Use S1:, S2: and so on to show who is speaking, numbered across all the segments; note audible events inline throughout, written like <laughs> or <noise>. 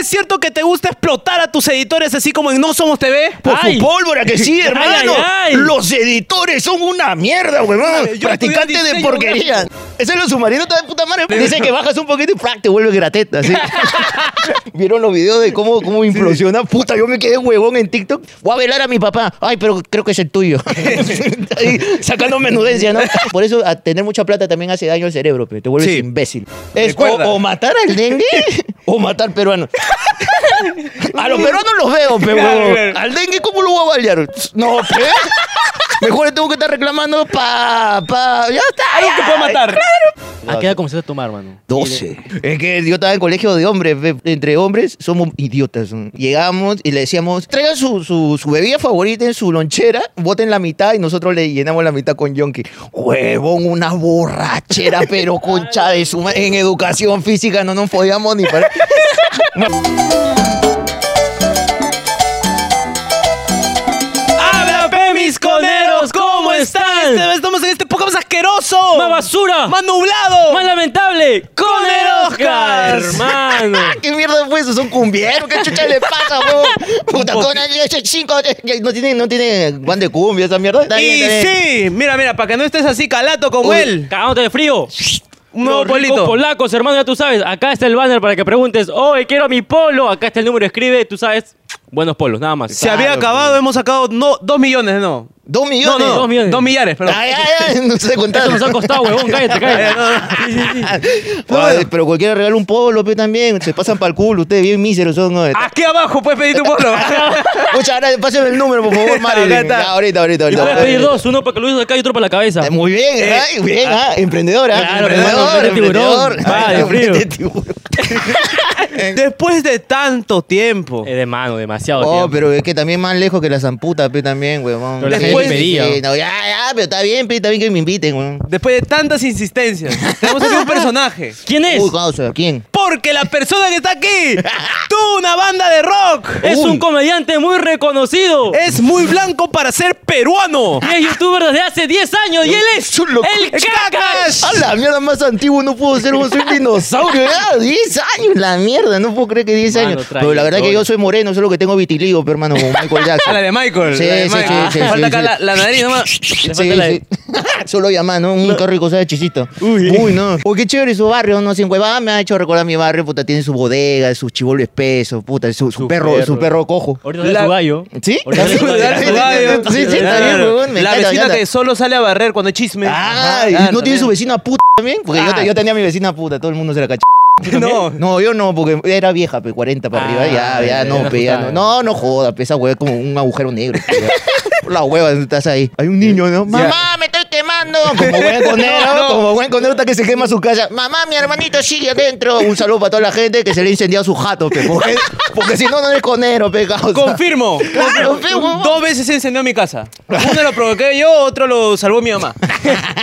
S1: ¿Es cierto que te gusta explotar a tus editores así como en No Somos TV?
S2: Por
S1: Ay.
S2: su pólvora que sí,
S1: <laughs> Ay,
S2: hermano.
S1: ay, ay.
S2: Los editores son una mierda, huevón.
S1: yo
S2: Practicante
S1: estudié
S2: de
S1: diseño,
S2: porquería. Ese es lo submarino está de puta madre. pues. Dice que bajas un poquito y ¡prac! te vuelve grateta.
S1: <laughs>
S2: ¿sí? <laughs> ¿Vieron los videos de cómo, cómo implosiona? Puta, yo me quedé huevón en TikTok. Voy a velar a mi papá. Ay, pero creo que es el
S1: <laughs>
S2: tuyo. <laughs> Ahí, sacando menudencia, ¿no? Por eso a tener mucha plata también hace daño al cerebro, pero te vuelves
S1: Sí.
S2: imbécil. Es o,
S1: Recuerda.
S2: o matar al dengue o matar peruanos. A los peruanos los veo, pero
S1: <laughs> Claro,
S2: huevón.
S1: claro.
S2: al dengue cómo lo voy a balear. No, pe. Mejor le tengo que estar reclamando pa, pa, ya está.
S1: Algo
S2: ya.
S1: que pueda matar.
S3: ¿A qué edad comenzaste a tomar, mano?
S2: 12. Es que yo estaba en colegio de hombres. pe. Entre hombres somos idiotas. ¿no? Llegamos y le decíamos, traigan su, su, su bebida favorita en su lonchera, boten la mitad y nosotros le llenamos la mitad con yonki. Huevón, una borrachera, pero concha de suma. En educación física no nos podíamos ni parar.
S1: ¡Háblame, mis coneros! ¿Cómo están?
S4: Estamos en este podcast asqueroso.
S1: ¡Más basura!
S4: Más nublado.
S1: ¡Más lamentable!
S4: ¡Coneroscas!
S1: ¡Coneroscas! Hermano.
S4: <laughs>
S2: Ah, ¿Qué mierda fue eso? ¿Son cumbieros? ¿Qué chucha le pasa, huevón? Puta, con ese chico eh, no tiene, no tiene guan de cumbia esa mierda. Está bien,
S4: Y
S2: está bien.
S4: sí, mira, mira, para que no estés así calato como
S2: Uy.
S4: él.
S1: Cagándote de frío.
S4: Un nuevo
S1: Los ricos
S4: polito.
S1: polacos, hermano, ya tú sabes. Acá está el banner para que preguntes, oye, quiero mi polo. Acá está el número, escribe, tú sabes. Buenos polos, nada más.
S4: Se había
S2: Claro, pues.
S4: acabado, hemos sacado no, dos millones, no.
S2: Dos
S4: No,
S2: millones.
S4: no,
S1: Dos millones.
S4: Dos millares, perdón. Eh,
S2: Ay, ay, ay, no sé contar.
S1: Eso Ah, nos ha costado,
S2: <laughs>
S1: huevón, cállate, cállate.
S2: Ay, pero cualquiera regala un polo, pe, también. Se pasan para el culo. Ustedes bien míseros son. ¿no?
S1: Ah.
S4: Aquí abajo puedes pedir tu
S2: <laughs>
S4: polo.
S2: Muchas gracias. Pásenme el número, por
S1: <laughs>
S2: favor,
S4: Acá
S2: Marilyn.
S4: está.
S2: Ya, ahorita, ahorita,
S1: Y
S2: ahorita.
S1: puedes
S2: <laughs>
S1: pedir dos, uno para que lo uses acá y otro para la cabeza.
S2: Eh, Muy bien, ¿eh? bien, ah, emprendedora.
S1: Claro,
S2: emprendedor,
S1: hermano, hombre de tiburón.
S2: emprendedor.
S1: Va,
S2: <laughs>
S1: de frío.
S2: Hombre de tiburón.
S4: Después de tanto tiempo.
S1: Es Eh, de mano, demasiado.
S2: Oh,
S1: tiempo.
S2: pero es que también más lejos que la zamputa, pe, también, huevón.
S1: Pero la
S4: gente
S2: Sí,
S1: pedía.
S2: sí, no, ya, ya, pero está bien, pe, está bien que me inviten, huevón.
S4: Después de tantas insistencias. Tenemos aquí un personaje.
S1: ¿Quién es?
S2: Uy, causa, ¿quién?
S4: Porque la persona que está aquí tuvo una banda de rock.
S1: es
S2: Uy. Eh.
S1: un comediante muy reconocido.
S4: Es muy blanco para ser peruano.
S1: Y es youtuber desde hace 10 años y él es
S2: Es un loco.
S1: el Cacas.
S2: A la mierda más antiguo no puedo ser, vos soy un dinosaurio. Ya, <laughs> 10 años, la mierda, no puedo creer que 10
S1: Mano,
S2: años. Pero la verdad
S1: trayectoria.
S2: que yo soy moreno, solo que tengo vitiligo, pero, hermano, como Michael
S4: A <laughs>
S2: Jackson.
S4: la de Michael.
S2: Sí,
S4: la de
S2: sí,
S4: Michael.
S2: sí, sí,
S4: Falta
S2: sí,
S4: acá
S2: sí.
S4: La, la nariz nomás.
S2: <laughs> Sí,
S1: falta la-
S2: sí. Solo llamar, ¿no? Un rico sabe chisito. Uy. no. Uy, qué chévere su barrio, ¿no? Sin huevada me ha hecho recordar mi barrio, puta. Tiene su bodega, sus chivolos espesos, puta. Su, su perro, su perro cojo.
S1: Ahorita sale
S4: La-
S1: su gallo.
S2: ¿Sí?
S1: Ahorita sale su
S4: Dale,
S1: gallo.
S4: dale,
S2: Sí, sí, está bien,
S4: claro.
S2: huevón, me
S4: La
S2: encanta, me
S4: vecina
S2: encanta.
S4: que solo sale a barrer cuando hay chisme.
S2: Ah,
S4: Ajá,
S2: ¿y
S4: ah,
S2: no tiene
S4: también.
S2: su vecina puta también? Porque yo,
S4: Ah.
S2: te- yo tenía a mi vecina puta, todo el mundo se la cachó.
S4: <laughs> No.
S2: No, yo no, porque era vieja, pe, 40 para
S1: Ah,
S2: arriba, ya,
S1: ya,
S2: ya,
S1: ya,
S2: no, pe, ya, no.
S1: ya.
S2: No, no joda, pe, esa hueva es como un agujero negro. pe, ya. Por la hueva, estás ahí. Hay un niño, ¿no? Mamá, me estoy
S4: <laughs>
S2: quemando. Como buen conero,
S4: No, no.
S2: como buen conero hasta que se quema su casa. Mamá, mi hermanito sigue adentro. Un saludo para toda la gente que se le ha incendiado su jato, pe, porque, porque si no, no es conero, pe, causa.
S4: Confirmo.
S2: Claro,
S4: Confirmo.
S2: pe, huevón.
S4: Dos veces se encendió mi casa. Uno lo provoqué yo, otro lo salvó mi mamá.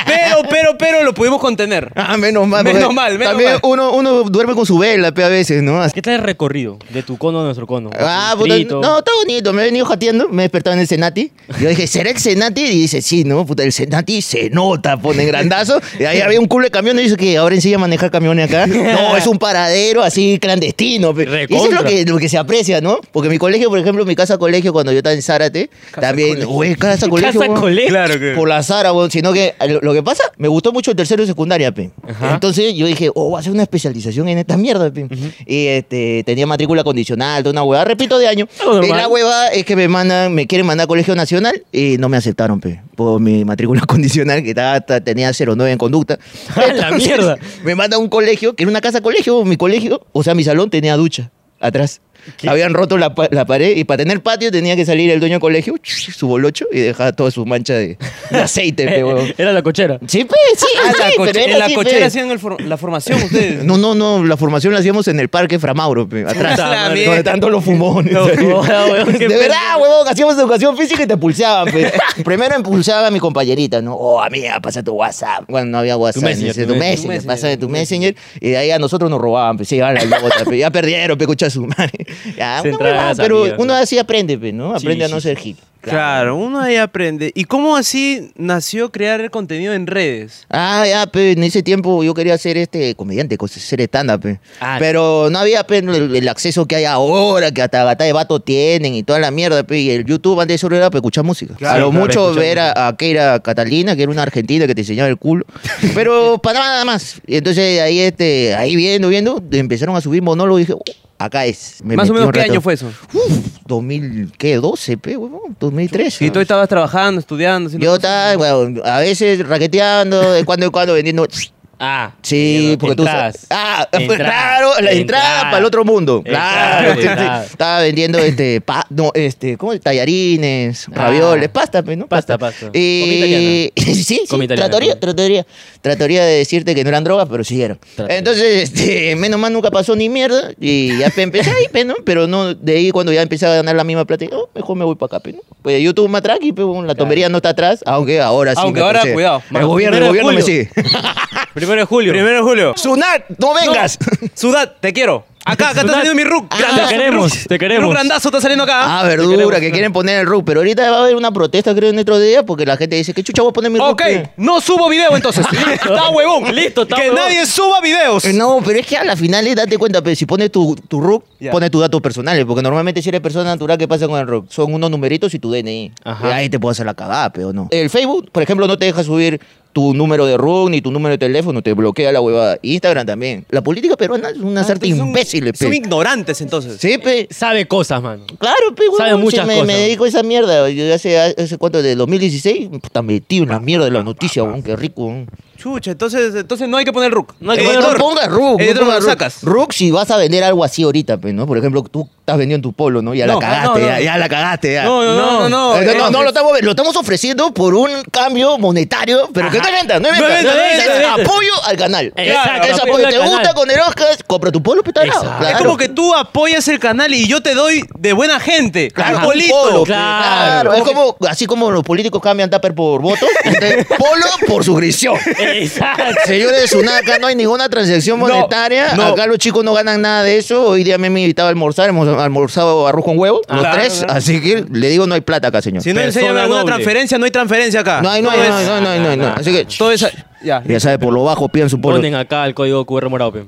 S4: Pero, pero, pero lo pudimos contener.
S2: Ah, menos mal.
S4: Menos
S2: porque
S4: mal, menos
S2: También
S4: mal.
S2: Uno, uno duerme con su vela, pe, a veces, ¿no? Así-
S1: ¿Qué tal el recorrido de tu cono a nuestro cono?
S2: Ah,
S1: Tu
S2: puta,
S1: distrito.
S2: no, está bonito. Me he venido jateando, me he despertado en el Senati. Yo dije, ¿será el Senati? Y dice, sí, ¿no? Puta, el Senati se nota, pone grandazo. Y ahí había un culo de camiones. Y dice que ahora enseña a manejar camiones acá. No, es un paradero así clandestino. pe. Y eso es lo
S1: Recontra.
S2: que, lo que se aprecia, ¿no? Porque mi colegio, por ejemplo, mi casa colegio, cuando yo estaba en Zárate, también, güey, casa colegio.
S1: Casa
S2: weón.
S1: colegio.
S2: Por la Sara, weón, sino que eh, lo, lo que pasa, me gustó mucho el tercero de secundaria, pe. Entonces yo dije, oh, voy a hacer una especialización en esta mierda, pe. Y este, tenía matrícula condicional, toda una huevada, repito, de año.
S1: Algo
S2: Y
S1: normal.
S2: la huevada es que me mandan, me quieren mandar a colegio nacional y no me aceptaron, pe, por mi matrícula <laughs> condicional, que estaba, hasta- tenía 09 en conducta.
S1: ¡A la mierda!
S2: Me mandan a un colegio, que era una casa colegio, mi colegio, o sea, mi salón tenía ducha atrás. Habían roto la, pa- la pared y para tener patio tenía que salir el dueño del colegio, <laughs> su bolocho, y dejar toda su mancha de, de aceite, pe, huevón.
S1: Era la cochera.
S2: Sí, pues, sí.
S4: Ah, la
S2: sí,
S4: coche-
S2: pero era
S4: en la
S2: así,
S4: cochera
S2: pe.
S4: hacían el for- la formación ustedes.
S2: No, no, no, la formación la hacíamos en el parque Framauro, pe, atrás.
S4: Puta madre.
S2: donde tanto
S4: <laughs>
S2: los fumones. <laughs>
S1: Joda, weón, qué
S2: De
S1: pena.
S2: verdad, huevón, hacíamos educación física y te pulsaban.
S1: <laughs>
S2: pe. Primero impulsaba a mi compañerita, ¿no? Oh, amiga, pasa tu WhatsApp. Bueno, no había WhatsApp.
S1: Messenger,
S2: dice,
S1: tu
S2: tu
S1: Messenger, <laughs>
S2: Messenger, pasa de tu Messenger. Y de ahí a nosotros nos robaban, pues, se llevaban la bota, pe. Ya pues, perdieron, pe, escucha su madre. Ya,
S1: Se
S2: una
S1: traga
S2: huevada,
S1: las
S2: pero
S1: amigas,
S2: uno
S1: ¿no?
S2: así aprende, pues, ¿no? Aprende a
S1: sí,
S2: no
S1: sí.
S2: ser hip.
S4: Claro, uno ahí aprende. ¿Y cómo así nació crear el contenido en redes?
S2: Ah, ya, pe, en ese tiempo yo quería ser este comediante, cosa- ser stand-up, pe.
S1: Ah.
S2: pero no había pe, el, el acceso que hay ahora, que hasta gata de vato tienen y toda la mierda, pe, y el YouTube antes solo era para escuchar música.
S1: Claro,
S2: a lo
S1: claro,
S2: mucho
S1: escuchar
S2: ver a, a Keira Catalina, que era una argentina que te enseñaba
S4: <laughs>
S2: el culo, pero para nada más. Y entonces ahí, este, ahí viendo, viendo, empezaron a subir monólogos y dije, "Oh, acá es. Me
S4: Más o
S2: metí
S4: menos,
S2: un
S4: ¿qué
S2: rato.
S4: año fue eso?
S2: Uf, 2000, ¿qué? 12, pe, huevón, 2013.
S4: Si tú estabas trabajando, estudiando, haciendo
S2: Yo
S4: cosas.
S2: estaba, bueno, a veces raqueteando, de cuando en cuando vendiendo. <laughs>
S1: Ah.
S2: Sí,
S1: bueno,
S2: porque tú.
S1: entradas.
S2: Ah, <laughs> pues,
S1: Entradas.
S2: claro, la entrada
S1: Entradas.
S2: para el otro mundo. Claro.
S1: Entradas,
S2: sí, sí.
S1: entradas.
S2: Estaba vendiendo este, pa- no, este, ¿cómo? es? Tallarines,
S1: Ah.
S2: ravioles, pasta, pues, ¿no?
S1: Pasta, pasta. Comida
S2: Y... <laughs>
S1: italiana.
S2: sí, sí,
S1: Comida italiana,
S2: trataría,
S1: comida.
S2: trataría, trataría de decirte que no eran drogas, pero sí eran.
S1: Trataría.
S2: Entonces, este, menos mal nunca pasó ni mierda y ya pe- empecé ahí, pe, ¿no? Pero no, de ahí cuando ya empecé a ganar la misma plata, oh, mejor me voy para acá, pe, ¿no? Pues YouTube me atrás y pe, la tombería no está atrás, aunque ahora sí.
S4: Aunque
S2: me
S4: ahora,
S2: persigue.
S4: cuidado.
S2: El gobierno, el
S1: Primero de
S2: gobierno me
S1: julio.
S2: sigue.
S1: Primero de julio.
S4: Primero de julio.
S2: ¡Sunat, no vengas!
S4: Sudad, te quiero. Acá, acá está
S1: Sudad.
S4: saliendo mi Rook.
S1: Ah,
S4: Grandazo,
S1: te
S4: mi
S1: queremos,
S4: Rook.
S1: te queremos.
S4: Rook grandazo está saliendo acá.
S2: Ah, verdura, que quieren poner el RUC. Pero ahorita va a haber una protesta, creo, en otro día, porque la gente dice, ¿qué chucha voy a poner mi RUC?
S4: ok, no subo video
S2: <laughs>
S4: entonces. está huevón.
S1: Listo, está
S4: Que
S1: huevón.
S4: nadie suba videos.
S2: Eh, No, pero es que a la final, eh, date cuenta, pe, si pones tu, tu RUC,
S4: Ya.
S2: pones tus datos personales, porque normalmente si eres persona natural, ¿qué pasa con el RUC? Son unos numeritos y tu DNI.
S1: Ajá.
S2: Y Eh, ahí te puede hacer la cagada, pero no. El Facebook, por ejemplo, no te deja subir tu número de RUC ni tu número de teléfono, te bloquea la huevada. Instagram también. La política peruana es una
S4: Ah,
S2: sarta
S4: entonces son-
S2: imbécil, pe.
S4: Son ignorantes entonces.
S2: Sí, pe.
S1: Sabe
S2: <laughs>
S1: cosas, mano.
S2: Claro, pe,
S1: Sabe
S2: huevón,
S1: muchas
S2: si me,
S1: cosas.
S2: me dedico a esa mierda. Yo hace, hace cuánto, de 2016, puta, metido en la mierda de la noticia, weón, qué rico, weón.
S4: Chucha, entonces, entonces no hay que poner Rook.
S1: No hay que
S2: Eh,
S1: poner
S2: no
S1: Rook.
S2: pongas Rook, no
S4: Editor,
S2: pongas
S4: lo
S2: Rook.
S4: sacas.
S2: Rook si vas a vender algo así ahorita, pe, ¿no? Por ejemplo, tú estás vendiendo tu polo, ¿no? Ya
S4: No,
S2: la cagaste,
S4: no, no.
S2: ya, ya la cagaste, ya.
S4: No, no, no, no, no.
S2: Eh, no, no,
S4: Eh,
S2: no, lo, estamos, lo estamos ofreciendo por un cambio monetario, pero que no es venta, no es
S4: No
S2: venta,
S4: es venta,
S2: no es
S4: no es
S2: venta,
S4: venta.
S2: es apoyo al canal.
S1: Exacto,
S2: es
S1: apoyo
S2: apoyo,
S1: al
S2: te
S1: canal.
S2: gusta con el Oscar, compra tu polo, pita,
S1: Exacto.
S2: claro.
S4: Es como que tú apoyas el canal y yo te doy de buena gente.
S2: Claro,
S4: un
S2: un
S4: polito.
S2: polo, pe,
S1: claro.
S2: claro. Es como, así como los políticos cambian tupper
S4: <laughs>
S2: por votos, entonces, polo por suscripción.
S1: Exacto.
S2: Señores, una, acá no hay ninguna transacción
S4: No,
S2: monetaria.
S4: no.
S2: Acá los chicos no ganan nada de eso. Hoy día me han invitado a almorzar. Hemos almorzado arroz con huevo, los
S4: claro,
S2: tres.
S4: claro.
S2: Así que le digo, no hay plata acá, señor.
S4: Si no
S1: Persona
S4: enseñan alguna
S1: noble.
S4: transferencia, no hay transferencia acá.
S2: no hay, no
S4: Todo
S2: hay, no
S4: es-
S2: hay, no hay, no hay, no hay, no hay. Así que,
S4: Todo es. Ya.
S2: ya sabe, por lo bajo piden su polo.
S1: Donen acá el código QR morado,
S2: <laughs>
S1: pe.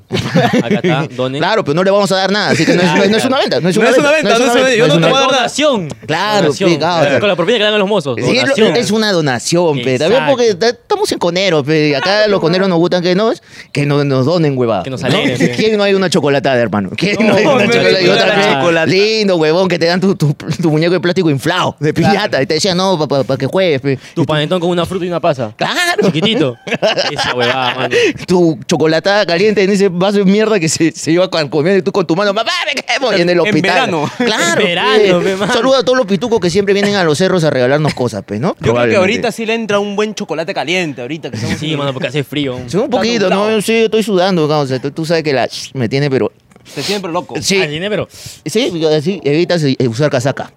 S1: Acá está, donen.
S2: Claro, pero no le vamos a dar nada. Así que no es,
S1: Ah,
S2: no es- no es
S1: claro.
S2: una venta. No es
S4: ¿eh? No
S2: una
S4: es una
S2: venta.
S4: venta, no es una- yo no te voy a dar-
S1: Donación.
S2: Claro,
S1: Donación.
S2: picado, o sea.
S1: Con la propiedad que le dan a los mozos.
S2: Sí, lo-
S1: Donación.
S2: es una donación, pe. También
S1: Exacto.
S2: porque ta- estamos en coneros, pe. y Acá los coneros nos gustan que nos, que no- nos donen huevada.
S1: Que nos alegren, pe.
S2: ¿Quién no hay una chocolatada, hermano? ¿Quién no,
S4: No,
S2: hay una
S4: me
S2: chocolatada? Y
S4: metí
S2: otra
S4: la
S2: vez,
S4: chocolata.
S2: Lindo, huevón, que te dan tu, tu- tu muñeco de plástico inflado, de piñata. Y te decían, no, para que juegues, pe.
S1: Tu panetón con una fruta y una pasa.
S2: Claro. <laughs>
S1: Chiquitito. Esa huevada, mano.
S2: Tu chocolatada caliente en ese vaso de mierda que se, se iba con- comiendo y tú con tu mano, mamá, me quemo", Y en el
S4: En
S2: hospital.
S4: verano.
S2: <laughs> Claro.
S1: En verano, pe, mano.
S2: Saluda a todos los pitucos que siempre vienen a los cerros a regalarnos cosas, pues, ¿no?
S4: Yo creo que
S2: Probablemente.
S4: ahorita sí le entra un buen chocolate caliente. Ahorita que estamos-
S1: Sí, mano, porque hace frío.
S2: Sí, un poquito,
S4: nublado.
S2: ¿no? Sí, estoy sudando, o sea, tú, tú sabes que la me tiene, pero...
S4: Te siempre loco.
S2: Sí,
S1: Al dinero, pero.
S2: sí, así evitas eh, usar <laughs> casaca.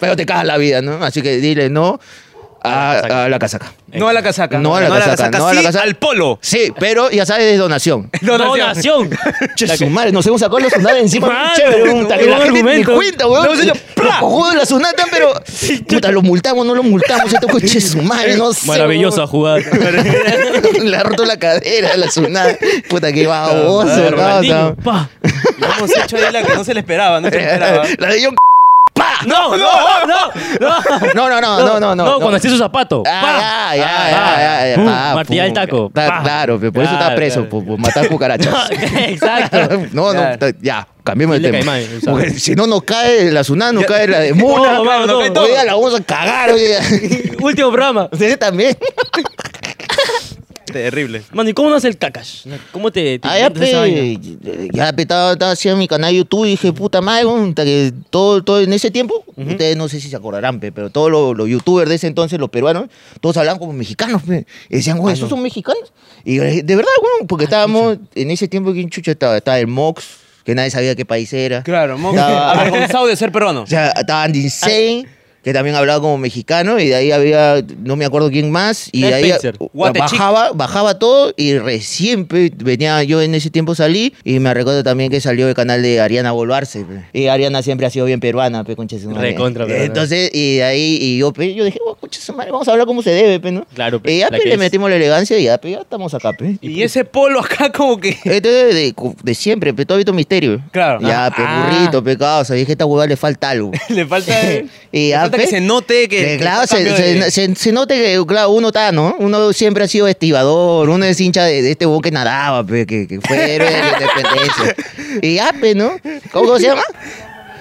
S2: pero te cagas la vida, ¿no? Así que dile no a, a la casaca.
S4: No a la casaca.
S2: No a la casaca, no a la
S4: sí
S2: casaca.
S4: al polo.
S2: Sí, pero ya sabes, es donación.
S1: Donación.
S2: Che, su madre, nos hemos sacado la sunada encima.
S1: Mano,
S2: chévere, un
S1: qué
S2: la
S1: buen
S2: gente ni
S1: argumento.
S2: cuenta, weón.
S4: Le hemos hecho
S2: Los
S4: ¡plá!
S2: cojudos de la sunata, pero... Puta, lo multamos, no lo multamos. Esto coche su madre, no sé.
S1: <laughs> Maravillosa jugada.
S2: Le ha roto la cadera a la sunada. Puta, qué baboso,
S1: Ah, Ronaldinho,
S2: no, no.
S1: pa.
S4: Le hemos hecho ahí la que no se le esperaba, no se le esperaba.
S2: <laughs> La de John
S1: <laughs> No, no, no, no.
S2: <laughs> No, no, no, no, no.
S1: No, cuando hacía su zapato.
S2: Ah,
S1: pa.
S2: ya, ya, ya,
S1: Ah,
S2: ya, ya,
S1: pum,
S2: pa,
S1: Martilla
S2: pum.
S1: al taco.
S2: Ta-
S1: pa.
S2: Claro, pe, por eso está
S1: Claro,
S2: preso,
S1: claro.
S2: por, por matar cucarachas.
S1: <laughs> Exacto.
S2: <laughs> No, no,
S4: Claro.
S2: ta- ya, cambiemos de
S1: Dile
S2: tema.
S1: Caimán, o sea.
S2: Porque si no nos cae la Suná, nos cae
S1: <laughs>
S2: la de Muna.
S1: No, vamos,
S4: no,
S2: Hoy día la vamos a cagar. hoy
S1: <laughs>
S2: día.
S1: Último programa.
S2: Ustedes también.
S4: Terrible.
S1: Mano, ¿y cómo nace el cacash? ¿Cómo te, te
S2: Ah, ya,
S1: inventas esa
S2: pe,
S1: vaina?
S2: ya pe, estaba, estaba haciendo mi canal de YouTube y dije, puta madre, weón, puta que todo, todo en ese tiempo, ustedes no sé si se acordarán, pe, pero todos los, los youtubers de ese entonces, los peruanos, todos hablaban como mexicanos, pe. Y decían,
S1: Ah,
S2: güey, ¿esos son mexicanos? Y yo le dije, de verdad, weón, porque estábamos, en ese tiempo, ¿quién chucha estaba? Estaba el Mox, que nadie sabía qué país era.
S4: Claro, mo-
S1: <laughs>
S2: Estaba-
S4: avergonzado de ser peruano.
S2: O sea, estaban Insane. que también hablaba como mexicano, y de ahí había, no me acuerdo quién más, y de
S1: Ed
S2: ahí
S1: Spencer.
S4: What a
S2: bajaba, bajaba todo, y recién pe, venía, yo en ese tiempo salí, y me recuerdo también que salió el canal de Ariana Volvarse, pe. y Ariana siempre ha sido bien peruana, pe, concha de su madre.
S1: Recontra peruana.
S2: Entonces, y de ahí, y yo, pe, yo dije, oh, concha de su madre, vamos a hablar como se debe, pe, ¿no?
S1: Claro, pe,
S2: Y ya, pe,
S1: la que
S2: le
S1: es.
S2: metimos la elegancia, y ya, pe, ya estamos acá, pe.
S4: Y ese polo acá como que... <laughs>
S2: Este de, de, de siempre, pero todo visto misterio.
S4: Claro.
S2: Ya,
S4: Ah.
S2: pe, burrito, pecado. Sabía que a esta huevada le falta algo.
S4: Le falta,
S2: Y
S4: le
S2: ya,
S4: falta que
S2: pe.
S4: se note que...
S2: Que,
S4: que
S2: claro,
S4: está
S2: se,
S4: cambio de- <laughs>
S2: se, se- se nota que claro, uno está, ¿no? Uno siempre ha sido estibador, uno es hincha de, de este huevón que nadaba, pe, que, que fue héroe de la independencia. Y ya, pe, ¿no? ¿Cómo se llama?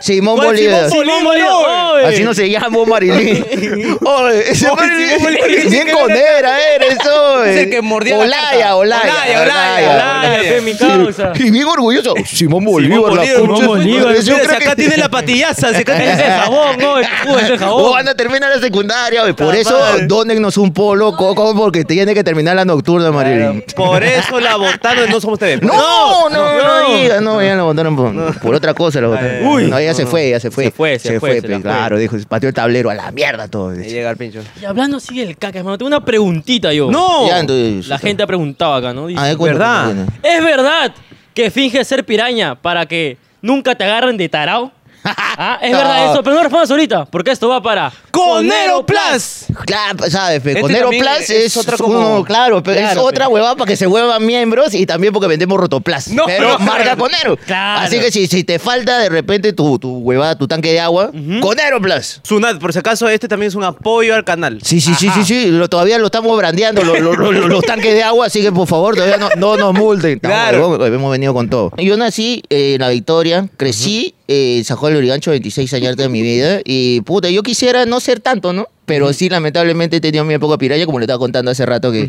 S2: Simón
S4: ¿Cuál
S2: Bolívar.
S4: Simón Bolívar, oye?
S2: Así no se llama Marilyn.
S4: <laughs>
S2: Oye, ese
S4: Oye,
S2: Marilyn-
S4: Simón Bolívar.
S2: Bien conera eres, oye.
S4: Es el que mordía la
S2: Olaya,
S4: carta.
S2: Olaya,
S4: Olaya, Olaya,
S1: Ah, ya fue mi causa.
S2: Y bien orgulloso. Simón Bolívar, la
S4: Simón
S2: concha. de su madre.
S4: Bolívar.
S2: Yo
S4: Mira,
S2: creo
S4: si acá
S2: que- <laughs>
S4: tiene la patillaza, si acá tiene
S1: Ese
S4: esa-
S1: jabón, no, el jugo, ese
S2: O
S1: jabón.
S2: van a terminar Oh, la secundaria, güey. Por
S4: La
S2: eso,
S4: madre.
S2: dónennos un polo, coco, porque tiene que terminar la nocturna, Marilyn.
S4: Por eso la votaron, no somos TV.
S2: No, no, no,
S1: no, no.
S2: diga, no, ya la votaron por, por otra cosa. La votaron.
S1: Uy.
S2: no, ella se fue, ella se fue.
S1: Se fue, se fue, se
S2: pe,
S1: la fue.
S2: claro, dijo, pateó el tablero a la mierda todo.
S4: Llega el pincho.
S1: Y hablando así del caca, hermano, tengo una preguntita yo.
S4: ¡No!
S2: Ya, entonces, Ah,
S1: La gente ha preguntado acá, ¿no? Dice,
S2: A ver, cuenta,
S4: ¿Verdad?
S2: cuenta, cuenta.
S1: ¿Es verdad que finges ser piraña para que nunca te agarren de
S2: <laughs>
S1: tarao? ¿Ah? ¿Es
S2: No.
S1: verdad eso? Pero no respondas ahorita, porque esto va para...
S4: ¡Conero Plus!
S2: Claro, pues, sabes, pe,
S4: Este
S2: con Nero
S4: también
S2: Plus
S4: es
S2: es,
S4: otra
S2: otra
S4: como-
S2: claro, pe, es
S4: Claro, pe.
S2: otra huevada para que se vuelvan miembros y también porque vendemos Rotoplas.
S4: No,
S2: pero
S4: no.
S2: marca con Nero.
S1: Claro.
S2: Así que si, si te falta de repente tu, tu huevada, tu tanque de agua, con Nero Plus.
S4: Sunat, por si acaso, este también es un apoyo al canal.
S2: Sí, sí, sí, sí, sí, lo, todavía lo estamos brandeando, lo- lo- lo- lo- los tanques de agua, así que por favor, todavía no, no nos multen. No,
S4: Claro.
S2: huevón, hemos venido con todo. Yo nací eh, en La Victoria, crecí eh, en San Juan de Lurigancho, 26 años de mi vida, y puta, yo quisiera no ser tanto, ¿no? Pero sí, lamentablemente he tenido mi época piraya, como le estaba contando hace rato que...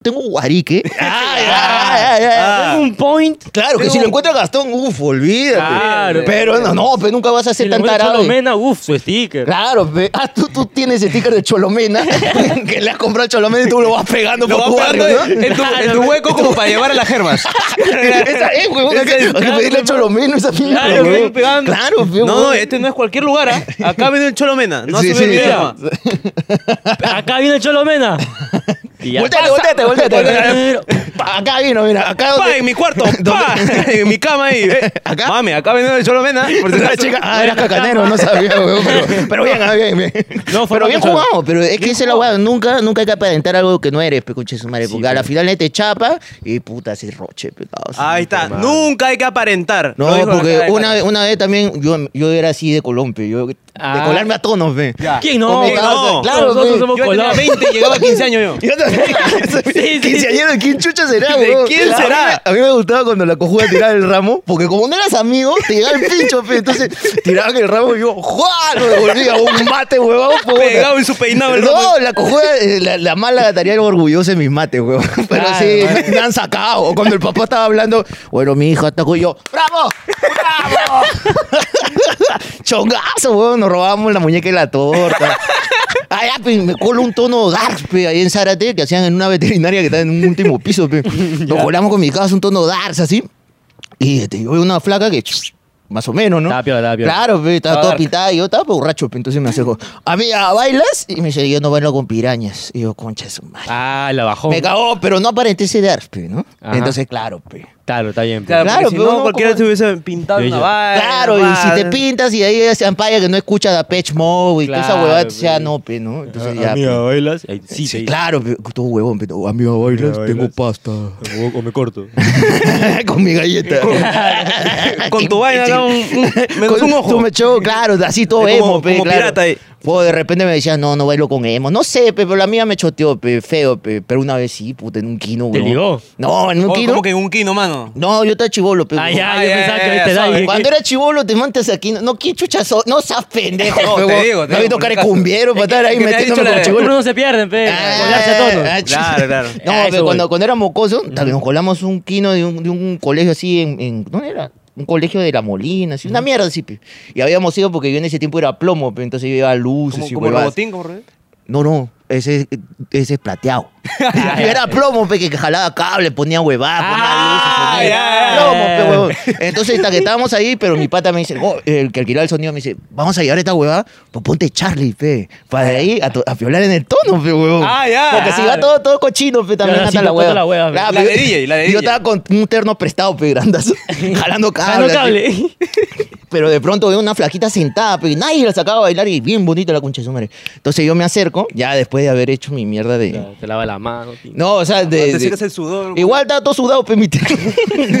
S2: Tengo un guarique. <laughs> Ay, ay, ay, ay.
S4: Ah.
S1: Un point.
S2: Claro, que
S4: Tengo-
S2: si lo encuentra Gastón, uff, olvídate.
S1: Claro.
S2: Pero no, no, pero nunca vas a ser
S1: Si le
S2: tan eh.
S1: pones
S2: tarado. de-
S1: Cholomena, uff, su
S2: <laughs>
S1: sticker.
S2: Claro, pe. ah, tú, tú tienes sticker de Cholomena, <laughs> que le has comprado al Cholomena y tú lo vas pegando
S4: Lo
S2: por
S4: va
S2: tu barrio,
S4: pegando eh,
S2: ¿no?
S4: en, en tu, en tu hueco como para llevar a las
S2: <laughs>
S4: germas.
S2: Esa es, huevón, hay que, hay que pedirle a Cholomeno esa pinta.
S1: Claro,
S2: huevón.
S1: ven pegando.
S2: Claro, pe,
S4: No, no,
S2: huevón.
S4: este no es cualquier lugar, ¿ah?
S2: <laughs>
S4: Acá viene el Cholomena. No
S2: Sí,
S4: se me
S2: sí.
S4: olvida.
S1: Acá viene
S2: <laughs>
S1: Cholomena. Y ya.
S2: Volteate, volteate, volteate.
S1: Volteate.
S2: Pa, Acá vino, mira, acá
S4: Pa,
S2: donde...
S4: en mi
S2: <laughs>
S4: cuarto, pa, <laughs> en mi cama ahí. eh.
S2: ¿Acá?
S4: Mame, acá viene el Cholomena.
S2: <laughs>
S4: Por si
S2: La
S4: acaso.
S2: chica, ah, era cacanero, no sabía,
S4: <laughs>
S2: huevón, pero, pero bien, ah, bien, bien.
S1: No, fue
S2: pero bien
S1: cacanero.
S2: jugado, pero es que esa es la hueá, nunca, nunca hay que aparentar algo que no eres, pe, conche su madre, porque a la final te chapa y puta, se roche, pe, causa.
S4: Ahí está. Nunca hay que aparentar. Lo
S2: No,
S4: dijo la cara
S2: porque
S4: de
S2: una,
S4: Cata.
S2: vez- una vez también yo, yo era así de Colombia, yo
S1: Ah.
S2: de colarme a tonos, ve.
S4: Ya.
S1: ¿Quién no?
S2: Con mi
S1: ¿Quién
S2: causa,
S4: no?
S2: Claro,
S1: Nosotros
S2: ve.
S1: somos
S4: Yo tenía
S1: Colón.
S4: 20 y llegaba a 15
S2: <laughs>
S4: años yo.
S2: Yo también.
S1: sí.
S2: Quinceañero, ¿de quién chucha será,
S4: ¿De
S2: weón?
S4: quién
S2: Claro,
S4: será?
S2: A mí, me- a mí me gustaba cuando la cojuda tiraba el ramo, porque como no eras amigo, te llegaba el pincho, fe. Entonces tiraban el ramo y yo, ¡juá! Lo devolvía un mate, huevón. puta.
S4: Pegado en su peinado el ramo.
S2: No, la cojuda, eh, la, la mala estaría orgullosa de mis mates, huevón. Pero
S4: Claro,
S2: sí, me, me han sacado. O Cuando el papá estaba hablando, bueno, mi hija atacó y yo, ¡bravo! ¡Bravo! Chongazo, huevón. Nos robábamos la muñeca y la torta. Allá, me colo un tono dark, pe, ahí en Zárate, que hacían en una veterinaria que está en un último
S4: <laughs>
S2: piso, pe. Nos colamos con mi casa un tono dark, así. Y este, yo veo una flaca que... Más o menos, ¿no?
S1: Estaba piola, estaba piola.
S2: Claro, pe, estaba
S4: Estaba
S2: toda
S4: dark.
S2: pitada y yo estaba borracho, pe, entonces me acerco. Amiga, ¿bailas? Y me dice, yo no bailo con pirañas. Y yo, concha de su madre.
S1: Ah, la bajó.
S2: me cagó, pero no aparenté ese dark, pe, ¿no?
S1: Ajá.
S2: Entonces, claro, pe.
S1: Claro, está bien. pues.
S4: Claro, porque
S2: Claro,
S1: pero-
S4: si
S2: pero
S4: no,
S2: no,
S4: cualquiera
S2: como-
S4: te hubiese pintado
S1: Ella.
S4: una vaina.
S2: Claro, y si te pintas y ahí se ampalla que no escucha a Pech Mode y toda esa
S1: Claro,
S2: huevada,
S1: pe.
S2: sea no, pe, ¿no? Entonces ya. pe.
S1: Amiga, bailas. Ay, Sí, sí.
S2: Claro, pe, todo huevón, pero amiga, bailas,
S1: Amiga,
S2: tengo
S1: bailas.
S2: pasta.
S1: O me corto.
S2: <laughs> con mi galleta. <laughs>
S4: Con tu vaina, ¿no? Un- un- menos
S2: Con
S4: un ojo.
S2: tu mechón, claro, así todo
S4: Es
S2: emo,
S4: como-
S2: pe,
S4: como
S2: claro.
S4: pirata, eh.
S2: Pues de repente me decían, no, no bailo con emo. No sé, pe, pero la mía me choteó, pe, feo, pe. Pero una vez sí, puta, en un kino,
S1: ¿Te
S2: weón.
S1: ligó?
S2: No, en un
S4: Oh,
S2: kino.
S4: Como que en un kino, mano.
S2: No, yo estaba chivolo, pe.
S1: <laughs> Ah, ya,
S4: Ah,
S1: yo
S4: ya,
S1: pensaba
S4: ya,
S1: que
S4: ya,
S1: te da.
S4: suave.
S1: y-
S2: Cuando era chivolo te mandas aquí. No, ¿qué chuchazo? No seas pendejo,
S4: No,
S2: pe,
S4: te
S2: weón.
S4: digo, te
S2: Me vi
S4: digo,
S2: tocar el
S4: Nicazo.
S2: cumbiero para
S4: Es que-
S2: estar ahí
S4: es que te ha
S2: metiéndome
S4: dicho
S2: con
S4: la-
S2: chivolo.
S1: Uno no se pierden, pe.
S2: Ah,
S1: Volarse a todos.
S2: ah, ch-
S4: Claro, claro.
S2: No,
S1: Ah, eso
S2: pero
S1: voy.
S2: cuando, cuando éramos cosos, también nos colamos un quino de un, de un colegio así en, en- ¿Dónde era? Un colegio de la Molina, así, una mierda así. pe. Y habíamos ido porque yo en ese tiempo era plomo, pe, entonces yo iba a luces
S4: Como,
S2: y
S4: como
S2: huevadas.
S4: robotín, como robotín.
S2: No, no. Ese, ese
S4: <laughs>
S2: es plateado. Y era plomo, pe, que jalaba cable, ponía huevada, ponía
S4: Ah,
S2: luces.
S4: ya,
S2: sonido. Plomo, pe, huevón. Entonces, hasta que estábamos ahí, pero mi pata me dice, oh, el que alquilaba el sonido me dice, vamos a llevar esta huevada, pues ponte Charlie, pe. Para ahí, a, to- a violar en el tono, pe, huevón.
S4: Ah, ya.
S2: Porque si va todo, todo cochino, pe, también
S1: Claro,
S2: anda
S1: sí,
S2: la
S1: con toda
S2: hueva.
S1: la hueva, pe.
S2: Claro,
S4: La
S2: pe,
S4: de DJ, la de DJ.
S2: Yo estaba con un terno prestado, pe, grandazo, <laughs> jalando cable.
S1: Ah, no
S2: así.
S1: cable. <laughs>
S2: Pero de pronto veo una flaquita sentada, pero nadie la sacaba a bailar y bien bonita la concha de su madre. Entonces yo me acerco, ya después de haber hecho mi mierda de.
S1: Te lava la mano. tío.
S2: No, o sea, de.
S4: Te
S2: de-
S4: sacas el sudor. güey.
S2: Igual estaba todo sudado, pe, mi terno.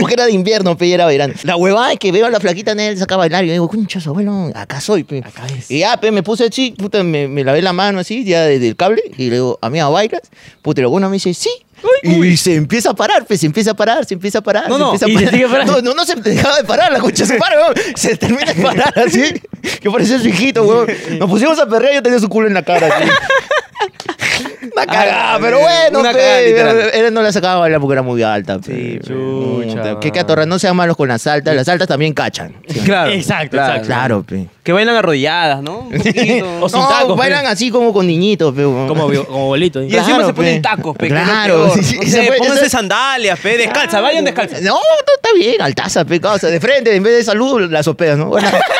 S2: <laughs> porque era de invierno, pe, y era verano. La huevada es que veo a la flaquita, nadie la sacaba a bailar. Y yo digo, concha, su abuelo, acá soy, pe.
S1: Acá es.
S2: Y ya, pe, me puse así, puta, me, me lavé la mano así, ya desde el cable, y le digo, amiga, ¿bailas? Puta, y alguna me dice, sí. y se empieza a parar, pues se empieza a parar, se empieza a parar.
S4: No,
S2: se
S4: no,
S2: empieza a
S1: y se
S2: parar.
S1: sigue parando.
S2: No, no, no se dejaba de parar, la concha se para, weón. Se termina de parar así. Que parecía su hijito, weón. Nos pusimos a perrear y yo tenía su culo en la cara. Así. Una cagada,
S4: Ah,
S2: pero
S4: eh,
S2: bueno,
S4: una
S2: pe,
S4: cagada, literal.
S2: él no la sacaba a bailar porque era muy alta.
S1: Sí,
S2: pe.
S1: chucha,
S2: Puta, Que, que
S1: man.
S2: atorra, no sean malos con las altas, las altas también cachan.
S4: <laughs> Claro.
S1: Exacto, exacto.
S2: Claro, pe.
S4: Que bailan arrodilladas, ¿no?
S2: <laughs>
S4: Un poquito.
S1: O sin
S2: no,
S1: tacos,
S2: bailan
S1: pe.
S2: así como con niñitos, pe, weón.
S1: Como, bio- como bolito.
S4: Y
S1: ¿eh?
S4: encima
S2: Claro,
S4: se ponen
S2: pe.
S4: tacos, pe. que es lo
S2: Claro,
S4: peor.
S2: sí, sí,
S4: No
S2: esa
S4: sé,
S2: fue-
S4: pónganse
S2: esa-
S4: sandalias, pe. Descalza, vayan descalza.
S2: <laughs> No, todo está bien, altaza, pe, causa, de frente, en vez de salud, las sopeas, ¿no? Hola.
S4: <laughs>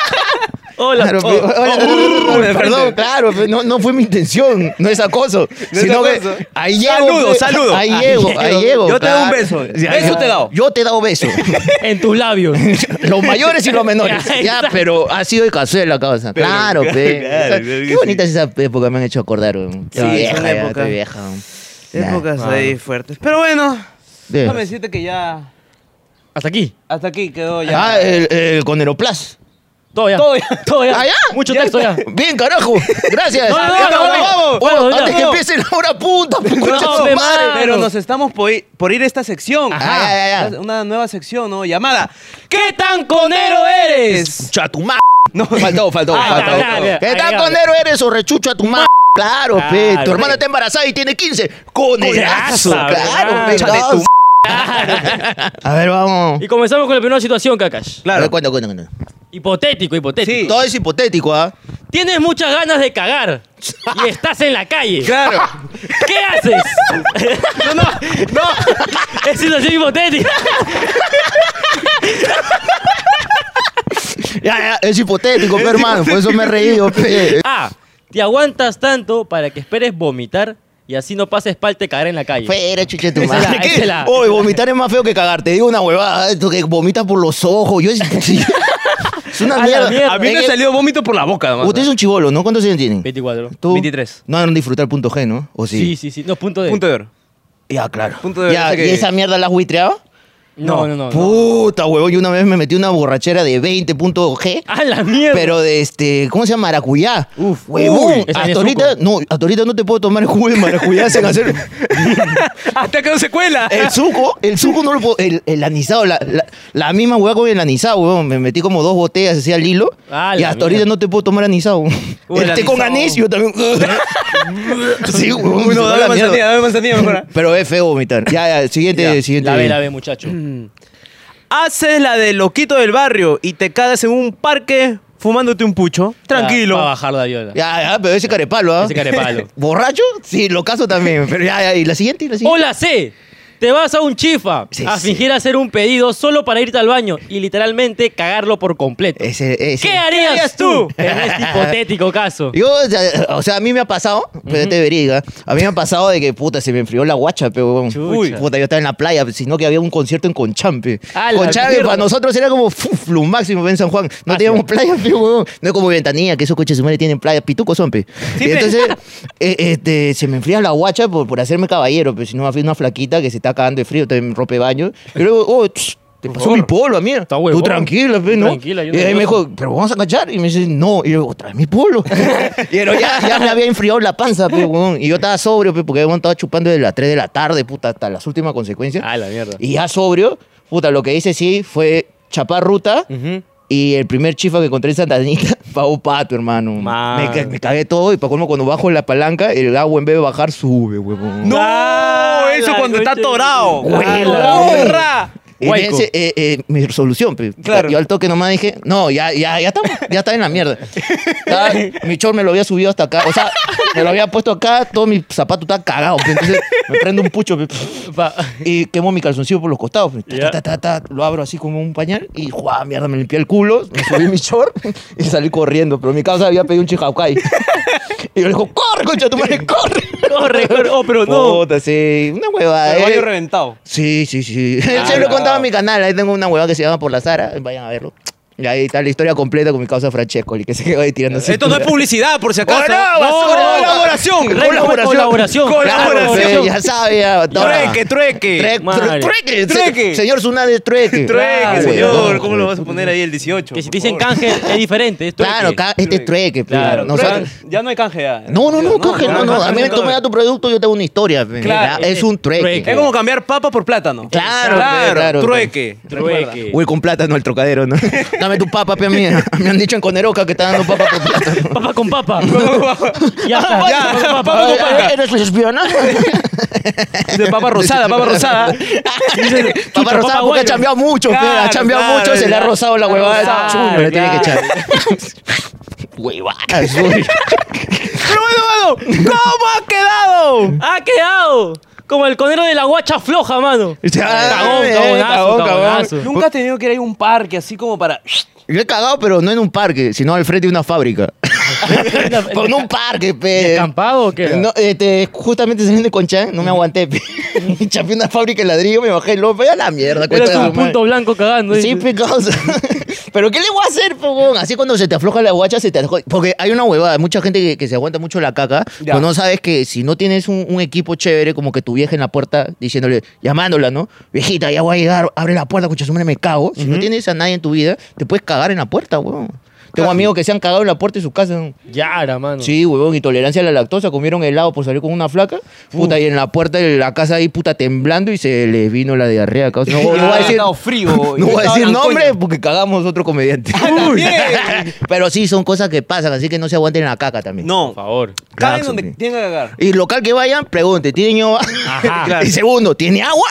S1: Hola.
S2: Claro,
S1: oh,
S2: pe, hola, <laughs>
S4: oh, de
S2: perdón,
S4: frente.
S2: claro, pe, no, no fue mi intención, no es acoso,
S4: <laughs> No es
S2: sino
S4: acoso.
S2: que ahí llego,
S4: Saludo,
S2: pe,
S4: saludo.
S2: ahí
S4: Ahí
S2: llego,
S4: llego.
S2: ahí llego.
S4: Yo te doy un
S2: claro.
S4: beso.
S2: Sí, ahí-
S4: Beso te he dado.
S2: Yo te he
S4: <laughs>
S2: dado beso.
S1: en tus labios.
S2: Los mayores y los
S1: <laughs>
S2: menores. ya,
S1: Exacto.
S2: pero ha sido de cazuela, causa.
S4: Pero,
S2: claro,
S4: claro,
S2: pe.
S4: claro,
S2: O sea,
S4: claro que
S2: Qué
S4: sí.
S2: bonita es esa época, me han hecho acordar. weón. Estoy
S4: Sí,
S2: vieja,
S4: son
S2: ya,
S4: épocas.
S2: estoy vieja. weón. Nah.
S4: Épocas ahí fuertes. Pero bueno,
S2: De-
S4: déjame decirte que ya.
S1: <laughs> Hasta aquí.
S4: Hasta aquí quedó ya.
S2: Ah, el, el con Aeroplas.
S1: Todo ya.
S4: Todo ya.
S1: Todo ya.
S2: ¿Ah, ya?
S1: Mucho
S2: <laughs>
S1: texto ya.
S2: Bien, carajo. Gracias.
S1: No, no, no,
S2: Ya, nos
S1: no, no, no.
S2: vamos.
S1: Vamos,
S2: Bueno,
S1: ya.
S2: antes que
S1: Vamos.
S2: empiece la hora punta, me escucha
S1: No,
S2: su
S1: pe,
S2: madre.
S1: mano.
S4: Pero nos estamos por ir, por ir a esta sección.
S2: Ajá, ya, ya, ya.
S4: Una nueva sección, ¿no? Llamada.
S1: ¿Qué tan conero eres?
S2: Chucha, tu ma-
S4: No,
S2: <laughs> Faltó, faltó,
S1: Ah,
S2: faltó.
S1: ya, ya, ya.
S2: ¿Qué
S1: Ahí
S2: tan
S1: habla.
S2: conero eres o rechucho a tu madre? Claro, pe.
S1: Claro,
S2: Tu hermana
S1: pe.
S2: está embarazada y tiene 15. Conerazo.
S1: Conerazo,
S2: Claro,
S1: claro.
S2: pe.
S1: Chucha
S4: de
S2: causa.
S4: tu
S2: A ver, vamos.
S1: Y comenzamos con la primera situación, Kakash.
S2: A ver,
S4: claro.
S2: cuenta, cuenta, cuenta.
S1: Hipotético, hipotético.
S4: Sí.
S2: Todo es hipotético, ¿ah?
S1: Tienes muchas ganas
S2: <laughs>
S1: de cagar y estás en la calle.
S4: Claro.
S1: ¿Qué
S2: <laughs>
S1: haces? No, no, no. Es situación hipotética.
S2: Ya, ya, es hipotético, pe, hermano. Por eso me he reído, pe.
S1: A. Ah, Te aguantas tanto para que esperes vomitar y así no pases palta y caer en la calle.
S2: Fuera, chuche tu
S1: Esa es la-
S2: madre.
S1: esa es la-
S2: Oye, vomitar es más feo que cagar. Te digo una huevada. Esto que vomita por los ojos. Yo es, <laughs> es
S1: A
S2: una
S1: la mierda.
S2: mierda.
S4: A mí me
S2: En el-
S4: salió vómito por la boca, nomás.
S2: Usted es un chivolo, ¿no? ¿Cuántos años tiene?
S1: 24.
S2: ¿Tú?
S4: 23.
S2: No han disfrutar punto G, ¿no? ¿O sí?
S1: Sí, sí, sí. No, punto de.
S4: Punto de
S2: <laughs>
S4: oro.
S2: Ya, claro.
S4: Punto de-
S2: ya,
S4: ese que-
S2: ¿Y esa mierda la has buitreado?
S1: No, no, no. no.
S2: Puta, huevón. Yo una vez me metí una borrachera de 20 punto G.
S1: A Ah, la mierda.
S2: Pero de este, ¿cómo se llama? Maracuyá.
S1: Uf, uy,
S2: huevón.
S1: esa
S2: Hasta
S1: es
S2: ahorita,
S1: suco.
S2: no, hasta ahorita no te puedo tomar el jugo de maracuyá sin hacer.
S4: Hasta quedó secuela.
S2: El suco, el suco no lo puedo. El, el anisado, la, la, la misma hueá con el anisado, huevón. Me metí como dos botellas así al hilo.
S1: Ah,
S2: y
S1: la
S2: hasta
S1: mierda.
S2: ahorita no te puedo tomar anisado.
S4: Uy, el
S2: el té con
S4: anisado.
S2: anís, yo
S1: <laughs>
S2: también. sí,
S4: <laughs>
S2: huevón.
S4: Uy,
S2: se
S4: no,
S2: va
S4: dame
S2: la mierda.
S4: manzanilla, dame manzanilla mejor.
S2: Pero es feo vomitar. Ya, ya, siguiente,
S4: Ya,
S2: siguiente. Mm.
S1: La ve, la ve, muchacho.
S4: Haces la de loquito del barrio y te cagas en un parque fumándote un pucho. Tranquilo.
S1: Para bajar la viola.
S2: Ya, ya, pero ese carepalo, ¿ah?
S1: Ese carepalo.
S2: <laughs> ¿Borracho? Sí, lo caso también. Pero ya, ya, y la siguiente, y la siguiente.
S1: Hola C. Te vas a un chifa
S2: Sí,
S1: a
S2: sí.
S1: fingir hacer un pedido solo para irte al baño y literalmente cagarlo por completo.
S2: Ese, ese.
S1: ¿Qué harías, tú en este
S2: <laughs>
S1: hipotético caso?
S2: Yo, o sea, o sea, a mí me ha pasado, pero te veriga, ¿eh? a mí me ha pasado de que, puta, se me enfrió la guacha, pero, weón.
S1: Chucha.
S2: Uy, puta, yo estaba en la playa, sino que había un concierto en Conchampe.
S1: A la
S2: Conchampe,
S1: mierda. Ah,
S2: para nosotros era como fuf, lo máximo en San Juan. No teníamos playa, pero, weón. No es como Ventanilla, que esos coches de su madre tienen playa, pituco son, pe.
S4: Sí,
S2: Y
S4: pe.
S1: <laughs>
S2: entonces, eh, este, se me enfría la guacha por, por hacerme caballero, pero si no, me fui una flaquita que se está cagando de frío, está en ropa de baño. Y luego, oh, tss, te pasó mi polo, a mí. Tú
S1: huevón.
S2: tranquila, pe, ¿no?
S1: Tranquila, yo
S2: y ahí me
S1: nervioso.
S2: dijo, pero vamos a cachar. Y me dice, no. Y yo, otra vez mi polo. <laughs> pero ya, ya me había enfriado la panza, pe, huevón. Y yo estaba sobrio, pe, porque huevón, estaba chupando desde las 3 de la tarde, puta, hasta las últimas consecuencias.
S1: A Ah, la mierda.
S2: Y ya sobrio, puta, lo que hice sí fue chapar ruta. Y el primer chifa que encontré en Santa Anita, <laughs> pagó pato, hermano.
S1: Man.
S2: Me, ca- me cagué todo y para colmo, cuando bajo la palanca, el agua en vez de bajar sube, huevón.
S4: No,
S1: Ah,
S4: eso
S1: la
S4: cuando está
S1: concha de-
S4: atorado.
S1: Ah,
S2: Güey,
S1: la
S2: no.
S1: mierda.
S4: ¡Porra!
S2: En
S1: Guayco.
S2: ese, eh, eh, mi resolución, pe.
S4: Claro.
S2: Yo al toque nomás dije, no, ya, ya, ya estamos, ya está en la mierda. Estaba- mi short me lo había subido hasta acá, o sea, me lo había puesto acá, todo mi zapato estaba cagado, pe. entonces me prendo un pucho, pe,
S1: Pa-
S2: y quemo mi calzoncillo por los costados, pe. Ta,
S1: Ya.
S2: ta, ta, ta, ta. lo abro así como un pañal y, ¡guau, mierda, me limpié el culo, me subí mi short y salí corriendo, pero mi casa había pedido un chihaukai. Y yo le digo, corre, concha, de tu
S1: <laughs>
S2: madre, corre.
S1: Corre, corre. Oh, pero no.
S2: Puta, sí, una huevada.
S4: El baño
S2: eh.
S4: reventado.
S2: Sí, sí, sí. <laughs>
S4: Ah,
S2: Siempre
S4: no.
S2: he contado en mi canal. Ahí tengo una huevada que se llama Por la Sara. Vayan a verlo. Y ahí está la historia completa con mi causa Francescoli, que se quedó ahí tirando
S4: Esto no es publicidad, por si acaso.
S2: ¡Oh, no, basura!
S4: colaboración.
S1: Re- colaboración.
S4: Colaboración.
S2: Colaboración. Ya sabe, ya. ahora.
S4: Trueque, trueque.
S2: Tre-
S1: Madre.
S2: tru- Trueque.
S4: Trueque.
S2: Se- Señor Sunade, trueque.
S4: Trueque,
S1: Claro,
S4: señor.
S2: huevón,
S4: ¿Cómo lo vas a poner ahí el 18?
S1: Que si
S4: por
S1: te dicen
S4: favor?
S1: canje es diferente. es trueque.
S2: Claro, ca- este es trueque. pe.
S1: Claro,
S2: Nosotros-
S4: Trueque. Ya no hay canje ya.
S2: No, no, no, coge, no, no. A mí
S4: canje
S2: me
S4: nunca
S2: toma ya
S4: habrá.
S2: tu producto, yo tengo una historia. pe.
S4: Claro. eh,
S2: Es un trueque.
S1: Trueque.
S4: Es como cambiar papa por plátano.
S2: Claro,
S4: claro,
S2: claro.
S4: trueque.
S1: Trueque.
S2: Uy, con plátano el trocadero, ¿no? <laughs> Dame tu papa, pe, a mí. Me han dicho en Coneroca que está dando papa por plátano.
S1: Papa con <laughs> papa. ya
S4: Ya,
S1: está. Papa con
S4: papa
S1: papa.
S4: con papa.
S2: Eh, ¿Eres
S1: <laughs>
S2: lesbiana?
S4: De papa rosada, papa rosada.
S2: Papá
S1: papá
S2: rosado porque
S1: guayo.
S2: ha chambeado mucho,
S4: Claro,
S2: pe, ha chambeado
S4: claro,
S2: mucho, se le ha
S4: claro.
S2: rozado la huevada.
S4: Claro,
S2: Chulo, le tiene que echar.
S4: claro.
S1: <laughs>
S2: Huevada. chulo.
S4: Pero bueno, mano, ¿cómo ha quedado?
S1: Ha quedado. Como el conero de la guacha floja, mano. <laughs>
S2: O sea,
S1: Cagón,
S2: eh,
S1: cagonazo,
S2: cagón, cagón.
S1: cagonazo.
S4: Nunca has tenido que ir a un parque así como para.
S2: Yo he cagado, pero no en un parque, sino al frente de una
S1: <laughs>
S2: fábrica. <laughs> Pero no un parque, pe.
S1: ¿Descampado o qué?
S2: No, este, justamente saliendo de Conchán, no me aguanté, <laughs> pe. Chapé una fábrica de ladrillo, me bajé el lomo, a la mierda.
S1: Eras
S2: concha de su
S1: un
S2: madre.
S1: punto blanco cagando.
S2: Sí,
S1: dice.
S2: pe, causa. <laughs> Pero ¿qué le voy a hacer, pe, huevón? Así cuando se te afloja la guacha, se te afloja- Porque hay una huevada, mucha gente que, que se aguanta mucho la caca,
S4: Ya.
S2: pero no sabes que si no tienes un, un equipo chévere, como que tu vieja en la puerta diciéndole, llamándola, ¿no? Viejita, ya voy a llegar, abre la puerta, escucha, su madre, me cago. Si no tienes a nadie en tu vida, te puedes cagar en la puerta, huevón. Tengo amigos que se han cagado en la puerta de su casa. ¿no?
S1: Yara, mano.
S2: Sí, huevón, intolerancia a la lactosa, comieron helado por salir con una flaca, puta, y en la puerta de la casa ahí, puta, temblando y se les vino la diarrea, causa. No, no
S4: <laughs>
S2: voy a decir,
S4: Estado frío.
S2: no voy a
S4: estaba
S2: decir
S4: blancoño.
S2: nombre porque cagamos otro comediante.
S4: también.
S2: <laughs> Pero sí, son cosas que pasan, así que no se aguanten la caca también.
S1: Por
S4: No.
S1: favor.
S4: Caen
S2: Claxon,
S4: donde
S2: tío.
S4: tienen que cagar.
S2: Y local que vayan, pregunte, ¿tiene ñoba? <laughs>
S1: Ajá.
S2: Y segundo, ¿tiene agua?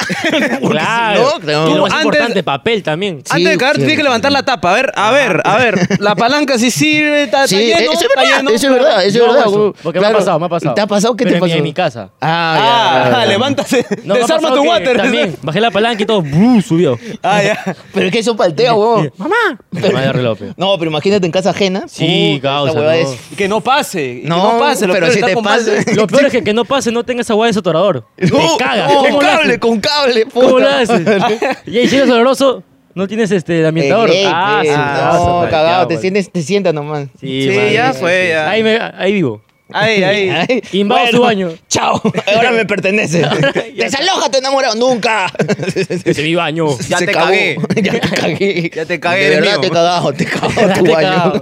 S2: Porque
S1: Claro.
S2: si no,
S1: Y lo
S2: no.
S1: más
S4: Antes-
S1: importante, papel también.
S2: Sí,
S4: Antes de cagar,
S2: sí,
S4: tienes que
S2: sí.
S4: levantar la tapa. A ver, a ver, a ver. La palanca sí sirve, está, está
S2: Sí,
S4: lleno.
S2: eso es
S4: está
S2: verdad,
S4: lleno.
S2: eso es verdad, eso es
S1: Yo hago
S2: verdad.
S1: eso,
S2: huevón.
S1: porque me
S2: Claro.
S1: ha pasado, me ha pasado.
S2: ¿Te ha pasado? ¿Qué
S1: Pero
S2: te
S1: en mi-
S2: pasó?
S1: En mi casa.
S2: Ah, ya, ya,
S4: Ah,
S2: ya.
S4: levántate.
S1: No, me ha
S4: Desarma
S1: pasado
S4: tu
S1: que
S4: water.
S1: También. Bajé la palanca y todo. ¡bru! Subió.
S4: <laughs> Ah, ya.
S2: Pero es que eso paltea, huevón.
S1: ¡Mamá! Madre reloj. pe.
S2: No, pero imagínate en casa ajena.
S1: Sí,
S2: puta,
S1: causa,
S2: esa huevada
S1: no.
S2: es-
S4: Que no pase. No, que
S2: No,
S4: no pase. Lo
S2: pero
S4: peor
S2: si
S4: está
S2: te
S4: con
S2: pasa-
S4: balde.
S1: Lo peor es que que no pase, no tenga esa agua de desodorador.
S2: <laughs>
S1: Te
S2: No,
S1: cagas.
S2: no,
S1: ¿Cómo
S2: con
S1: lo
S2: cable,
S1: haces?
S2: con cable.
S1: ¿Cómo
S2: puta
S1: lo haces?
S2: <laughs> madre.
S1: Y ahí si eres oloroso, no tienes este, el ambientador.
S2: Ey, ey,
S1: Ah,
S2: pe,
S1: su
S2: no,
S1: casa,
S2: cagado,
S1: palteado,
S2: te,
S1: güey.
S2: sientes, te sientas nomás.
S1: pues. Sí,
S4: Sí,
S1: madre,
S4: ya
S1: sí,
S4: fue,
S1: sí.
S4: ya.
S1: Ahí, me- ahí vivo.
S4: Ay, ay.
S2: <laughs> Ay,
S1: Invado su baño. <laughs>
S2: Chao, ahora me pertenece. Desaloja tu enamorado,
S1: <laughs>
S2: nunca.
S1: Ese es mi baño.
S4: Ya
S2: Se
S4: te
S2: cagó.
S4: cagué.
S2: <laughs> ya te cagué.
S4: Ya te cagué,
S2: De
S4: eres
S2: verdad
S4: mío.
S2: te he cagado,
S1: <laughs>
S2: te he cagado tu
S1: te he
S2: baño.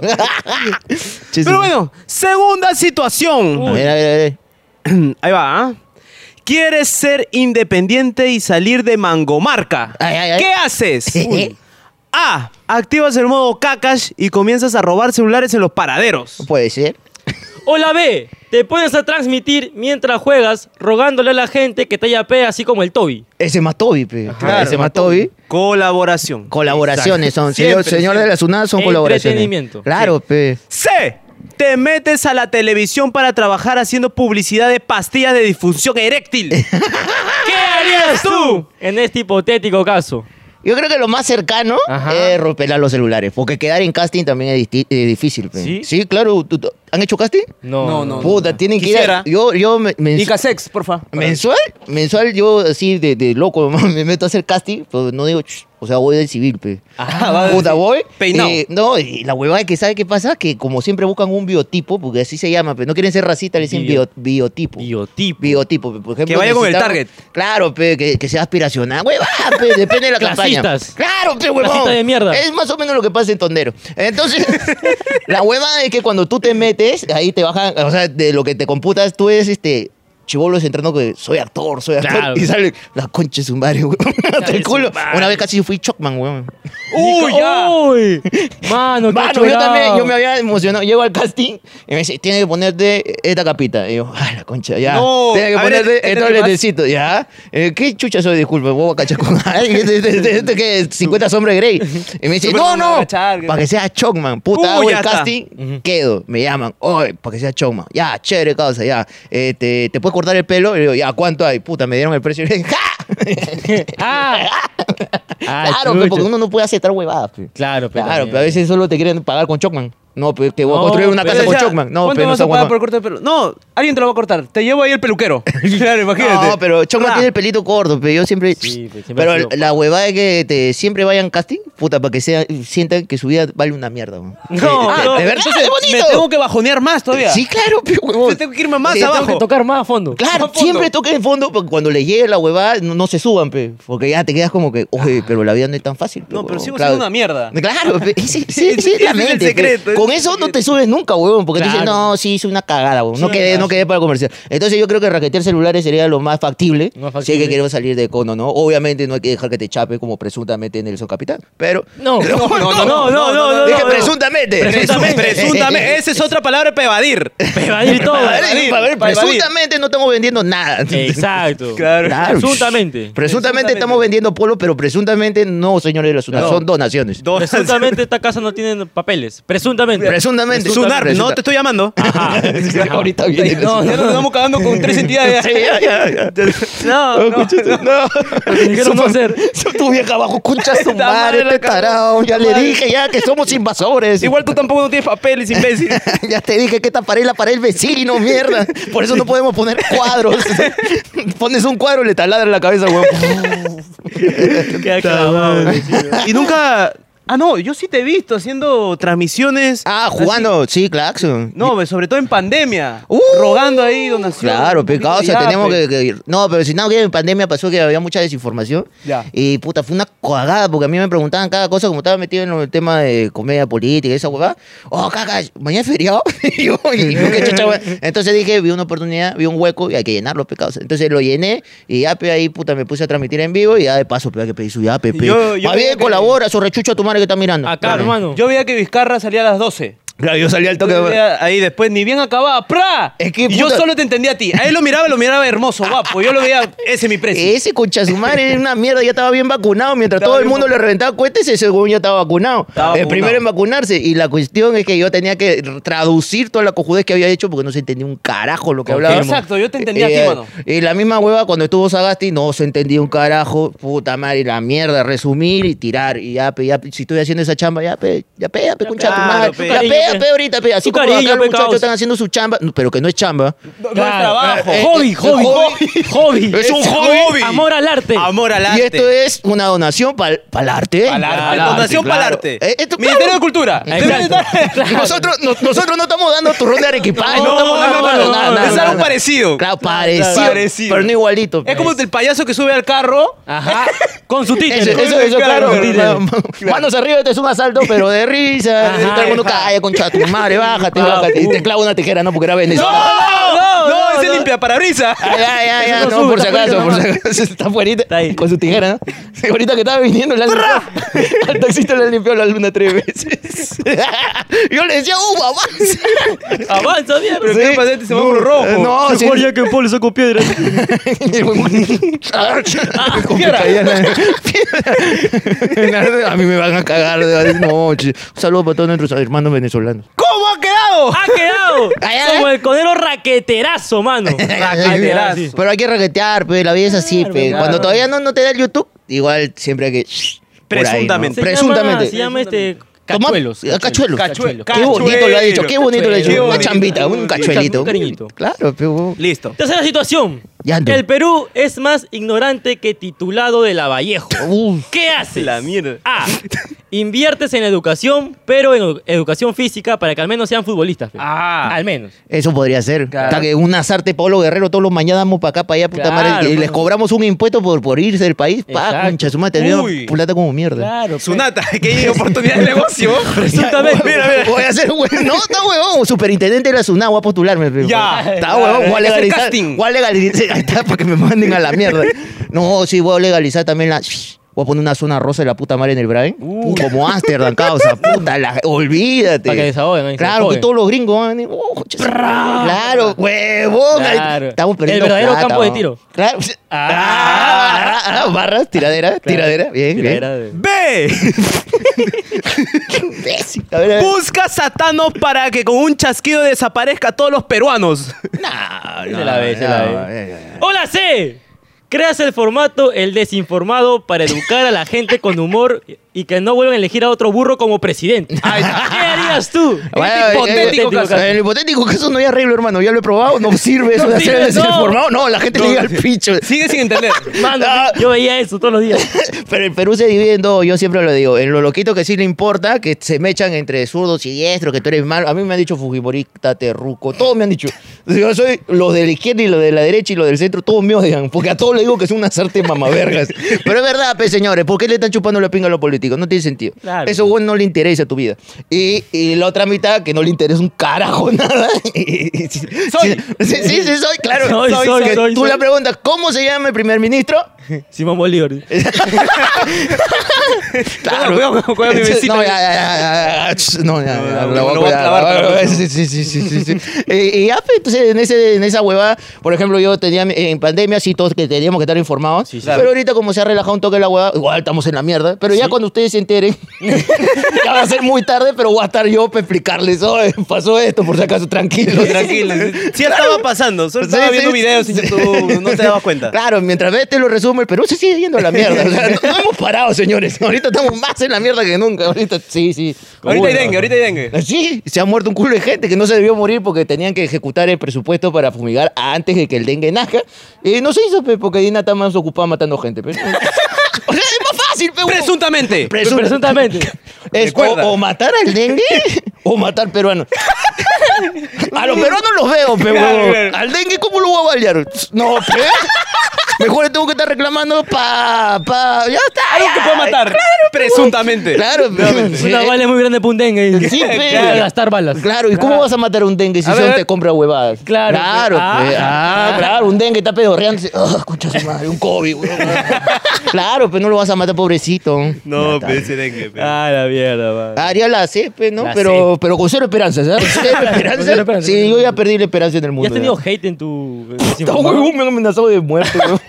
S2: <laughs>
S1: cagado.
S2: Chis-
S4: Pero bueno, segunda situación.
S2: A ver, a ver, a ver.
S4: <clears throat> Ahí va, ¿ah? ¿Quieres ser independiente y salir de Mangomarca?
S2: Ay, ay, ay.
S4: ¿Qué
S2: <laughs>
S4: haces? A. Activas el modo cacas y comienzas a robar celulares en los paraderos.
S2: Puede ser.
S1: Hola B, te pones a transmitir mientras juegas, rogándole a la gente que te haya pe así como el Toby.
S2: Ese más Toby, pe.
S4: Claro,
S2: Ese más Toby.
S4: Colaboración.
S2: Colaboraciones son.
S4: Siempre,
S2: señor señor de la SUNAT son colaboraciones.
S1: Entretenimiento.
S2: Claro, pe.
S4: C. Te metes a la televisión para trabajar haciendo publicidad de pastillas de disfunción eréctil.
S2: <laughs>
S4: ¿Qué harías tú?
S1: En este hipotético caso.
S2: Yo creo que lo más cercano
S1: Ajá.
S2: es romperla los celulares. Porque quedar en casting también es disti- eh, difícil. pe.
S1: ¿Sí?
S2: Sí, claro. ¿tú- tú- ¿Han hecho casting?
S1: No,
S4: No,
S1: no,
S4: no.
S2: Puta, tienen
S4: Quisiera.
S2: que ir. a- Yo, yo me- me-
S4: Icasex, porfa.
S2: ¿Mensual? Mensual yo así de, de loco, <laughs> nomás me meto a hacer casting, pero no digo, "Ch", o sea, voy del civil, pe.
S4: Ah, va a
S2: Puta,
S4: decir,
S2: voy.
S4: peinado.
S2: eh, no, y la huevada que sabe qué pasa, que como siempre buscan un biotipo, porque así se llama, pero no quieren ser racistas, le dicen
S1: Bio-
S2: bio- biotipo.
S1: Biotipo.
S2: Biotipo, pe. por ejemplo.
S4: Que vaya con el
S2: necesitamos- Claro, pe, que, que sea aspiracional. Huevada, pe, depende de la campaña.
S1: Clasistas.
S2: Claro, pe, huevón.
S1: Clasista de mierda.
S2: Es más o menos lo que pasa en Tondero. Entonces, <laughs> la huevada es que cuando tú te metes, ahí te bajan, o sea, de lo que te computas, tú es este chivolos entrando que soy actor, soy actor.
S1: Claro.
S2: Y sale la concha de su madre, <laughs> weón. Hasta el
S1: de su
S2: culo.
S1: madre.
S2: Una vez casi fui Chocman, weón.
S1: ¡Uy,
S4: ya!
S1: ¡Uy! Mano, qué
S2: Mano, yo
S1: chorado.
S2: también, yo me había emocionado. Llego al casting y me dice, tienes que ponerte esta capita. Y yo, ay, la concha, ya.
S4: No,
S2: tienes que
S4: a ver,
S2: ponerte
S4: ¿este
S2: estos
S4: te vas?
S2: lentecitos, ya. Eh, ¿Qué chucha soy? Disculpe, vos cachas con... Ay, <laughs> este, este, este, este que es 50 sombras de Grey. Y me dice,
S4: Súper
S2: no,
S4: con
S2: no,
S4: agachar, que-
S2: para que sea Chocman.
S4: Uh,
S2: Puta,
S4: ya
S2: hago el
S4: está.
S2: casting, quedo. Me llaman, oye, para que sea Chocman. Ya, chévere, causa, ya. Eh, te, ¿Te puedes cortar el pelo? Y yo, ya, ¿cuánto hay? Puta, me dieron el precio. <laughs> Y yo,
S4: <laughs>
S2: ¡ja!
S1: ¡Ah! Ah,
S2: claro,
S1: chucha.
S2: pe, porque uno no puede aceptar huevadas. pe.
S1: Claro, pe,
S2: Claro,
S1: también.
S2: pero a veces solo te quieren pagar con Chocman. No, pero te voy a
S1: No,
S2: construir una
S1: pero
S2: casa
S1: o
S2: con
S1: sea,
S2: Chocman. No,
S4: ¿Cuánto
S2: pero no
S4: vas
S2: está
S4: a pagar
S2: guapa.
S4: por cortar el pelo? No, alguien te lo va a cortar. Te llevo ahí el
S2: <laughs>
S4: peluquero. claro, imagínate.
S2: No, pero Chocman
S4: Ah.
S2: tiene el pelito corto, pero yo siempre...
S1: Sí, pues, siempre ha
S2: pero
S1: sido-
S2: la huevada es que te, siempre vayan casting, puta, para que sea, sientan que su vida vale una mierda. No,
S4: No,
S2: de,
S4: no,
S2: de verdad,
S4: entonces
S2: es bonito.
S4: Me tengo que bajonear más todavía.
S2: Sí, claro, pero huevón.
S4: Yo tengo que irme más
S2: Sí, tengo
S4: abajo.
S1: Tengo que tocar más a fondo.
S2: Claro,
S4: Más fondo.
S2: siempre toques en fondo porque cuando le llegue la huevada no, no se suban, pe, porque ya te quedas como que, oye, pero la vida no es tan fácil. pe,
S4: Ah. No, pero
S2: huevón,
S4: sigo
S2: claro.
S4: siendo una mierda. <laughs>
S2: Claro, pe, ese- sí,
S4: Ese
S2: sí,
S4: es
S2: la
S4: el
S2: mente,
S4: secreto,
S2: pe.
S4: ese es el
S2: Con eso no te subes nunca, huevón, porque te dicen,
S1: Claro.
S2: no, sí, hice una cagada, huevón, no
S1: una
S2: quedé, no
S1: cagada.
S2: quedé para el comercial. Entonces yo creo que raquetear celulares sería lo más factible,
S1: Lo más
S2: si es que
S1: factible.
S2: queremos salir de cono, ¿no? Obviamente no hay que dejar que te chape como presuntamente Nelson Capitán, <laughs> pero...
S1: No, no, no, no, no, no, no,
S2: Dije
S1: no.
S2: presuntamente. <laughs>
S4: Presuntamente. Presuntamente. <laughs> Esa es otra palabra para evadir.
S1: Pero ahí todo.
S2: Para ver,
S4: Evadir,
S2: para ver,
S4: para evadir.
S2: presuntamente no estamos vendiendo nada.
S1: Exacto.
S4: Claro.
S2: Claro.
S1: Presuntamente.
S2: Presuntamente estamos vendiendo polo, pero presuntamente no, señores de la Sunat,
S1: No.
S2: son donaciones.
S4: Dos. <laughs>
S1: Presuntamente esta casa no tiene papeles. Presuntamente.
S2: Presuntamente.
S4: Sunar, no
S2: Presunta-
S4: te estoy llamando. <laughs>
S2: <laughs> Ahorita viene.
S4: No, ya nos estamos cagando con tres entidades.
S2: Sí, ya, ya, ya.
S4: <laughs>
S2: Oh,
S4: No, no.
S2: Conchito, no.
S1: que dijeron no
S2: Su-
S1: hacer.
S2: su- Tu vieja abajo, concha su
S4: Esta
S2: madre,
S4: madre la
S2: este
S4: cagó.
S2: tarado. Ya le
S4: Madre.
S2: dije ya que somos invasores.
S4: Igual tú tampoco no tienes papeles, imbécil.
S2: <laughs> Ya te dije que esta pared es la pared del vecino, mierda. Por eso no podemos poner cuadros. <laughs> Pones un cuadro y le taladra la cabeza, weón.
S1: <laughs> Queda clavado, vecino.
S4: Y nunca. Ah, no, yo sí te he visto haciendo transmisiones.
S2: <laughs> Ah, jugando. Sí, Claxon.
S4: No, sobre todo en pandemia.
S2: Uh,
S4: rogando ahí donación.
S2: Claro, pe,
S4: pecado,
S2: o sea, tenemos que, que ir. No, pero si no, que en pandemia pasó que había mucha desinformación.
S4: Ya.
S2: Y puta, fue una cagada, porque a mí me preguntaban cada cosa, como estaba metido en el tema de comedia política y esa huevada. Oh, caca, mañana es feriado. <laughs> y yo, y yo, qué chucha, hue- Entonces dije, vi una oportunidad, vi un hueco y hay que llenarlo, pecados. Entonces lo llené y ya, pe, ahí, puta, me puse a transmitir en vivo y ya de paso, pe, hay que pedí su ya, pe. pe.
S4: Yo- yo
S2: Más bien,
S4: creo que-
S2: colabora, sorrechucho a tu madre que está mirando.
S1: Acá,
S2: Dale.
S1: hermano.
S4: Yo veía que Vizcarra salía a las 12.
S2: Claro, yo salí al toque.
S4: Yo veía ahí después, ni bien acababa, ¡pra!
S2: Es que,
S4: Y yo
S2: puta-
S4: solo te entendía a ti. A él lo miraba, lo miraba hermoso, guapo. Yo lo veía, ese es mi precio.
S2: Ese concha su madre era una mierda, ya estaba bien vacunado. Mientras
S4: Estaba
S2: todo el
S4: bien
S2: mundo le reventaba cohetes, ese según ya estaba vacunado.
S4: Estaba
S2: el
S4: vacunado.
S2: primero en vacunarse. Y la cuestión es que yo tenía que traducir toda la cojudez que había hecho porque no se entendía un carajo lo que
S1: Confirmo.
S2: hablaba.
S4: Exacto, yo te entendía a ti,
S2: Eh,
S4: mano.
S2: Y la misma hueva cuando estuvo Sagasti, no se entendía un carajo. Puta madre, la mierda, resumir y tirar. Y ya, pe, ya, pe, si estoy haciendo esa chamba, ya, pe, ya, pe, ya, pe, concha tu
S4: claro,
S2: madre.
S4: pe.
S2: Ya, pe, ya,
S1: Cariño,
S2: pe,
S1: pe.
S2: ahorita, pe. Así
S1: Tu
S2: como
S1: cariño,
S2: acá los
S1: pe,
S2: muchachos
S1: causa.
S2: están haciendo su chamba, no, pero que no es chamba.
S4: No, no es
S1: Claro.
S4: trabajo.
S1: Eh, hobby, hobby,
S2: hobby.
S1: hobby,
S2: Es un
S4: hobby.
S1: Amor al arte.
S4: Amor al arte.
S2: Y esto es una donación para el arte.
S4: Al arte.
S1: Al arte,
S4: Fundación
S2: claro.
S4: Palarte.
S2: Eh, esto,
S4: Ministerio
S2: claro.
S4: de Cultura.
S2: <laughs>
S1: Exacto.
S2: Y Nosotros, no, nosotros no estamos dando turrón de Arequipa.
S1: No,
S2: no estamos
S1: no,
S2: dando
S1: no,
S2: nada,
S1: no,
S2: nada,
S1: no,
S2: nada,
S1: es
S2: nada.
S4: algo parecido.
S2: Claro, parecido,
S4: Parecido.
S2: Pero no igualito. pues.
S4: Es como el payaso que sube al carro.
S1: Ajá. Con su
S2: Eso,
S1: títere.
S2: eso, eso,
S4: Claro,
S2: claro.
S4: claro.
S2: claro. <laughs> Manos arriba, este es un asalto, pero de risa.
S1: Ajá,
S2: Todo el mundo
S1: ajá.
S2: cae, concha tu madre, bájate,
S1: Ah,
S2: bájate. Y
S1: uh.
S2: te clavo una tijera, no, porque era
S4: ¡No!
S2: venezolano.
S4: ¡No!
S1: no,
S4: ¡No! ¡Ese
S1: no.
S4: limpia parabrisas!
S2: <laughs> Ay, ay, ay, ay,
S1: Eso no
S2: no, por si
S1: sube,
S2: acaso,
S1: está
S2: por si
S1: fuera,
S2: acaso. <laughs> Está afuera
S1: ahí.
S2: con su tijera, ¿no? Sí, Ahorita que estaba viniendo, le han limpiado- <laughs> al taxista le han limpiado la luna tres veces. <laughs> Yo le decía, ¡uh, avanza!
S1: Avanza, mierda.
S4: Pero ¿qué pasa? Este semáforo
S1: Oh,
S4: rojo.
S2: Eh, No, sí. <laughs>
S1: que en Polo sacó piedras. <laughs> Ah,
S2: Como que caía en la- Piedra. A mí me van a cagar de no, ch- Un saludo para todos nuestros hermanos venezolanos.
S4: ¿Cómo ha quedado?
S1: ¡Ha quedado!
S2: <laughs> Ay, ay.
S1: Como el conero
S2: <laughs>
S1: raqueterazo, mano. <laughs>
S4: Raqueterazo.
S1: Sí.
S2: Pero hay que raquetear, pe, la vida es así, pe.
S1: claro.
S2: Cuando todavía no, no te da el YouTube, igual siempre hay que. por ahí, ¿no?
S4: Presuntamente.
S1: Se
S2: Presuntamente.
S1: Llama, se llama este.
S2: Toma-
S1: Cachuelos.
S2: Ah, Cachuelos.
S1: Cachuelos.
S2: Qué bonito lo ha dicho, qué bonito lo ha dicho.
S4: Cachuelo.
S2: Una chambita, un cachuelito.
S1: Un cariñito.
S2: Claro, pe, huevón.
S4: Listo.
S1: Tercera situación.
S2: Ya ando.
S1: El Perú es más ignorante que titulado de Lavallejo.
S2: Uf.
S1: ¿Qué haces?
S4: La mierda.
S1: A. Inviertes en educación, pero en edu- educación física para que al menos sean futbolistas. pe.
S4: Ah.
S1: Al menos.
S2: Eso podría ser.
S4: Claro.
S2: Hasta que un azarte Pablo Guerrero, todos los mañanas vamos para acá, para allá, puta
S1: Claro,
S2: madre. Y les
S1: mano.
S2: cobramos un impuesto por, por irse del país. Pa,
S1: Exacto.
S2: concha, su madre, te dieron
S4: Uy.
S2: plata como mierda.
S4: <laughs>
S1: Claro.
S2: <laughs>
S1: pe.
S4: Sunata, que hay oportunidad de negocio. Presuntamente. Mira, mira.
S2: Voy a ser huevón. No, está huevón. Superintendente de la SUNA, voy a postularme. pe.
S4: Ya.
S2: Está huevón. Voy a
S4: Ese
S2: legalizar.
S4: casting.
S2: Voy a legalizar. Ahí está, para que me manden a la mierda. No, sí, voy a legalizar también la. Voy a poner una zona rosa de la puta madre en el Brian. Como Amsterdam, causa. Puta, la- olvídate.
S1: Uh. Para que desahoguen, ¿no? Y se
S2: Claro, que
S1: desahoguen.
S2: todos los gringos van a venir. "Oh, concha su madre". claro, huevón. ahí-
S1: Claro.
S2: Estamos perdiendo.
S1: El verdadero
S2: plata,
S1: campo de
S2: huevón.
S1: tiro.
S2: Claro. Ah, ah, ah, barras, tiradera, tiradera. Bien,
S1: Tiradera de-
S4: B.
S2: bien. Imbécil. A ver, a ver.
S4: Busca a Satano para que con un chasquido desaparezca a todos los peruanos.
S2: No,
S1: Se la ve, se la ve.
S2: eh, eh, eh.
S1: ¡Hola C! Creas el formato El Desinformado para educar a la gente con humor y que no vuelvan a elegir a otro burro como presidente. ¿Qué harías tú?
S2: Bueno,
S4: hipotético
S2: eh, eh,
S4: caso.
S2: En el hipotético caso no hay arreglo, hermano. Ya lo he probado, no sirve <laughs> eso
S1: No
S2: de hacer el
S1: sirve, no.
S2: desinformado. No, la gente le llega al picho.
S4: Sigue sin entender.
S1: Mano, yo veía eso todos los días.
S2: <laughs> Pero el Perú se divide en dos, yo siempre lo digo. En lo loquito que sí le importa, que se mechan entre zurdos y diestros, que tú eres malo. A mí me han dicho Fujimorista, terruco, todos me han dicho. Yo soy los de la izquierda y los de la derecha y los del centro, todos me odian, porque a todos le digo que son unas artes
S1: <laughs>
S2: mamavergas. Pero es verdad, pues, señores, ¿por qué le están chupando la pinga a los políticos? No tiene sentido.
S1: Claro.
S2: Eso bueno, no le interesa tu vida. Y, y la otra mitad, que no le interesa un carajo <laughs> nada. soy. Sí, sí, sí, soy, claro.
S1: Soy, soy,
S2: Que
S1: soy,
S2: Tú
S1: soy.
S2: le preguntas, ¿cómo se llama el primer ministro?
S1: Simón Bolívar.
S2: <laughs> Claro.
S4: Cuidado, cuidado, cuidado, mi besito.
S2: <laughs> No, ya, ya, <laughs> ya, ya, ya. No, ya, ya,
S4: No,
S2: la voy
S4: no voy a
S2: a cuidar. Ah,
S4: clavar, claro, no.
S2: Sí, sí, sí, sí, sí, sí.
S4: <laughs>
S2: Y y ya, pues, entonces, en, ese, en esa hueva, por ejemplo, yo tenía en pandemia, sí, todos que teníamos que estar informados.
S1: sí.
S2: Pero ahorita, como se ha relajado un toque la hueva, igual estamos en la mierda. Pero ya cuando ustedes se enteren, <laughs> ya va a ser muy tarde, pero voy a estar yo para explicarles, oye, pasó esto, por si acaso, tranquilo,
S4: Tranquilo. Sí estaba pasando. Solo estaba
S2: Sí,
S4: viendo
S2: sí,
S4: videos en
S2: sí.
S4: YouTube. No te dabas cuenta.
S2: Claro, mientras ves te lo resumo, el Perú se sigue yendo a la mierda. O sea, no, no hemos parado, señores. Ahorita estamos más en la mierda que nunca. Ahorita, sí, sí.
S4: Ahorita hay
S1: Uy,
S4: dengue, ahorita hay dengue.
S2: Ah, Sí, se ha muerto un culo de gente que no se debió morir porque tenían que ejecutar el presupuesto para fumigar antes de que el dengue nazca. Y no se hizo, pe, porque Dina está más ocupada matando gente. pe. <laughs> O sea, es más fácil, pe, huevón.
S4: Presuntamente.
S2: Presun-
S4: <laughs>
S1: Presuntamente.
S2: es o,
S4: Recuerda.
S2: o matar al
S4: <laughs>
S2: dengue o matar peruanos. A los peruanos los veo, pero
S4: Claro, claro.
S2: al dengue cómo lo voy a balear. No, pe. Mejor le tengo que estar reclamando pa pa ya está.
S4: Algo que pueda matar. presuntamente.
S2: Claro, pe. Sí,
S1: Una bala es muy grande para un dengue. <laughs>
S2: Sí, pe.
S1: Claro, gastar balas.
S2: Claro, ¿y cómo vas a matar a un dengue si
S4: A
S2: solo
S4: ver.
S2: te compra huevadas?
S1: Claro,
S2: Claro,
S1: pe. Ah,
S2: pe. Ah, claro, un dengue está pedorreando. Ah, concha su madre, un COVID.
S1: <laughs>
S2: weón. claro, pero no lo vas a matar, pobrecito.
S4: No, pues. pero ese dengue. pe.
S1: Ah, la mierda, man.
S2: Haría la CP, ¿no?
S1: La
S2: pero, pero con cero esperanza, ¿sabes?
S1: <laughs>
S2: Cero
S1: Con cero
S2: esperanza.
S1: esperanza.
S2: Sí, yo ya perdí la esperanza en el
S1: ¿Ya
S2: mundo.
S1: has tenido hate en tu
S2: Está
S1: desinformado?
S2: huevón, me han amenazado de
S1: <laughs>
S2: muerte, huevón.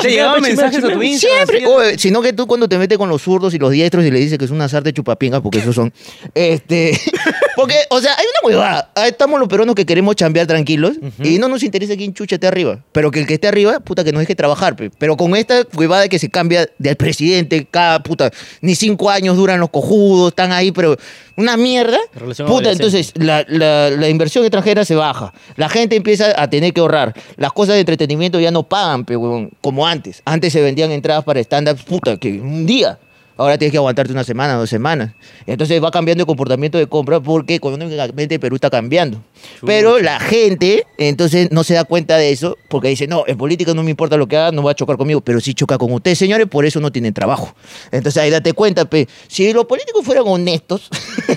S4: Te llegaban
S1: Chimera,
S4: mensajes a tu
S1: chimera,
S4: Instagram.
S2: Siempre.
S4: así,
S2: Oye, sino que tú cuando te metes con los zurdos y los diestros y le dices que es una sarta chupapingas, porque esos son. Este. <laughs> Porque, o sea, hay una huevada. Ahí estamos los peruanos que queremos chambear tranquilos y no nos interesa quién chucha esté arriba. Pero que el que esté arriba, puta, que nos deje trabajar, pe. Pero con esta huevada que se cambia del presidente cada puta. Ni cinco años duran los cojudos, están ahí, pero una mierda.
S1: Relación
S2: Puta,
S1: adolescente.
S2: entonces la, la- la inversión extranjera se baja. La gente empieza a tener que ahorrar. Las cosas de entretenimiento ya no pagan, pe, huevón, como antes. Antes se vendían entradas para stand-ups, puta, que un día. Ahora tienes que aguantarte una semana, dos semanas. Entonces va cambiando el comportamiento de compra porque económicamente Perú está cambiando. Pero la gente, entonces, no se da cuenta de eso porque dice, no, en política no me importa lo que haga, no va a chocar conmigo, pero sí choca con ustedes, señores, por eso no tienen trabajo. Entonces ahí date cuenta, pe, si los políticos fueran honestos, <laughs>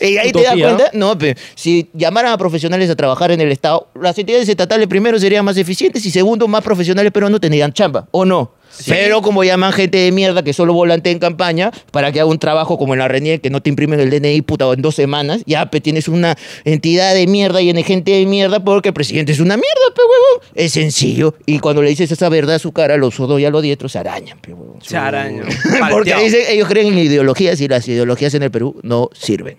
S2: y ahí te das
S1: Utopía, ¿no?
S2: cuenta, no, pe, si llamaran a profesionales a trabajar en el Estado, las entidades estatales primero serían más eficientes y segundo, más profesionales, pero no tendrían chamba, ¿o no? Pero como llaman gente de mierda que solo volante en campaña para que haga un trabajo como en la RENIEC que no te imprimen el DNI puta en dos semanas, ya pe, tienes una entidad de mierda y en gente de mierda porque el presidente es una mierda, pe huevo. Es sencillo. Y cuando le dices esa verdad a su cara, los sordos y a los diestros se arañan, pe huevo.
S4: Se araña.
S2: <laughs> Porque
S4: Palteado.
S2: dicen, ellos creen en ideologías y las ideologías en el Perú no sirven.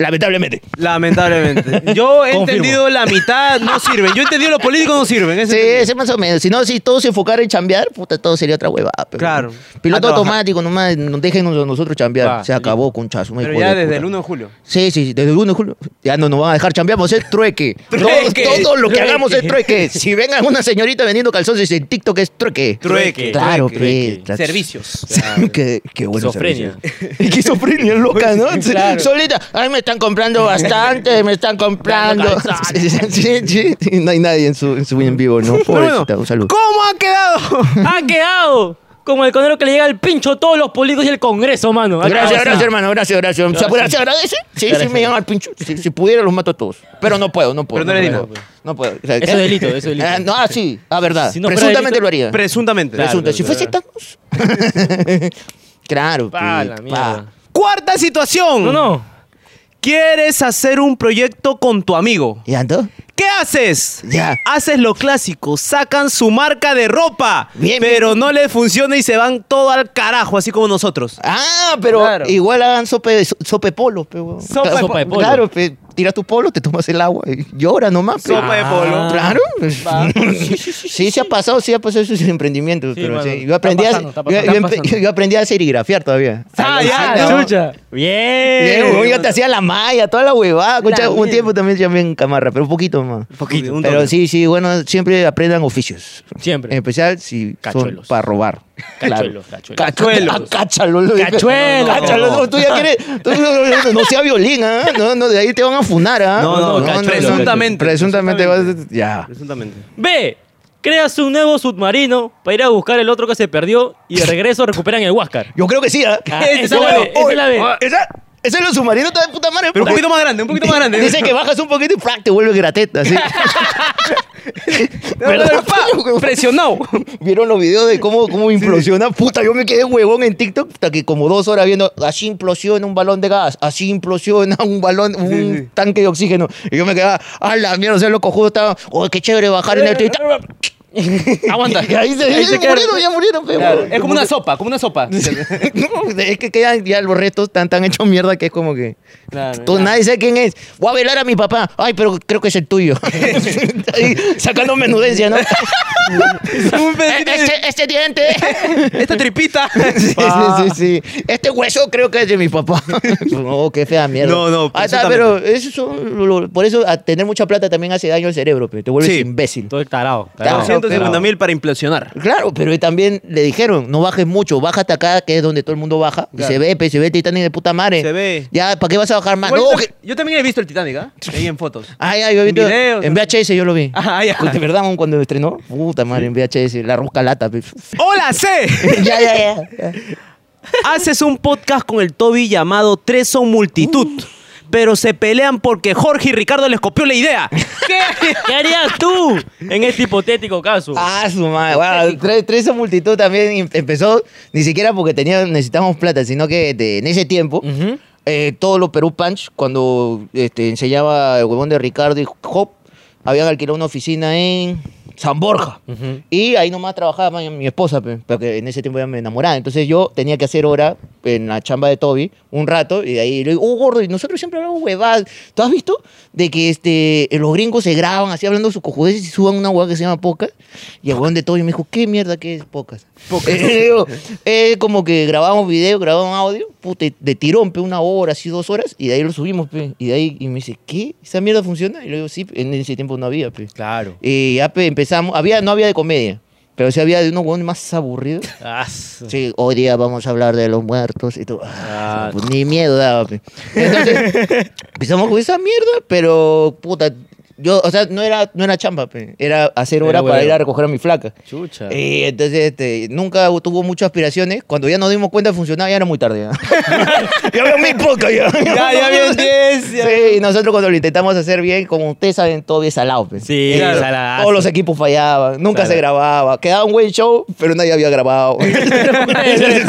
S2: Lamentablemente.
S4: Lamentablemente. Yo he
S1: Confirmo.
S4: entendido la mitad no sirven. Yo he entendido los políticos no sirven.
S2: Sí,
S4: Ese
S2: ese más o menos. Si no, si todos se enfocaran en chambear, puta, todo sería otra huevada. pe.
S4: Claro. Ah, A
S2: Piloto
S4: trabajar.
S2: automático, nomás, no- déjenos a nosotros chambear.
S1: Va,
S2: se acabó, conchazo. no
S4: Pero
S2: hijo
S4: ya
S2: de
S4: desde
S2: puta.
S4: el 1 de julio.
S2: Sí, sí, sí, desde el 1 de julio. Ya no nos van a dejar chambear, vamos a hacer
S4: <laughs>
S2: trueque. Todo-
S4: Trueque,
S2: todo, lo que
S1: trueque.
S2: hagamos es trueque. Si venga una señorita vendiendo calzones en TikTok es trueque.
S4: Trueque.
S2: Claro, pues,
S4: trueque.
S2: pe, tra-
S4: Servicios.
S2: <laughs> qué, qué bueno.
S1: Esofrenia.
S2: <laughs> Esquizofrenia loca, ¿no?
S1: <laughs> Claro.
S2: Solita. Ay, me están comprando bastante, me están comprando. <laughs> Sí, sí, sí. No hay nadie en su en, su en vivo, ¿no?
S4: Pero bueno,
S2: Pobrecita, un saludo. <laughs>
S4: ¿Cómo ha quedado?
S1: ¡Ha quedado! como el conero que le llega al pincho a todos los políticos y el Congreso, mano. Acá,
S2: Gracias,
S1: o sea,
S2: gracias, hermano. Gracias, gracias. ¿Se puede- se agradece? Sí, sí, me llaman al pincho. Si, si pudiera, los mato a todos. Pero no puedo, no puedo.
S4: Pero no le
S2: puedo.
S4: dijo.
S2: No puedo. O sea,
S1: Eso
S2: ¿qué?
S1: es delito, eso es delito.
S2: Ah, no, ah, sí. Ah, verdad.
S1: Si no fuera
S2: Presuntamente
S1: delito-
S2: lo haría.
S4: Presuntamente.
S2: Presunta.
S1: Claro,
S2: Si fuese Thanos. <laughs> claro.
S1: Pa,
S2: pues,
S1: la
S2: pa.
S1: mierda.
S4: Cuarta situación.
S1: No, no.
S4: ¿Quieres hacer un proyecto con tu amigo?
S2: ¿Y ando?
S4: ¿Qué haces?
S2: Ya.
S4: Haces lo clásico, sacan su marca de ropa,
S2: Bien,
S4: pero no les funciona y se van todo al carajo, así como nosotros.
S2: Ah, pero
S4: Claro.
S2: igual hagan sope, so- sope polo. Pe, weón.
S4: Sopa de
S1: po-
S2: Claro, pe, tira tu polo, te tomas el agua. y Llora nomás. pe. Ah,
S4: Sopa de polo.
S2: Claro. <laughs> sí, se ha pasado, sí ha pasado esos emprendimientos.
S1: Sí,
S2: pero
S1: mano,
S2: sí. Yo aprendí
S3: está
S2: a-
S3: pasando, está
S2: yo- yo
S3: pasando.
S2: empe-
S3: Está pasando.
S2: yo aprendí a serigrafiar todavía.
S4: Ah, ya,
S2: Sí, no.
S1: chucha. Bien.
S2: Bien, weón, yo te hacía la malla, toda la huevada. Escucha,
S1: La
S2: un
S1: mierda.
S2: tiempo también llamé en camarra, pero un poquito más.
S4: Poquito, un
S2: Pero
S4: toque.
S2: sí, sí, bueno, siempre aprendan oficios.
S1: Siempre.
S2: En especial si son
S1: Cachuelos.
S2: para robar.
S1: Cachuelos,
S2: Eh, Claro.
S1: cachuelos.
S2: Cachuelos. Ah, Cáchalo. lo dije.
S1: Cachuelos.
S2: Cáchalo, no, tú ya quieres. tú no, no, no, no sea violín, ¿ah? No, no, de ahí te van a funar, ¿ah?
S4: No, no, cachuelo, presuntamente.
S2: Presuntamente vas. Ya.
S4: Presuntamente.
S1: B. Creas un nuevo submarino para ir a buscar el otro que se perdió y de regreso recuperan el Huáscar.
S2: Yo creo que sí, ¿ah?
S4: Este
S1: Ah, esa es la
S2: Bueno,
S1: B, esa es la B.
S2: oye, Esa. Ese es lo submarino está de puta madre.
S4: Pero un
S2: puta.
S4: poquito más grande, un poquito más grande.
S2: Dice que bajas un poquito y ¡prac! te vuelve
S4: <laughs>
S2: grateta, así. ¿Verdad?
S4: Presionado.
S2: ¿Vieron los videos de cómo, cómo implosiona? Puta, yo me quedé huevón en TikTok hasta que como dos horas viendo, así implosiona un balón de gas, así implosiona un balón, un tanque de oxígeno. Y yo me quedaba, a la mierda, o sea, los cojudos estaban, oh, qué chévere bajar en el <laughs> TikTok.
S1: Aguanta.
S2: Y ahí se,
S1: Ahí
S2: ahí
S1: se
S2: se
S1: quedaron.
S2: murieron, ya murieron, pe, huevón.
S4: Es como una sopa, como una sopa.
S2: <laughs> No, es que quedan ya los restos tan, tan hechos mierda que es como que
S4: Claro,
S2: tú, nadie sabe quién es. Voy a velar a mi papá. Ay, pero creo que es el tuyo. <laughs> Ahí, sacando menudencia, ¿no?
S4: Un pedacito de-
S2: este, este diente.
S4: Esta tripita.
S2: Sí, sí, sí, sí. Este hueso creo que es de mi papá. <laughs> no, qué fea mierda.
S4: No, no,
S2: Ah, está, pero eso son lo- lo- por eso a tener mucha plata también hace daño al cerebro, pero te vuelves
S4: Sí.
S2: imbécil.
S1: Todo el tarado.
S2: tarado.
S4: 250 mil para implosionar.
S2: Claro, pero también le dijeron, no bajes mucho, baja hasta acá, que es donde todo el mundo baja. Y se ve, pe, se ve Titanic de puta madre.
S4: Se ve.
S2: Ya, ¿para qué vas a bajar más?
S4: Igual
S2: No,
S4: tam-
S2: que-
S4: Yo también he visto el Titanic, ¿ah? Ahí en fotos.
S2: Ah, ya, yo he
S4: En
S2: visto-
S4: videos,
S2: en
S4: ¿no?
S2: VHS yo lo vi.
S4: Ah, ya.
S2: De verdad, aún cuando estrenó, puta madre, en VHS, la rusca lata. pe.
S4: ¡Hola, C!
S2: <laughs> ya, ya, ya, ya.
S4: Haces un podcast con el Toby llamado Tres son multitud. Pero se pelean porque Jorge y Ricardo les copió la idea. ¿Qué?
S1: ¿Qué harías tú en este hipotético caso?
S2: Ah, su madre. Bueno, tres, tres esa multitud también em- empezó, ni siquiera porque tenía, necesitábamos plata, sino que de- en ese tiempo, eh, todos los Perú Punch, cuando este, enseñaba el huevón de Ricardo y Hop, habían alquilado una oficina en San Borja. Y ahí nomás trabajaba ma- mi esposa, pe, porque en ese tiempo ya me enamoraba. Entonces yo tenía que hacer hora en la chamba de Toby un rato y de ahí le digo, oh, gordo, y nosotros siempre hablamos huevadas. ¿Tú has visto? De que este, los gringos se graban así hablando sus cojudeces y suban una hueá que se llama Pocas. Y el huevón de Toby me dijo, ¿qué mierda que es Pocas? Eh, <laughs> le digo, "Eh, como que grabamos video, grabamos audio, puta, y de tirón, pe, una hora, así dos horas, y de ahí lo subimos, pe. Y de ahí, y me dice, ¿qué? ¿Esa mierda funciona? Y le digo, sí, pe, en ese tiempo no había, pe.
S1: Claro.
S2: Y ya pe, empezamos, había, no había de comedia, pero sí había de unos huevones más aburridos.
S1: Ah, su-
S2: Sí, hoy día vamos a hablar de los muertos y todo.
S1: Ah.
S2: pues, ni miedo daba. pe. Entonces, empezamos con esa mierda, pero puta, yo, o sea, no era, no era chamba, pe, era hacer hora
S1: Era
S2: para
S1: hueva.
S2: ir a recoger a mi flaca.
S1: Chucha.
S2: Y entonces este, nunca tuvo muchas aspiraciones. Cuando ya nos dimos cuenta funcionaba, ya era muy tarde. Ya, ya había muy poca ya.
S4: Ya, ya
S2: <laughs>
S4: habían 10, ya.
S2: Sí, y nosotros cuando lo intentamos hacer bien, como ustedes saben, todo bien salado. pues.
S1: Sí,
S4: claro.
S1: saladazo.
S2: Todos los equipos fallaban, nunca se grababa. Quedaba un buen show, pero nadie había grabado.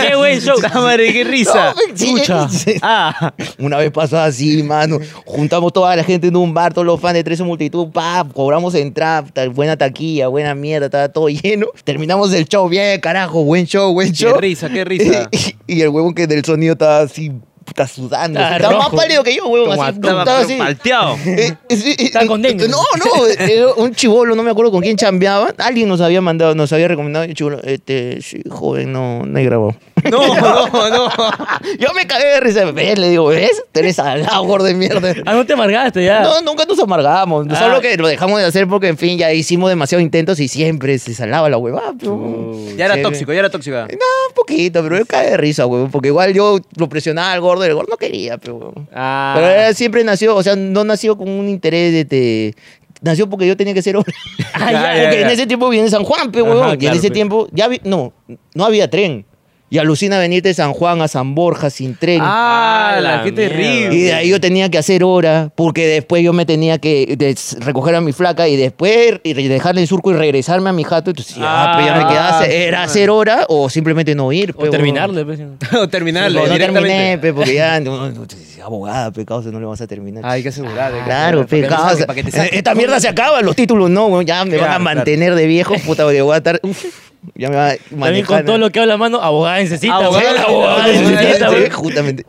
S1: Qué buen show.
S4: Ah, madre, qué risa.
S2: No, sí,
S1: Chucha.
S2: sí.
S4: Ah,
S2: Una vez pasó así, mano. Juntamos toda la gente en un bar, todos los fans de Tres en Multitud, pa, cobramos entrada, ta- buena taquilla, buena mierda, estaba todo <laughs> lleno. Terminamos el show, bien, carajo, buen show, buen
S4: qué
S2: show. <laughs>
S4: risa, qué risa.
S2: Y, y el huevo que del sonido estaba así, está sudando.
S1: Está
S2: estaba más
S1: rojo.
S2: pálido que yo, huevo. Así,
S4: Estaba
S2: estaba así.
S4: palteado.
S2: <laughs> Eh, eh, sí, eh,
S1: Está con dengue.
S2: No, no, eh, un chivolo, no me acuerdo con quién chambeaba. Alguien nos había mandado, nos había recomendado. Y el chivolo, este, sí, joven, no, no he grabado.
S4: <laughs>
S2: Ah,
S4: No, no, no.
S2: Yo me cagué de risa. Ves, le digo, ¿ves? Tú eres salado, gordo de mierda.
S1: Ah, no te amargaste ya.
S2: No, nunca nos amargamos.
S1: Ah.
S2: Solo que lo dejamos de hacer porque, en fin, ya hicimos demasiados intentos y siempre se salaba la huevada. pero-
S4: Ya era
S2: Sí.
S4: tóxico, ya era tóxica.
S2: No, un poquito, pero yo caí de risa, huevón. Porque igual yo lo presionaba al gordo y el gordo no quería, pero.
S1: Ah.
S2: Pero él siempre nació, o sea, no nació con un interés de, de- nació porque yo tenía que ser
S1: <laughs>
S2: obra.
S1: Ah, ya, ya,
S2: porque en
S1: ya.
S2: ese tiempo viene San Juan, pe,
S1: Ajá,
S2: huevón. y en
S1: claro,
S2: ese
S1: pe.
S2: tiempo, ya vi- no, no había tren. Y alucina venir de San Juan a San Borja sin tren.
S4: ¡Ah,
S1: la
S4: la, qué
S1: mierda.
S4: terrible!
S2: Y de ahí yo tenía que hacer hora, porque después yo me tenía que des- recoger a mi flaca y después y re- dejarle el surco y regresarme a mi jato. Entonces, ah,
S1: Ah,
S2: pues ya me quedaba. hacer- Era hacer hora o simplemente no ir.
S1: O terminarle. pues.
S4: <laughs> o terminarle
S2: No, no
S4: eh, directamente.
S2: terminé, pe, porque ya, no, no, abogada, pecado, no le vas a terminar.
S5: Ah, hay que asegurar. hay que
S2: Claro,
S5: asegurar, para que no
S2: pecado.
S5: salga, para que te
S2: <laughs>
S5: salga.
S2: Esta mierda se acaba, los títulos no, weón, ya me van a
S5: Claro,
S2: mantener de viejo, puta, porque voy a estar. uf, ya me va a
S1: También con
S2: manejar.
S1: todo lo que habla mano, abogada necesita.
S4: Abogada,
S1: güey.
S4: abogada
S2: Sí,
S4: necesita,
S1: necesita,
S2: sí,
S1: güey.
S4: güey.
S2: <laughs> Justamente.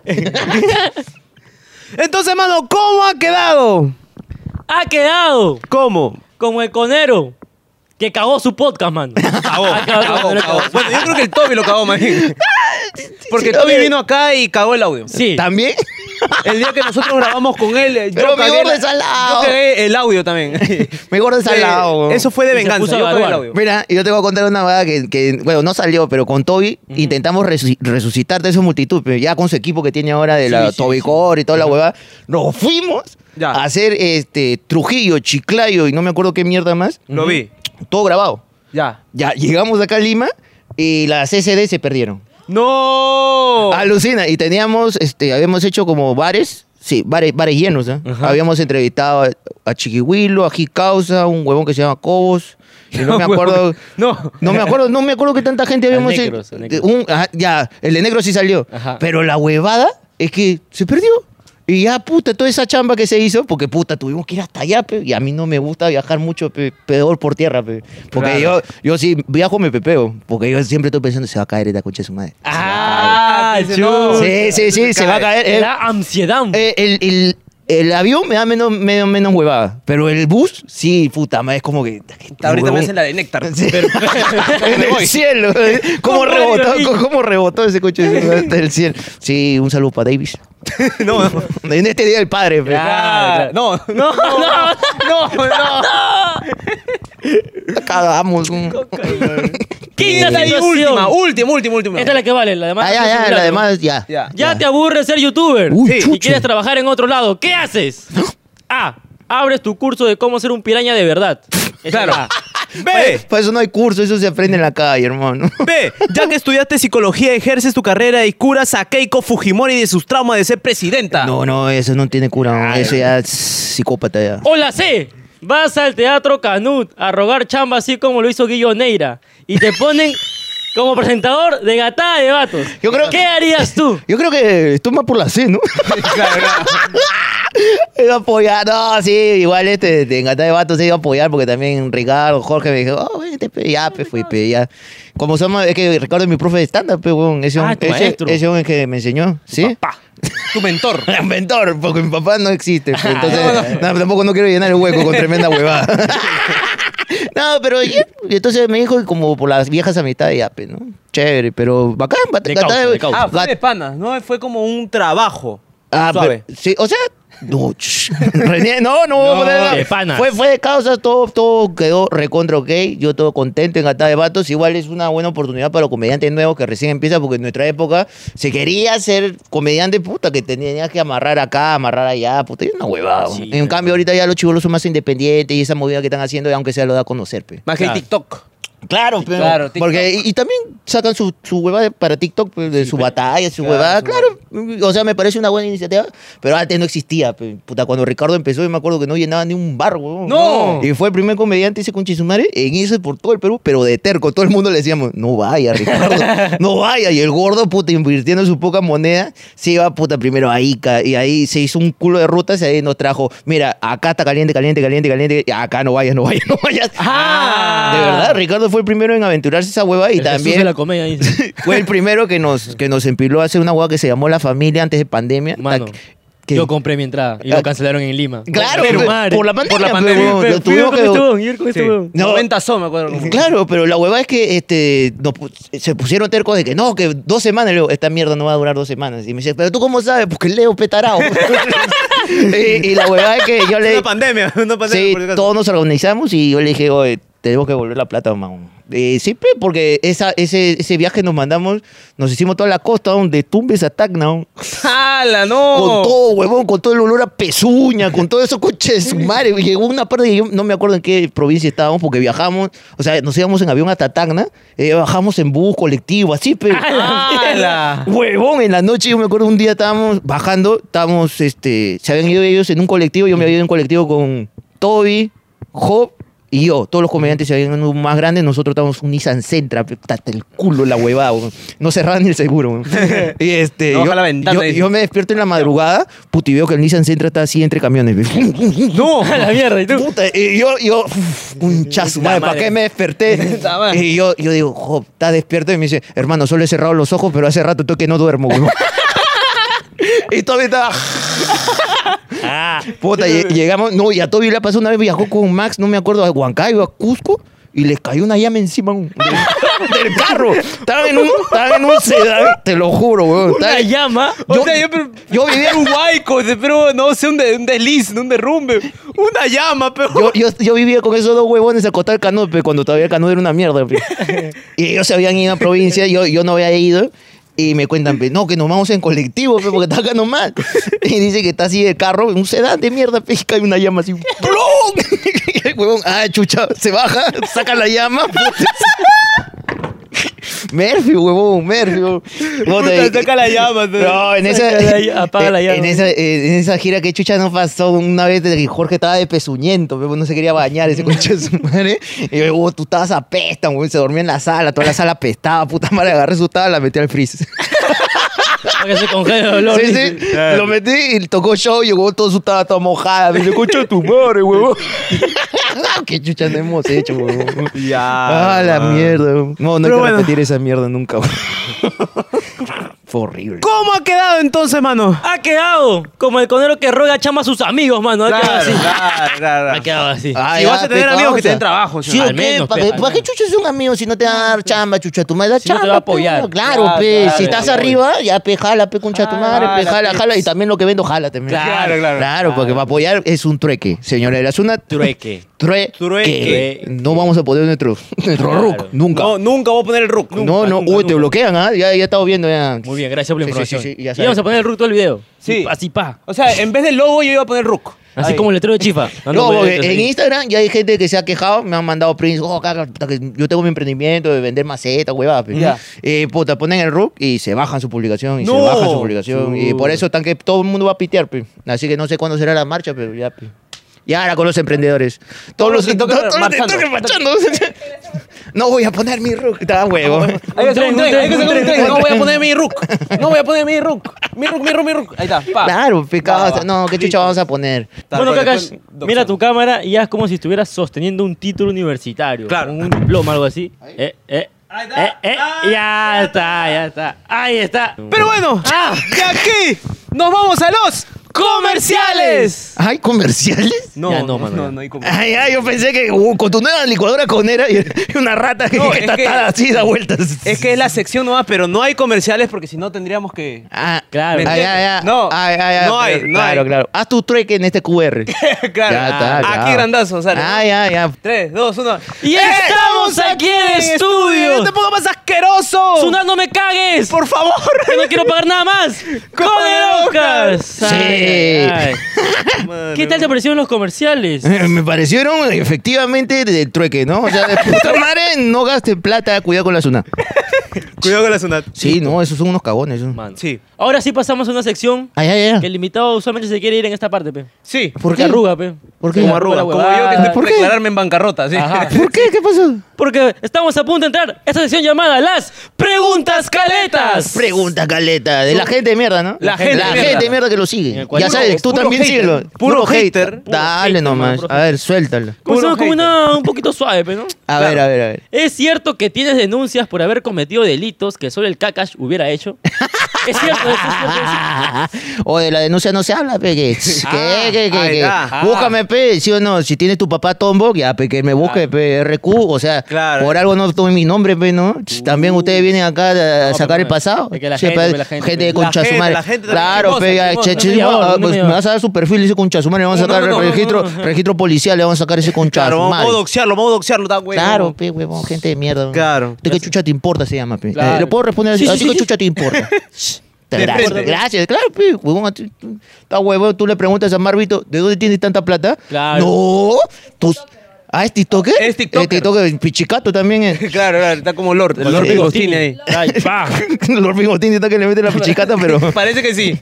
S4: Entonces, mano, ¿cómo ha quedado?
S1: Ha quedado
S4: ¿Cómo?
S1: como el conero que cagó su
S2: <laughs>
S1: podcast, mano.
S4: Cagó,
S1: Ah, cagó,
S4: cagó,
S1: lo
S4: cagó.
S1: cagó.
S4: Bueno, yo creo que el Toby lo cagó más bien. <laughs> Porque
S2: sí,
S4: Toby
S2: oye.
S4: vino acá y cagó el audio.
S1: Sí.
S2: ¿También?
S4: El día que nosotros grabamos con él, eh, yo
S2: Pero mi
S4: cagué
S2: gordo
S4: la-
S2: es al lado.
S4: Yo cagué el audio también. Eh,
S2: Me gordo salado, weón.
S4: Eso fue de
S1: Y se
S4: venganza.
S1: puso a
S4: Yo cagué el
S1: evaluar.
S4: audio.
S2: Mira, yo te voy a contar una verdad que, que, bueno, no salió, pero con Toby intentamos resu- resucitar de esa multitud, pero ya con su equipo que tiene ahora de la
S1: sí,
S2: Toby Core y toda la huevada, nos fuimos
S4: Ya.
S2: a hacer este Trujillo, Chiclayo y no me acuerdo qué mierda más,
S4: Lo vi.
S2: todo grabado.
S4: Ya.
S2: Ya llegamos acá a Lima y las CCD se perdieron.
S4: ¡No!
S2: Alucina, y teníamos, este, habíamos hecho como bares, sí, bares, bares llenos, ¿ah? Habíamos entrevistado a, a Chiquihuilo, a Jicausa, un huevón que se llama Cobos, y no me acuerdo,
S4: No.
S2: no me acuerdo, no me acuerdo que tanta gente habíamos
S1: Negros, al Negros.
S2: un- ajá, ya, el de negro sí salió,
S1: Ajá.
S2: pero la huevada es que se perdió. Y ya, puta, toda esa chamba que se hizo, porque puta, tuvimos que ir hasta allá, pe, y a mí no me gusta viajar mucho, pe, peor por tierra, pe, porque
S4: Claro.
S2: yo, yo sí viajo me pepeo, porque yo siempre estoy pensando, se va a caer esta concha de su madre.
S1: Ah,
S4: Dice,
S1: chu. <laughs>
S4: no.
S2: Sí, sí, sí, se va a caer. El,
S1: La ansiedad.
S2: eh, el, el- el avión me da menos, menos, menos huevada, pero el bus, sí, puta, madre, es como que...
S4: Ahorita me
S2: huevón.
S4: hacen la de Néctar.
S2: Sí. <laughs> en el cielo. eh,
S4: <laughs>
S2: ¿Cómo
S1: ¿Cómo
S2: rebotó,
S1: era?
S2: cómo rebotó ese coche del cielo? Sí, un saludo para Davis. <laughs>
S4: No, no.
S2: En este día del padre. pe.
S4: Ah, No, no, no, no,
S2: Acabamos. un-
S1: Quinta
S4: Y
S1: situación.
S4: última, última, última, última.
S1: Esta es la que vale, la demás.
S2: Ah,
S1: no
S2: ya,
S1: es
S2: ya,
S1: un
S2: la
S1: milagro.
S2: demás, ya.
S4: Ya.
S1: Ya te aburre ser youtuber
S2: Uy,
S1: Sí.
S2: chucha.
S1: y quieres trabajar en otro lado. ¿Qué
S2: <gasps>
S1: haces? A. Abres tu curso de cómo ser un piraña
S2: <laughs>
S1: de verdad. Esa
S4: Claro.
S1: es la A.
S4: <laughs> Ve,
S2: Para eso no hay curso, eso se aprende en la calle, hermano. <laughs>
S4: ve, ya que estudiaste psicología, ejerces tu carrera y curas a Keiko Fujimori de sus traumas de ser presidenta. <laughs>
S2: No, no, eso no tiene cura. Eso ya es psicópata ya.
S1: O la C. Vas al teatro Canut a rogar chamba así como lo hizo Guillo Neira y
S2: <laughs>
S1: te ponen como presentador de gatada de vatos.
S2: Yo creo-
S1: ¿Qué harías tú?
S2: Yo creo que esto es más por la C, ¿no? <laughs> Iba a apoyar, no, sí, igual este, te encanta de vato, se iba a apoyar porque también Ricardo, Jorge me dijo, oh, vente, pe, ya, pe, fui, pe, ya. Como somos, es que Ricardo es mi profe de stand-up, pe, weón, ese,
S1: Ah,
S2: un-
S1: tu
S2: ese,
S1: maestro.
S2: ese hombre que me enseñó, ¿sí?
S4: Pa, tu mentor.
S2: <laughs> Un mentor, porque mi papá no existe,
S1: <laughs>
S2: pe, entonces no, tampoco no quiero llenar el hueco con tremenda huevada. <laughs> No, pero y- y entonces me dijo, y como por las viejas amistades, ya, pe, ¿no? Chévere, pero bacán, bat-
S1: De
S2: gatada
S1: causa,
S2: de-
S1: de causa.
S4: Ah, fue
S2: gat-
S4: de panas, ¿no? Fue como un trabajo.
S2: Ah,
S4: Suave.
S2: pero- sí, o sea, no, ch- <laughs> René, no, no, voy a
S1: No,
S2: poner-
S1: de panas.
S2: Fue, fue de causa, todo, todo quedó recontra ok, yo todo contento en Gatada de Vatos, igual es una buena oportunidad para los comediantes nuevos que recién empiezan, porque en nuestra época se quería ser comediante puta, que tenías que amarrar acá, amarrar allá, puta, y una huevada.
S1: Sí,
S2: en
S1: de
S2: cambio, ahorita ya los chivolos son más independientes y esa movida que están haciendo, aunque sea lo da a conocer, pues. pe.
S4: Más que el
S1: Claro.
S4: TikTok.
S2: Claro, pero.
S4: Claro, TikTok.
S2: porque, y, y también sacan su, su hueva de- para TikTok, pues, de su batalla, su huevada. Claro, o sea, me parece una buena iniciativa, pero antes no existía. pe. Puta, cuando Ricardo empezó, yo me acuerdo que no llenaba ni un bar, huevón.
S4: ¡No!
S2: Y fue el primer comediante ese con Chisumare en irse por todo el Perú, pero de terco. Todo el mundo le decíamos, no vaya,
S4: <laughs>
S2: Ricardo, no vaya. Y el gordo, puta, invirtiendo su poca moneda, se iba, puta, primero a Ica. Y ahí se hizo un culo de rutas y ahí nos trajo, mira, acá está caliente, caliente, caliente, caliente. y acá no vayas, no vayas, no vayas.
S4: Ah.
S2: De verdad, <laughs> Ricardo fue el primero en aventurarse esa hueva y
S1: El Jesús de
S2: también
S1: la comedia dice.
S2: <laughs> fue el primero que nos, que nos empiló a hacer una hueva que se llamó La Familia antes de pandemia.
S1: Mano,
S2: Ta- que-
S1: yo compré mi entrada y
S2: Ah.
S1: lo cancelaron en Lima.
S2: Claro,
S1: Pero
S2: pe-
S1: madre.
S2: por la pandemia.
S4: Por la pandemia,
S2: pe, huevón,
S1: Fui
S2: lo tuvimos
S1: con
S2: que-
S1: este huevón, ir con este
S4: Sí.
S1: huevón.
S2: No.
S4: 90 so, me acuerdo. como-
S2: Claro, pero la hueva es que este, nos pu- se pusieron tercos de que no, que dos semanas. Le digo, esta mierda no va a durar dos semanas. Y me dice, pero tú cómo sabes, porque leo petarao. <laughs> y, y la hueva es que yo
S4: Una
S2: le.
S1: <laughs>
S4: pandemia, <laughs> una pandemia
S2: Sí,
S4: por si acaso. <laughs>
S2: todos nos organizamos y yo le dije, oye, Tenemos que volver la plata, man. Eh, sí, pe, porque esa, ese, ese viaje nos mandamos, nos hicimos toda la costa, donde tumbes a Tacna, man.
S4: ¡Hala, no!
S2: Con <laughs> todo, huevón, con todo el olor a pezuña, con todo eso, coche de su madre. Y Llegó una parte, que yo no me acuerdo en qué provincia estábamos, porque viajamos, o sea, nos íbamos en avión hasta Tacna, eh, bajamos en bus, colectivo, así, pero.
S4: ¡Hala!
S2: Huevón, en la noche yo me acuerdo un día estábamos bajando, estábamos, este, se habían ido ellos en un colectivo, yo me había ido en un colectivo con Toby, Job y yo. Todos los comediantes se habían ido más grandes, nosotros estábamos un Nissan Sentra, pe, hasta el culo la huevada, weón. no cerraban ni el seguro. weón. <laughs> y este,
S4: No,
S2: yo,
S4: baja la ventana,
S2: yo-
S4: dice.
S2: yo me despierto en la madrugada, puti, veo que el Nissan Sentra está así entre camiones. pe.
S1: ¡No! ¡A la mierda! ¿Y tú?
S2: Puta, y yo, yo, uf,
S1: <laughs>
S2: un chazo, madre, ¿para
S4: madre.
S2: qué me desperté?
S4: Puta madre.
S2: Y yo, yo digo, Job, estás despierto. Y me dice, hermano, solo he cerrado los ojos, pero hace rato estoy que no duermo, weón. <laughs> y todavía estaba. <laughs>
S1: Ah,
S2: Puta,
S1: <laughs>
S2: lle- llegamos. No, y a Toby le pasó una vez, viajó con Max, no me acuerdo, a Huancayo, a Cusco, y les cayó una llama encima un- <laughs> del, del carro. Estaban en un, estaban en un sedán, te lo juro, weón. Estaban-
S1: la llama.
S4: O
S2: Yo-
S4: sea, yo, pero-
S2: yo vivía-
S4: Uruguay, co- de- pero no sé, un, de- un desliz, un derrumbe, una llama, pero...
S2: Yo, yo, yo vivía con esos dos huevones acostado al canudo, pe, cuando todavía el canudo era una mierda. pe. Y ellos se habían ido a provincia, yo, yo no había ido. Y me cuentan, pe, no, que nos vamos en colectivo, pe, porque está acá nomás. <laughs> Y dice que está así de carro, un sedán de mierda, pe, y cae una llama así. <laughs> ¡Plum! Y el huevón, ah, chucha, se baja, <laughs> saca la llama. puta. Merfi, huevón, Merfi. huevón. Puta, y-
S4: Puta, saca la llama. te- <laughs>
S2: no, en esa,
S1: Saca la ll- apaga la
S2: en-
S1: llama.
S2: En esa, eh, en esa gira que chucha no pasó una vez de que Jorge estaba de pezuñento, pe, no se quería bañar ese
S4: <laughs>
S2: concha de su madre. Y yo, "Oh, tú estabas apesta, weón, se dormía en la sala, toda la sala apestaba, puta madre, agarré su tabla, la metí
S4: <laughs>
S2: al freezer.
S1: Para que se congele el olor.
S2: Sí, sí, lo metí y tocó show y llegó todo su tabla toda mojada. Me dice, concha de tu madre, huevón. <laughs> Qué chucha no hemos hecho, huevón.
S4: Ya.
S2: Ah, la
S4: man.
S2: mierda. huevón. No, no hay
S4: Pero
S2: que
S4: bueno.
S2: repetir esa mierda nunca, huevón. <laughs> Fue horrible.
S4: ¿Cómo ha quedado entonces, mano?
S1: Ha quedado como el conero que ruega chama a sus amigos, mano. Ha quedado así.
S4: claro, claro.
S1: Ha quedado así.
S2: Ah,
S4: Si
S2: ya,
S4: vas a tener
S2: pe,
S4: amigos que te den
S2: causa.
S4: trabajo,
S2: Sí,
S1: Al
S2: ¿o qué?
S1: menos,
S2: ¿Para,
S1: pe,
S2: qué,
S1: al
S2: para qué
S1: menos.
S2: chucho es un amigo si no te va a dar chamba, chucha? Tu madre da
S1: Si no
S2: chamba.
S1: te va a
S2: pe,
S1: apoyar.
S2: bueno, claro,
S4: Claro,
S2: pe.
S4: claro,
S2: si estás
S4: claro.
S2: arriba, ya pe, jala, pe, concha tu
S4: Ah,
S2: madre, pe,
S4: jala,
S2: jala,
S4: pe.
S2: jala. Y también lo que vendo, jala también.
S4: Claro, claro.
S2: Claro, porque para apoyar es un trueque. Señora, era una
S1: Trueque.
S2: trueque.
S4: Trueque.
S2: No vamos a poder nuestro, <laughs> nuestro rook, nunca.
S4: No, nunca voy a poner el rook.
S2: No, no,
S1: nunca,
S2: uy,
S1: nunca.
S2: te bloquean, ¿ah? Ya, ya he estado viendo ya.
S1: Muy bien, gracias por la
S2: Sí, sí,
S1: información.
S2: sí, sí, ya
S1: y vamos
S2: sabes.
S1: a poner el ruto del video.
S4: Sí.
S1: Así pa.
S4: O sea, en vez del logo yo iba a poner rook.
S1: Así
S4: Ahí.
S1: como el letrero de chifa. Dando
S2: No, porque
S1: vueltas,
S2: en
S1: así.
S2: Instagram ya hay gente que se ha quejado, me han mandado prints, oh, caca, puta, que yo tengo mi emprendimiento de vender macetas, huevada. pe.
S4: Ya.
S2: Eh, puta, ponen el RUC y se bajan su publicación, y
S4: No.
S2: se bajan su publicación. Y
S4: Chuta.
S2: por eso están que todo el mundo va a pitear, pe. así que no sé cuándo será la marcha, pero ya. pe. Y ahora con los emprendedores. Todos los
S4: los que
S2: todos
S4: tocan
S2: los que
S4: marchando.
S2: tocan marchando. <laughs> No voy a poner mi RUC,
S4: <laughs>
S2: está huevo.
S4: Hay que hacer un
S1: Un tren,
S4: tren, hay que
S1: un
S4: hacer
S1: tren,
S4: un tren.
S1: un
S4: No
S1: tren.
S4: voy a poner mi rook. No voy a poner mi rook. Mi rook, mi rook, mi rook. Ahí está, pa.
S2: Claro, pe,
S4: Va, va.
S2: causa. No, qué
S4: Listo.
S2: chucha vamos a poner.
S1: Bueno,
S4: Tal cual,
S1: Cacas,
S4: después, doc,
S1: mira
S4: sal.
S1: tu cámara y haz como si estuvieras sosteniendo un título universitario.
S4: Claro.
S1: Un diploma, algo así. Eh, eh.
S4: Ahí está.
S1: Eh, eh.
S4: Ah,
S1: ya está, ya está. Ahí está.
S4: Pero bueno,
S1: Ah.
S4: de aquí nos vamos a los comerciales.
S2: ¿Hay comerciales?
S4: No,
S1: Ya,
S4: no,
S1: no, mano,
S4: no,
S1: ya.
S4: no hay
S2: <laughs>
S4: comerciales.
S2: Ay, ay, yo pensé que uh, con tu nueva licuadora conera y <laughs> y una rata que,
S4: No,
S2: que
S4: es
S2: está
S4: que-
S2: atada así da vueltas.
S4: Es que es la sección nueva, pero no hay comerciales porque si no tendríamos que.
S2: Ah,
S1: Claro.
S2: Ay, ay, ay.
S4: No,
S2: Ay, ay, ay,
S4: no hay,
S2: pero-
S4: no
S2: claro,
S4: hay.
S2: claro. Haz tu trueque en este QR.
S4: <laughs> claro,
S2: Ya Ah, está,
S4: aquí
S2: <laughs> claro.
S4: grandazo, sale.
S2: Ay, ay, ay. <laughs>
S4: 3, 2, 1.
S1: Y estamos aquí en estudio.
S4: ¡No te pongo más asqueroso!
S1: Sunan, no me cagues.
S4: ¡Por <laughs> favor!
S1: Que no quiero pagar nada más.
S4: Con
S1: ¡Con
S4: el
S1: el Oscar!
S2: Sí.
S1: Ay, ay, ay. ¿Qué
S4: Mano.
S1: tal te aparecieron los comerciales?
S2: Eh, Me parecieron efectivamente del trueque, ¿no? O sea, de puta madre, no gasten plata, cuidado con la zona.
S4: Cuidado con la Sunat.
S2: Sí, no, esos son unos cagones. ¿no?
S1: Mano.
S4: Sí.
S1: Ahora sí pasamos a una sección
S2: Ay, ay, ay.
S1: que el invitado usualmente se quiere ir en esta parte, pe.
S4: Sí.
S2: ¿Por
S1: Porque
S2: qué?
S1: arruga, pe.
S2: ¿Por qué?
S1: Se
S4: Como
S1: la
S4: arruga.
S1: la
S4: Como
S1: huevada.
S4: yo que estoy por
S2: ¿Por qué?
S4: declararme en bancarrota. Sí. <laughs>
S1: Ajá.
S2: ¿Por qué? ¿Qué pasó?
S1: Porque estamos a punto de entrar a esta sección llamada las preguntas caletas.
S2: Pregunta, Caleta, de la gente de mierda, ¿no?
S4: La gente
S2: la
S4: mierda.
S2: gente de mierda que lo
S1: En el
S2: sigue.
S1: cual-
S2: Ya
S1: Puro-
S2: sabes, tú
S4: puro
S2: también
S4: hater,
S2: síguelo.
S4: puro hater,
S1: puro
S2: Dale
S1: hater,
S2: nomás.
S1: mano, puro
S2: A ver, suéltalo.
S1: Comenzamos
S4: Puro
S1: con
S4: hater.
S1: una un poquito suave, pe, ¿no?
S2: A ver, a ver, a ver.
S1: ¿Es cierto que tienes denuncias por haber cometido delitos que solo el Kakash hubiera hecho? Es cierto, eso es cierto. eso.
S2: O de la denuncia no se habla, pe. Que, tss,
S4: Ah,
S2: que, que, que,
S4: ahí
S2: que.
S4: está.
S2: Búscame, pe. Sí o no. Si tienes tu papá tombo, ya, pe, que me busque, pe. RQ. O sea,
S4: Claro.
S2: por algo no tome mi nombre, pe, ¿no? Tss, También ustedes vienen acá a
S3: No,
S2: sacar
S3: pero
S2: el pasado.
S3: es que la
S2: Sí,
S3: gente,
S2: pe,
S3: pe, la gente, pe.
S2: de
S3: La
S2: concha
S4: gente,
S2: su madre.
S4: la gente también.
S2: Claro,
S4: Chismosa,
S2: pe. ya,
S1: chismosa.
S2: che,
S1: No me
S2: chismo-
S1: llamó,
S2: ah,
S1: no me
S2: pues,
S1: llamó.
S2: Me vas a dar su perfil, ese concha su madre. Le vamos a
S4: No, no,
S2: sacar
S4: no, no, no,
S2: registro,
S4: no, no.
S2: registro policial, le vamos a sacar ese concha
S4: Claro,
S2: su
S4: vamos,
S2: madre.
S4: vamos a doxearlo, vamos a doxearlo, da huevo.
S2: Claro, pe, huevón, gente de mierda.
S4: Claro.
S2: ¿Tú qué chucha te importa se llama, pe?
S3: Claro.
S2: Eh, ¿Lo puedo responder así?
S1: Sí, sí,
S2: ¿A ti
S1: sí,
S2: qué
S1: sí.
S2: chucha te importa? Shh, te
S4: Depende.
S2: Gracias, gracias, claro, pe, huevón. a ti- tú- Está huevón, tú le preguntas a Marvito, ¿de dónde tienes tanta plata?
S3: Claro.
S2: No, tú... Ah, ¿es TikToker?
S4: Es tiktoker.
S2: Es tiktoker, pichicato también eh.
S4: <laughs>
S2: es.
S4: claro, claro, está como Lord, el Lord
S2: Sí.
S4: Bigostini ahí.
S1: Ay,
S2: <laughs>
S1: pa.
S2: Lord Bigotín está que le mete la pichicata, pero...
S4: Parece que sí.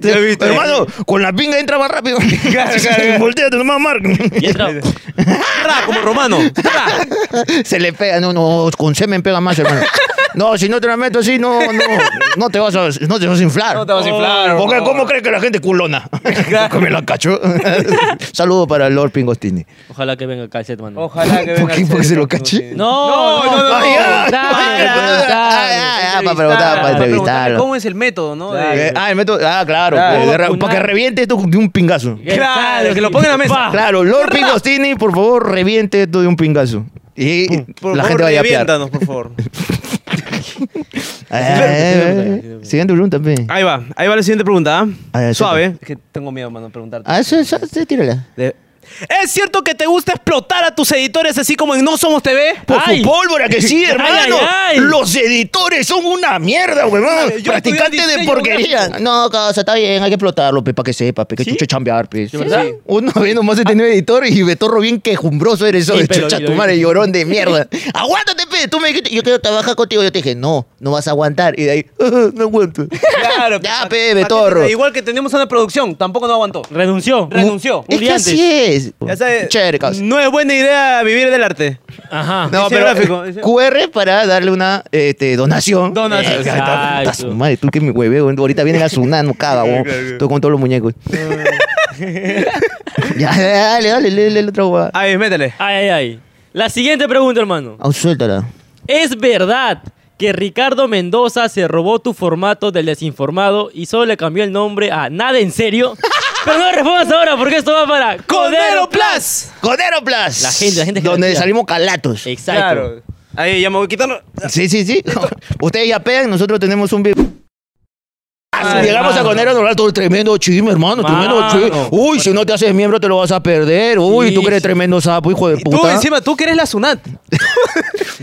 S4: Lo he visto.
S2: <laughs> Hermano, con la pinga entra más rápido.
S4: Claro,
S2: <laughs>
S4: claro, claro.
S2: Volteate nomás, Mark.
S1: Y entra.
S4: Tra, como romano.
S2: <laughs>
S4: Tra.
S2: Se le pega, no, no, con semen pega más, hermano. No, si no te la meto así, no, no, no te vas a, no te vas a inflar.
S4: No te vas a inflar.
S2: Porque,
S4: no.
S2: ¿cómo crees que la gente es culona?
S4: Claro.
S2: <laughs> Porque me la cacho. Saludo para el Lord Pingostini.
S3: Ojalá que venga acá el set, mano.
S4: Ojalá que
S2: ¿Por
S4: venga.
S2: qué?
S4: el
S2: ¿Porque se
S4: ser-
S2: lo caché?
S1: No,
S4: No, no, no,
S2: Ay,
S4: no.
S2: ya.
S1: Dale,
S2: Ay, ay,
S1: dale.
S2: ay,
S4: Entrevistar,
S2: Para preguntar, para
S4: preguntarle
S2: entrevistarlo.
S4: ¿Cómo es el método, no? De-
S2: Eh, Ah, el método. Ah, claro.
S4: Claro.
S2: pues, de ra-
S1: Vacunar.
S2: Para que reviente esto de un pingazo.
S4: Claro, que lo <laughs> pongan en la mesa.
S2: Claro, Lord Pingostini, por favor, reviente esto de un pingazo. Y
S4: Por
S2: la
S4: favor,
S2: gente vaya a piar.
S4: reviéntanos, por favor.
S2: Eh, Siguiente pregunta, pe.
S4: <laughs> Ahí va, ahí va la siguiente pregunta.
S2: Ah,
S4: ¿ah?
S2: ya,
S4: Suave. Es que tengo miedo, mano, de preguntarte.
S2: Ah, eso, eso, eso, tírala.
S4: De- ¿Es cierto que te gusta explotar a tus editores así como en No Somos TV?
S2: Por
S1: ¡Ay!
S2: su pólvora que sí,
S1: ¡Ay,
S2: hermano.
S1: ay, ay!
S2: Los editores son una mierda, huevón.
S4: yo
S2: Practicantes
S4: estudié
S2: de
S4: diseño
S2: porquería. No, causa, está bien, hay que explotarlo, pe, para que sepa, pe, que chucha chambear, pe. Sí,
S1: ¿verdad?
S2: sí. Uno <laughs> ve nomás he tenido editor y betorro bien quejumbroso eres eso
S1: Sí,
S2: de
S1: pero-
S2: chucha
S1: y lo
S2: tu
S1: vi.
S2: madre, llorón de mierda. <laughs> Aguántate, pe, tú me dijiste, yo quiero trabajar contigo. Yo te dije, no, no vas a aguantar. Y de ahí, <laughs> no aguanto.
S4: Claro.
S2: Ya,
S4: pa-
S2: pe,
S4: pa-
S2: betorro.
S4: Igual que tenemos una producción, tampoco no aguantó.
S1: Renunció.
S4: Renunció.
S1: Un
S2: Es que
S1: día antes.
S2: así es.
S4: Ya sabes,
S2: Chévere, causa.
S4: no es buena idea vivir del arte.
S1: Ajá.
S2: No,
S4: Diseño
S2: pero
S4: gráfico,
S2: eh,
S4: diseño-
S2: QR para darle una este, donación.
S4: Donación.
S2: Eh, está- está
S1: Exacto.
S2: su madre, tú que me hueveo. Ahorita vienen a Sunan, no caga, vos. Tú con todos los muñecos. ya, dale, dale, dale, dale otra huevada.
S4: A ver, métele.
S1: Ay, ay, ay. La siguiente pregunta, hermano.
S2: Ah, suéltala.
S1: ¿Es verdad que Ricardo Mendoza se robó tu formato del desinformado y solo le cambió el nombre a Nada
S2: <laughs>
S1: en Serio? Pero no respondas ahora porque esto va para
S4: ¡Codero
S1: Codero Pla-
S4: Plus!
S2: Conero Plus.
S1: La gente, la gente es
S2: Donde
S1: creativa.
S2: salimos calatos.
S1: Exacto.
S4: Ahí ya me voy quitando.
S2: Sí, sí,
S1: <laughs>
S2: sí. Ustedes ya pegan, nosotros tenemos un... vi- Ah, si
S1: Ay,
S2: llegamos a
S1: mano.
S2: Conero Normal, todo tremendo chisme, hermano, tremendo
S1: Mano.
S2: chisme. Uy, si no te haces miembro te lo vas a perder. Uy,
S1: Sí,
S2: tú que eres
S1: sí.
S2: tremendo sapo, hijo de
S4: Y tú,
S2: puta.
S4: encima, tú que eres la Sunat.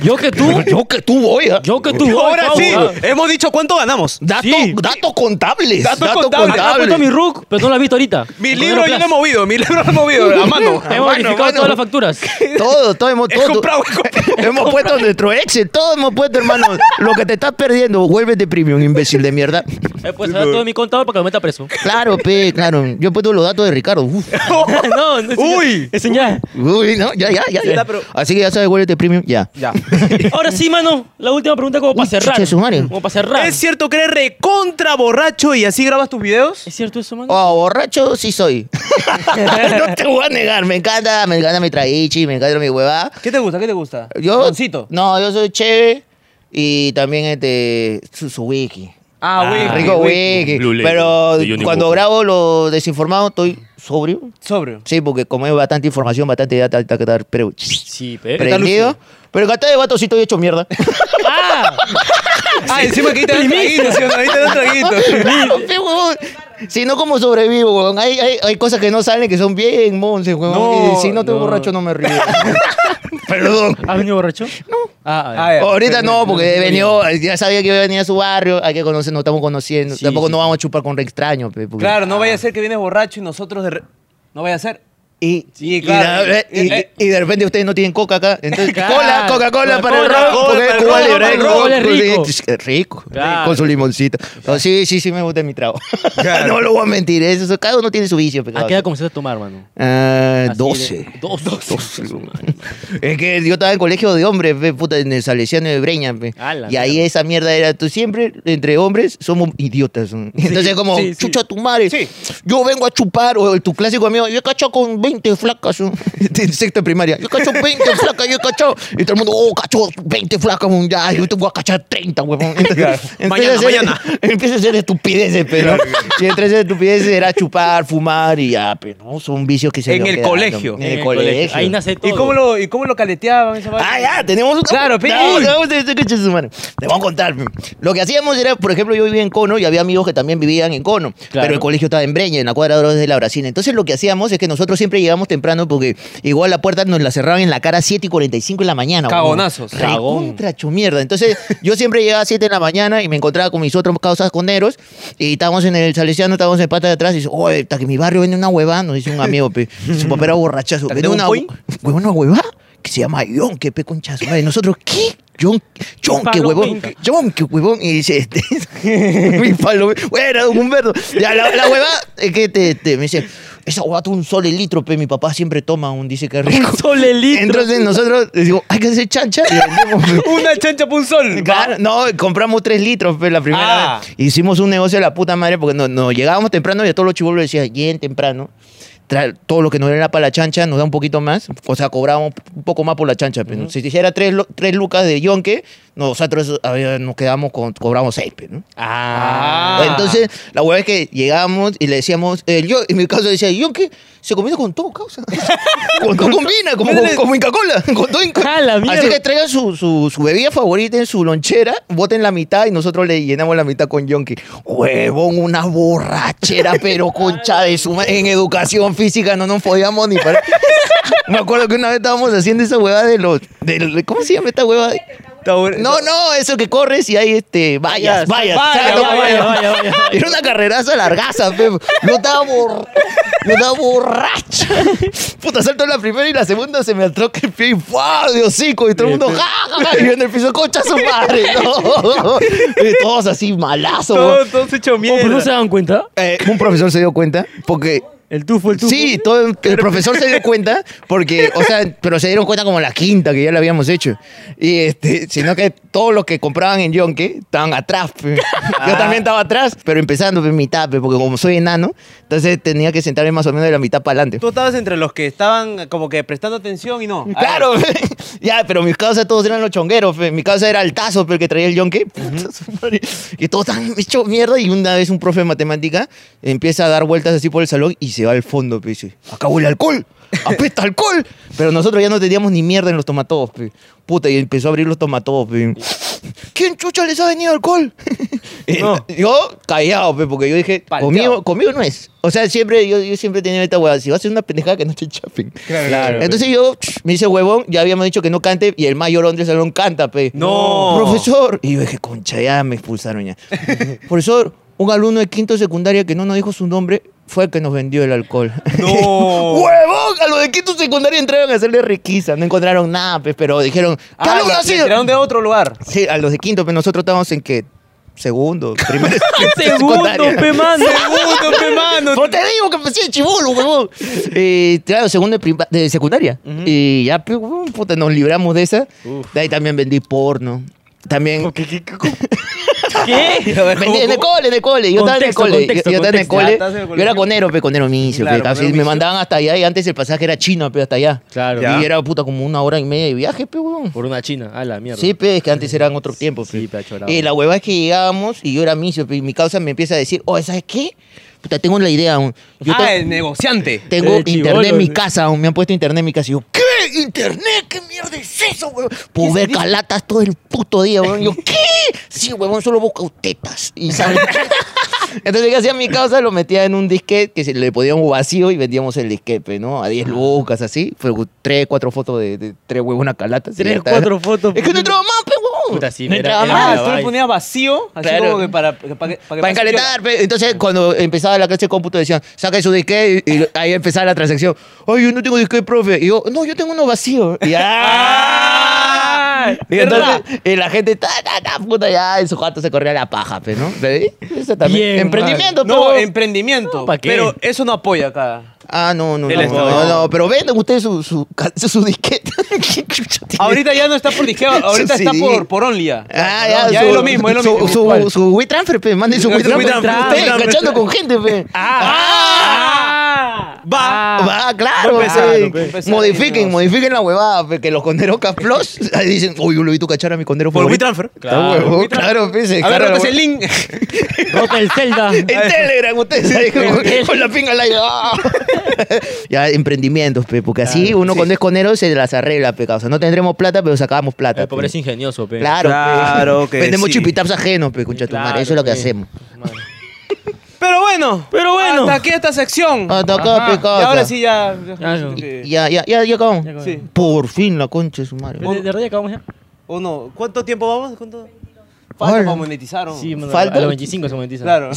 S1: Yo que tú.
S2: Yo que tú voy, ¿ah?
S1: Yo que tú.
S4: Ahora
S1: Pau,
S4: sí,
S1: ah.
S4: hemos dicho cuánto ganamos.
S2: Dato,
S1: Sí.
S2: Datos contables.
S4: Datos
S2: Datos
S4: contables.
S2: contables.
S1: Acá he puesto mi RUC, pero no la has visto ahorita.
S4: Mi
S1: En
S4: libro
S1: Codero
S4: yo lo he
S1: Plus.
S4: movido, mi libro lo he movido, a mano.
S2: Ah,
S1: <laughs>
S2: mano,
S1: Hemos verificado
S2: mano.
S1: todas las facturas.
S2: Todo, todo hemos,
S4: He
S2: todo-
S4: comprado, he comprado.
S2: <laughs> hemos puesto nuestro Excel, todo hemos puesto, hermano. Lo que te estás perdiendo, vuélvete premium, imbécil de mierda.
S1: Eh, pues ahora todo mi contador para que me meta preso. <laughs>
S2: Claro, pe, claro. Yo he puesto los datos de Ricardo. Uf.
S1: <laughs> no, no,
S4: Uy.
S1: Es señal.
S2: Uy, no, ya, ya, ya.
S4: Ya está,
S2: ya.
S4: pero-
S2: Así que ya sabes, vuélvete premium, ya.
S4: Ya.
S1: Ahora sí, mano. La última pregunta como para
S2: Uy,
S1: cerrar.
S2: chucha, su madre.
S1: Como para cerrar.
S4: ¿Es cierto que eres recontra borracho y así grabas tus videos?
S1: ¿Es cierto eso,
S2: <laughs>
S1: mano?
S2: Oh, borracho sí soy. <laughs> no te voy a negar, me encanta, me encanta mi traichi, me encanta mi huevada.
S4: ¿Qué te gusta? ¿Qué te gusta?
S2: Yo,
S4: Roncito.
S2: No, yo soy chévere y también este, su, su wiki.
S4: Ah,
S1: Ah,
S4: güey.
S2: Rico wiki.
S5: Blue Label,
S2: Pero
S5: de Johnny
S2: cuando
S5: Walker.
S2: grabo lo desinformado estoy sobrio.
S4: Sobrio.
S2: Sí, porque como hay bastante información, bastante data, hay que estar pero,
S1: Sí, pero.
S2: prendido. Pero en de vato sí estoy hecho mierda.
S1: ¡Ah!
S4: Ah, encima que ahí te dan traguito, ¿sí o no? Ahí te dan
S1: <laughs>
S4: traguito.
S2: <laughs> Claro, pe, huevón. si no, ¿cómo sobrevivo, huevón? Hay, hay, hay cosas que no salen que son bien monces, huevón.
S4: No,
S2: y si no estoy
S1: no.
S2: borracho, no me río. Perdón.
S1: <laughs> ¿Has venido borracho? No. Ah,
S4: A ver.
S2: <laughs> Ahorita no, porque he venido, ya sabía que iba a venir a su barrio, hay que conocer, nos estamos conociendo.
S1: Sí,
S2: Tampoco
S1: sí,
S2: no vamos a chupar con re extraño. pe, porque-
S4: Claro, no vaya a ser que vienes borracho y nosotros de re- No vaya a ser.
S2: Y,
S4: Sí,
S2: y
S4: claro.
S2: de- y-
S4: Eh.
S2: y de repente ustedes no tienen coca acá. Entonces,
S1: Claro.
S2: cola, Coca-Cola para el
S4: Coca-Cola,
S2: rock. Porque
S4: para el
S2: Cuba
S4: rock,
S2: Libre,
S4: para el
S2: rock,
S1: rock, rico.
S2: rico. Rico,
S1: Claro.
S2: Con su limoncito. No, sí, sí, sí me gusta mi <laughs> trago.
S4: Claro.
S2: no lo voy a mentir. Eso, eso- cada uno tiene su vicio. pe,
S3: ¿A
S2: causa.
S3: qué edad comenzaste a tomar, mano?
S2: Ah,
S3: Ah, Así de-
S2: 12.
S3: Dos, dos.
S2: <laughs> Es que yo estaba en colegio de hombres, pe, puta, en el Salesiano de Breña, pe.
S3: Ala,
S2: y ahí esa mierda era, tú siempre, entre hombres, somos idiotas. son. Entonces, como,
S1: sí, sí.
S2: chucha tu madre,
S4: Sí.
S2: yo vengo a chupar, o tu clásico amigo, yo he cachado con 20 flacas. ¿no? En sexto <laughs> de primaria. Yo cacho 20 flacas, yo cacho. Y todo el mundo, oh, cacho 20 flacas, weón, ya, yo te voy a cachar 30, huevón. Entonces,
S4: Mañana,
S2: a hacer-
S4: mañana.
S2: <laughs> empieza a hacer estupideces, pero. y entre esas estupideces era chupar, fumar y ya, pero no, son vicios que se
S4: En
S2: van
S4: el
S2: quedando.
S4: colegio.
S2: En el colegio.
S1: Ahí nace todo.
S5: ¿Y cómo lo, y cómo lo caleteaban esa vaina?
S2: Ah, ya, tenemos un.
S5: Claro, pe-
S2: No,
S5: uy.
S2: no, usted- usted concha de su madre. Te voy a contar. pe. Lo que hacíamos era, por ejemplo, yo vivía en Cono y había amigos que también vivían en Cono. Pero el colegio estaba en Breña, en la cuadra de Oro de la Brasina. Entonces lo que hacíamos es que nosotros siempre llegábamos temprano porque igual la puerta nos la cerraban en la cara a 7 y 45 de la mañana. huevón.
S5: Cagonazos.
S2: Recontra chumierda. Entonces yo siempre llegaba a 7 de la mañana y me encontraba con mis otros causas coneros y estábamos en el Salesiano, estábamos en pata de atrás y dice, oye, hasta que mi barrio vende una huevada, nos dice un amigo, pe. su papá era borrachazo.
S4: que
S2: Vende
S4: tengo un
S2: una,
S4: point?
S2: Huevón, una huevada que se llama John, que pe conchazo. Madre, nosotros, ¿qué? John, John, qué
S5: Palo
S2: huevón.
S5: penca.
S2: John, qué huevón. Y dice, este, <laughs> mi palo. Bueno, don Humberto. Ya, la, la huevada, es que te, te- me dice, esa huevada tú un sol el litro, pe. Mi papá siempre toma un, dice que es rico.
S1: Sol el litro.
S2: Entonces nosotros, digo, hay que hacer chancha. Y vendemos, pe.
S5: Una chancha por un
S4: <laughs>
S5: sol.
S2: Claro, no, compramos tres litros pues, la primera
S5: Ah.
S2: vez. Hicimos un negocio de la puta madre porque nos, nos llegábamos temprano y a todos los chivolos les decía, lleguen temprano. Tra- todo lo que nos era para la chancha nos da un poquito más. O sea, cobrábamos un poco más por la chancha. pues, ¿no? Si te hiciera tres, lo- tres lucas de yonque, nosotros a ver, nos quedamos con, cobramos seis. pues, ¿no?
S5: Ah.
S2: Entonces, la hueá es que llegamos y le decíamos, eh, yo, en mi caso decía, yonque se combina con todo,
S1: <laughs>
S2: causa. con todo combina, como, como, como Inca Cola. <laughs> Con todo Inca-
S1: A Ah, la mierda.
S2: Así que traigan su, su, su bebida favorita en su lonchera, boten la mitad y nosotros le llenamos la mitad con yonki. Huevón, una
S1: <laughs>
S2: borrachera, pero concha de su ma- En educación física no nos podíamos ni parar. <laughs> Me acuerdo que una vez estábamos haciendo esa hueva de los. del- ¿Cómo se llama esta hueva? No, no, eso que corres y hay este. Vallas, vallas.
S5: Vaya,
S2: salto
S5: vaya,
S2: con vallas.
S1: vaya, vaya,
S2: Era una carreraza largaza, pe. Yo estaba, bor- yo estaba borracha. Puta, salto en la primera y la segunda se me atroca el pie y ¡guau! de hocico. Y todo el mundo, ¡ja, ja, ja! Y yo en el piso, ¡concha su madre! No. Y todos así, malazo.
S5: Todo,
S2: bo.
S5: todo se echó
S1: Oh, pero no se
S5: mierda.
S1: dan cuenta?
S2: Eh, un profesor se dio cuenta porque...
S1: El tufo, el tufo.
S2: Sí, todo, el profesor se dio cuenta porque, o sea, pero se dieron cuenta como la quinta que ya la habíamos hecho. Y este, sino que todos los que compraban en Yonke estaban atrás. pe. Yo también estaba atrás, pero empezando en mitad, pe, porque como soy enano, entonces tenía que sentarme más o menos de la mitad para adelante.
S5: Tú estabas entre los que estaban como que prestando atención y no. Ah, A
S2: <laughs> Claro, pe. ya, pero mis causas todos eran los chongueros, pe. mi causa era el tazo, pero que traía el yonke. <laughs> Puta su madre. Y todos están hecho mierda y una vez un profe de matemática empieza a dar vueltas así por el salón y se va al fondo, pe. dice, acá huele alcohol, apesta alcohol. Pero nosotros ya no teníamos ni mierda en los tomatos, pe. puta, y empezó a abrir los tomatos. Pe. ¿Quién chucha les ha venido alcohol? <laughs> Y
S5: No.
S2: <laughs> Yo callado, pe, porque yo dije,
S5: Palteado.
S2: conmigo, conmigo no es. O sea, siempre, yo, yo siempre tenía esta hueá, si vas a hacer una pendejada que no te chapen.
S5: Claro.
S2: Entonces yo ch, me dice huevón, ya habíamos dicho que no cante y el mayor del salón canta, pe.
S5: No.
S2: Profesor. Y yo dije, concha, ya me
S5: <laughs>
S2: expulsaron ya. Profesor, un alumno de quinto de secundaria que no nos dijo su nombre fue el que nos vendió el alcohol.
S5: No.
S2: <laughs> ¡Huevón! A los de quinto de secundaria entraron a hacerle riquiza. No encontraron nada, pe, pero dijeron, ¿qué
S5: Ah,
S2: alumno
S5: la-
S2: ha
S5: le
S2: sido?
S5: tiraron de otro lugar.
S2: Sí, a los de quinto, pero nosotros estábamos en que segundo, primero,
S5: <laughs>
S1: Segundo, pe, mano.
S5: Segundo, pe, mano.
S2: No te digo que empecé de
S5: <laughs>
S2: chivolo, huevón. Eh, claro, segundo de, prima- de secundaria. Y ya, pe, huevón, puta, nos libramos de esa. De ahí también vendí porno. También.
S1: ¿Qué?
S2: <laughs> Vendí
S5: <laughs>
S2: en el cole, en el cole. Yo estaba en el
S1: Contexto,
S2: cole. Yo-
S1: contexto,
S2: yo estaba en el
S1: contexto.
S5: Ah,
S2: cole.
S5: estás en el
S2: Yo era
S5: colegio.
S2: conero, pe, conero misio, pe,
S5: Claro,
S2: casi
S5: conero
S2: me
S5: misio.
S2: mandaban hasta allá y antes el pasaje era chino, pero hasta allá.
S3: Claro.
S2: Y era puta como una hora y media de viaje, pe, huevón.
S3: Por una china. A la mierda.
S2: Sí, pe, es que antes eran otros
S1: Pues
S2: tiempos.
S3: Sí,
S2: pe.
S3: pe, achorado.
S2: Eh, la hueva es que llegábamos y yo era misio, pe, y mi causa me empieza a decir, oh, ¿sabes qué? Puta, tengo la idea. un- Yo
S5: Ah,
S2: te-
S5: el negociante.
S2: tengo
S1: Eh, chibolo,
S2: internet en mi
S1: sí.
S2: casa, aún me han puesto internet en mi casa. Y yo, ¿qué? ¿Internet? ¿Qué mierda es eso, huevón? Puedo ver calatas todo el puto día, huevón. Yo, ¿qué? Sí, huevón, solo busco tetas. Y <laughs> sale. Entonces, ¿qué hacía mi causa? Lo metía en un disquete que se le podíamos vacío y vendíamos el disquete, pe, ¿no? A 10 lucas, así. Fue tres, cuatro fotos de, de tres huevos, una calata. así,
S1: Tres,
S2: ya está.
S1: cuatro fotos. pues,
S2: Es que no entraba más, pe, huevón.
S3: Puta, sí,
S2: no
S3: era-
S2: entraba
S3: era-
S2: más.
S5: Ah,
S3: la
S5: tú le
S3: vaina.
S5: ponías vacío, así
S2: Claro.
S5: como que para, para, para,
S2: Para encalentar, pe. entonces cuando empezaba la clase de este cómputo decían, saca su disque y, y ahí empezaba la transacción. Ay, yo no tengo disque, profe. Y yo, no, yo tengo uno vacío. Y, ¡ah! <laughs> y entonces y la gente, ta, ta, ta, puta, ya en su jato se corría la paja, pe, ¿no? ¿Ve? Eso también.
S1: Bien,
S2: Emprendimiento,
S5: No, em-
S2: pero-
S5: emprendimiento.
S1: ¿pa' qué?
S5: Pero eso no apoya
S2: <laughs>
S5: acá.
S2: Ah, no, no, no,
S5: Él
S2: no,
S5: está-
S2: no, no, pero venden ustedes su, su, <laughs> su, su disquete. ¿Qué chucha tiene?
S5: Ahorita ya no está por disqueo, ahorita
S2: Su
S5: está
S2: CD.
S5: por, por Only ya.
S2: Ah,
S5: No,
S2: ya,
S5: ya es lo mismo, es lo
S2: su-
S5: mismo.
S2: Su, su, WeTransfer, pe, manden su
S5: Su Ah,
S2: WeTransfer.
S5: WeTransfer,
S2: Ustedes
S5: WeTransfer.
S2: cachando con gente, pe. ¡Ah!
S6: Va.
S2: Va, claro.
S6: Va a empezar,
S2: pe.
S4: va a empezar.
S2: modifiquen,
S4: No.
S2: modifiquen la huevada, pe, que los conderos caplos ahí dicen, uy, yo lo vi tu cachar a mi condero
S6: Por
S2: favorito.
S6: WeTransfer.
S2: Está
S4: Claro,
S2: huevón, claro, pe, se
S4: A ver,
S2: carga la
S4: rotas el
S2: hue-
S4: link.
S1: Rota el
S2: <laughs>
S1: Zelda.
S2: En Telegram, ustedes ahí con, con la pinga al aire. ¡ah! ya, emprendimientos, pe, porque así uno cuando es conero se las arregla, pe, causa. No tendremos plata, pero sacamos plata.
S1: El
S2: pe.
S1: pobre es ingenioso, pe.
S2: Claro, pe.
S6: Claro que
S2: Vendemos
S6: sí.
S2: chipitaps ajenos, pe, concha tu
S1: Claro,
S2: madre. Eso es lo que
S1: pe.
S2: hacemos.
S4: Pero bueno.
S1: Pero bueno.
S4: Hasta aquí esta sección.
S2: Hasta acá,
S4: Ajá.
S2: pe, causa.
S4: Y ahora sí ya.
S1: Ya, no.
S4: Sí.
S2: Ya, ya, ya, ya acabamos.
S4: Sí.
S2: Por fin la concha de su madre.
S1: ¿De, de rodilla acabamos ya?
S4: ¿O no? ¿Cuánto tiempo vamos? ¿Cuánto? Falta
S2: Hola.
S4: para monetizar. ¿o?
S1: Sí, mano,
S2: ¿Falta?
S1: a los 25 se monetiza.
S4: Claro.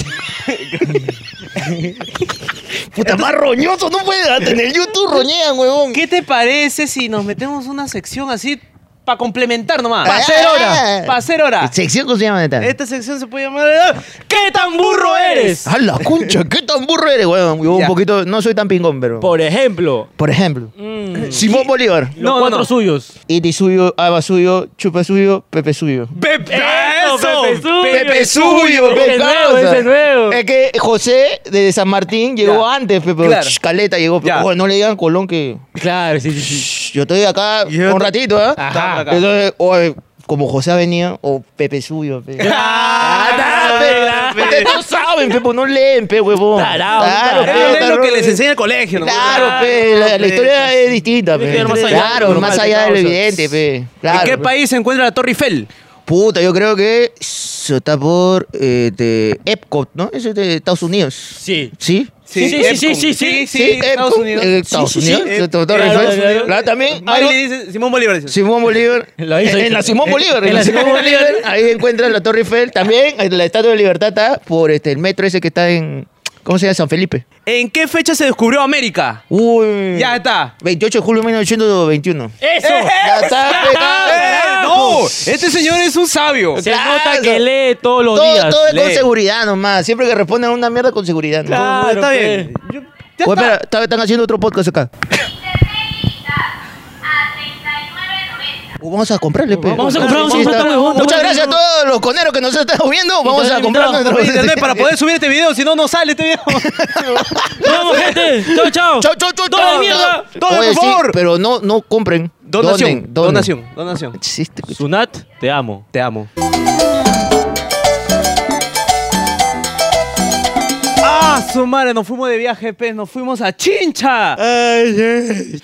S2: Puta, más roñoso, no puede. hasta En el YouTube roñean, huevón.
S4: <laughs> ¿Qué te parece si nos metemos una sección así para complementar nomás?
S2: Pa'
S4: Para hacer hora.
S2: Ah.
S4: Para hacer hora.
S2: Sección que se llama neta.
S4: Esta sección se puede llamar ¿Qué tan burro eres?
S2: A la concha, qué tan burro eres, huevón. Yo un
S4: Ya.
S2: poquito, no soy tan pingón, pero. Por,
S1: Por ejemplo,
S2: ejemplo,
S1: mm,
S2: Simón Bolívar.
S1: los
S4: No, no,
S1: cuatro
S4: no.
S1: suyos.
S2: Iti suyo, Aba suyo, Chupa suyo, Pepe suyo.
S6: Pepe,
S1: Eso, Pepe Suyo.
S6: Pepe Suyo.
S1: Ese
S2: Pe,
S1: es
S2: causa.
S1: nuevo, ese es nuevo.
S2: Es que José de San Martín llegó
S4: Ya.
S2: antes, pe, pero
S4: Claro.
S2: ch, Caleta llegó. pe.
S4: Ya.
S2: Ojo, no le digan Colón que.
S1: Claro, sí, sí, sí.
S2: ch, Yo estoy acá
S6: Yo
S2: un
S6: te-
S2: ratito, ¿ah?
S4: Ajá.
S2: Entonces, oye, eh, como José ha venido, o Pepe suyo, pe.
S6: Ah,
S2: Ah, pe, Ustedes no saben, pe, pues no leen, pe, huevón.
S1: Tarao,
S2: Claro,
S1: tarao.
S2: pe,
S6: Eso es lo
S2: tarao.
S6: que les enseña el colegio. ¿no?
S2: Claro, pe, la, la historia es distinta,
S1: Tiene
S2: pe.
S1: que ver más allá de
S2: claro,
S1: lo
S2: más
S1: normal,
S2: allá de lo
S1: causa.
S2: evidente, pe.
S6: ¿En
S2: Claro,
S6: qué
S2: pe.
S6: país se encuentra la Torre Eiffel?
S2: Puta, yo creo que eso está por eh, de Epcot, ¿no? Eso es de Estados Unidos.
S1: Sí.
S2: ¿Sí?
S1: Sí, sí, sí, sí, sí, sí.
S4: Estados
S2: Epcot,
S4: Unidos.
S2: eh, Estados
S1: Sí, sí, sí.
S2: Unidos.
S1: Eh,
S2: Doctor
S1: claro,
S2: Rafael.
S1: claro, claro.
S2: Claro, también.
S4: Ahí
S2: algo-
S4: le dice Simón Bolívar. dice.
S2: Simón Bolívar.
S1: Lo hizo,
S2: en
S1: hizo.
S2: la Simón
S1: Eh,
S2: Bolívar. En la Simón Bolívar. Ahí encuentran la Torre Eiffel. También en la Estatua de Libertad está por este, el metro ese que está en. ¿Cómo se llama? San Felipe.
S6: ¿En qué fecha se descubrió América?
S2: Uy.
S4: Ya está.
S2: 28 de julio de 1921.
S1: ¡Eso!
S2: Ya está, pues, pe,
S4: ¡Eh,
S2: ya.
S4: ¡No! Este señor es un sabio.
S1: Se
S2: Claro.
S1: nota que lee todos los
S2: Todo,
S1: días.
S2: todo es con
S6: lee.
S2: seguridad nomás. Siempre que responden a una mierda con seguridad. ¿no?
S4: Ah,
S1: Claro,
S4: está
S1: pe.
S4: bien. Yo- ya
S2: Oye,
S4: está.
S2: espera, está- están haciendo otro podcast acá.
S7: a 39.90.
S2: Vamos a comprarle, pues. pe.
S1: Vamos a comprar, vamos a
S2: Sí,
S1: comprar,
S2: está-
S1: huevón,
S2: Muchas
S1: comprar,
S2: gracias a
S1: huevón.
S2: todos los coneros que nos están viendo. Vamos a
S1: Invitado,
S2: comprar
S1: invitado.
S2: <laughs> nuestro
S4: Internet para poder subir este video, si no, no sale este video.
S1: Nos vemos, gente. Chao, chao.
S2: Chau, chau, chau,
S1: Todo de
S2: chau.
S1: mierda.
S4: Todo,
S2: Oye,
S4: por
S2: sí,
S4: favor.
S2: pero no, no compren.
S4: Donación.
S2: Donen, donen.
S4: Donación. Donación.
S2: Sí, este-
S1: Sunat, te amo.
S4: Te amo. Ah, su madre, nos fuimos de viaje, pues, nos fuimos a Chincha.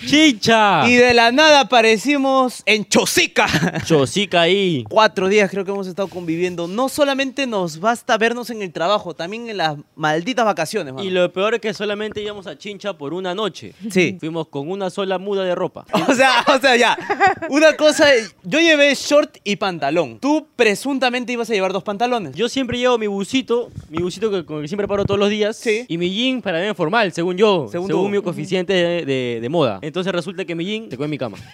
S1: Chicha.
S4: Y de la nada aparecimos en Chosica. <laughs>
S1: Chosica ahí.
S4: Cuatro días creo que hemos estado conviviendo. No solamente nos basta vernos en el trabajo, también en las malditas vacaciones, mano.
S1: Y lo peor es que solamente íbamos a Chincha por una noche.
S4: Sí.
S1: Fuimos con una sola muda de ropa.
S4: <laughs> O sea, o sea, ya. Una cosa, yo llevé short y pantalón. Tú presuntamente ibas a llevar dos pantalones.
S1: Yo siempre llevo mi busito, mi busito que, con el que siempre paro todos los días,
S4: Sí.
S1: y mi jean para mí formal, según yo,
S4: Según
S1: según,
S4: tú.
S1: mi coeficiente de, de- de moda. Entonces resulta que mi jean se quedó en mi cama. <laughs>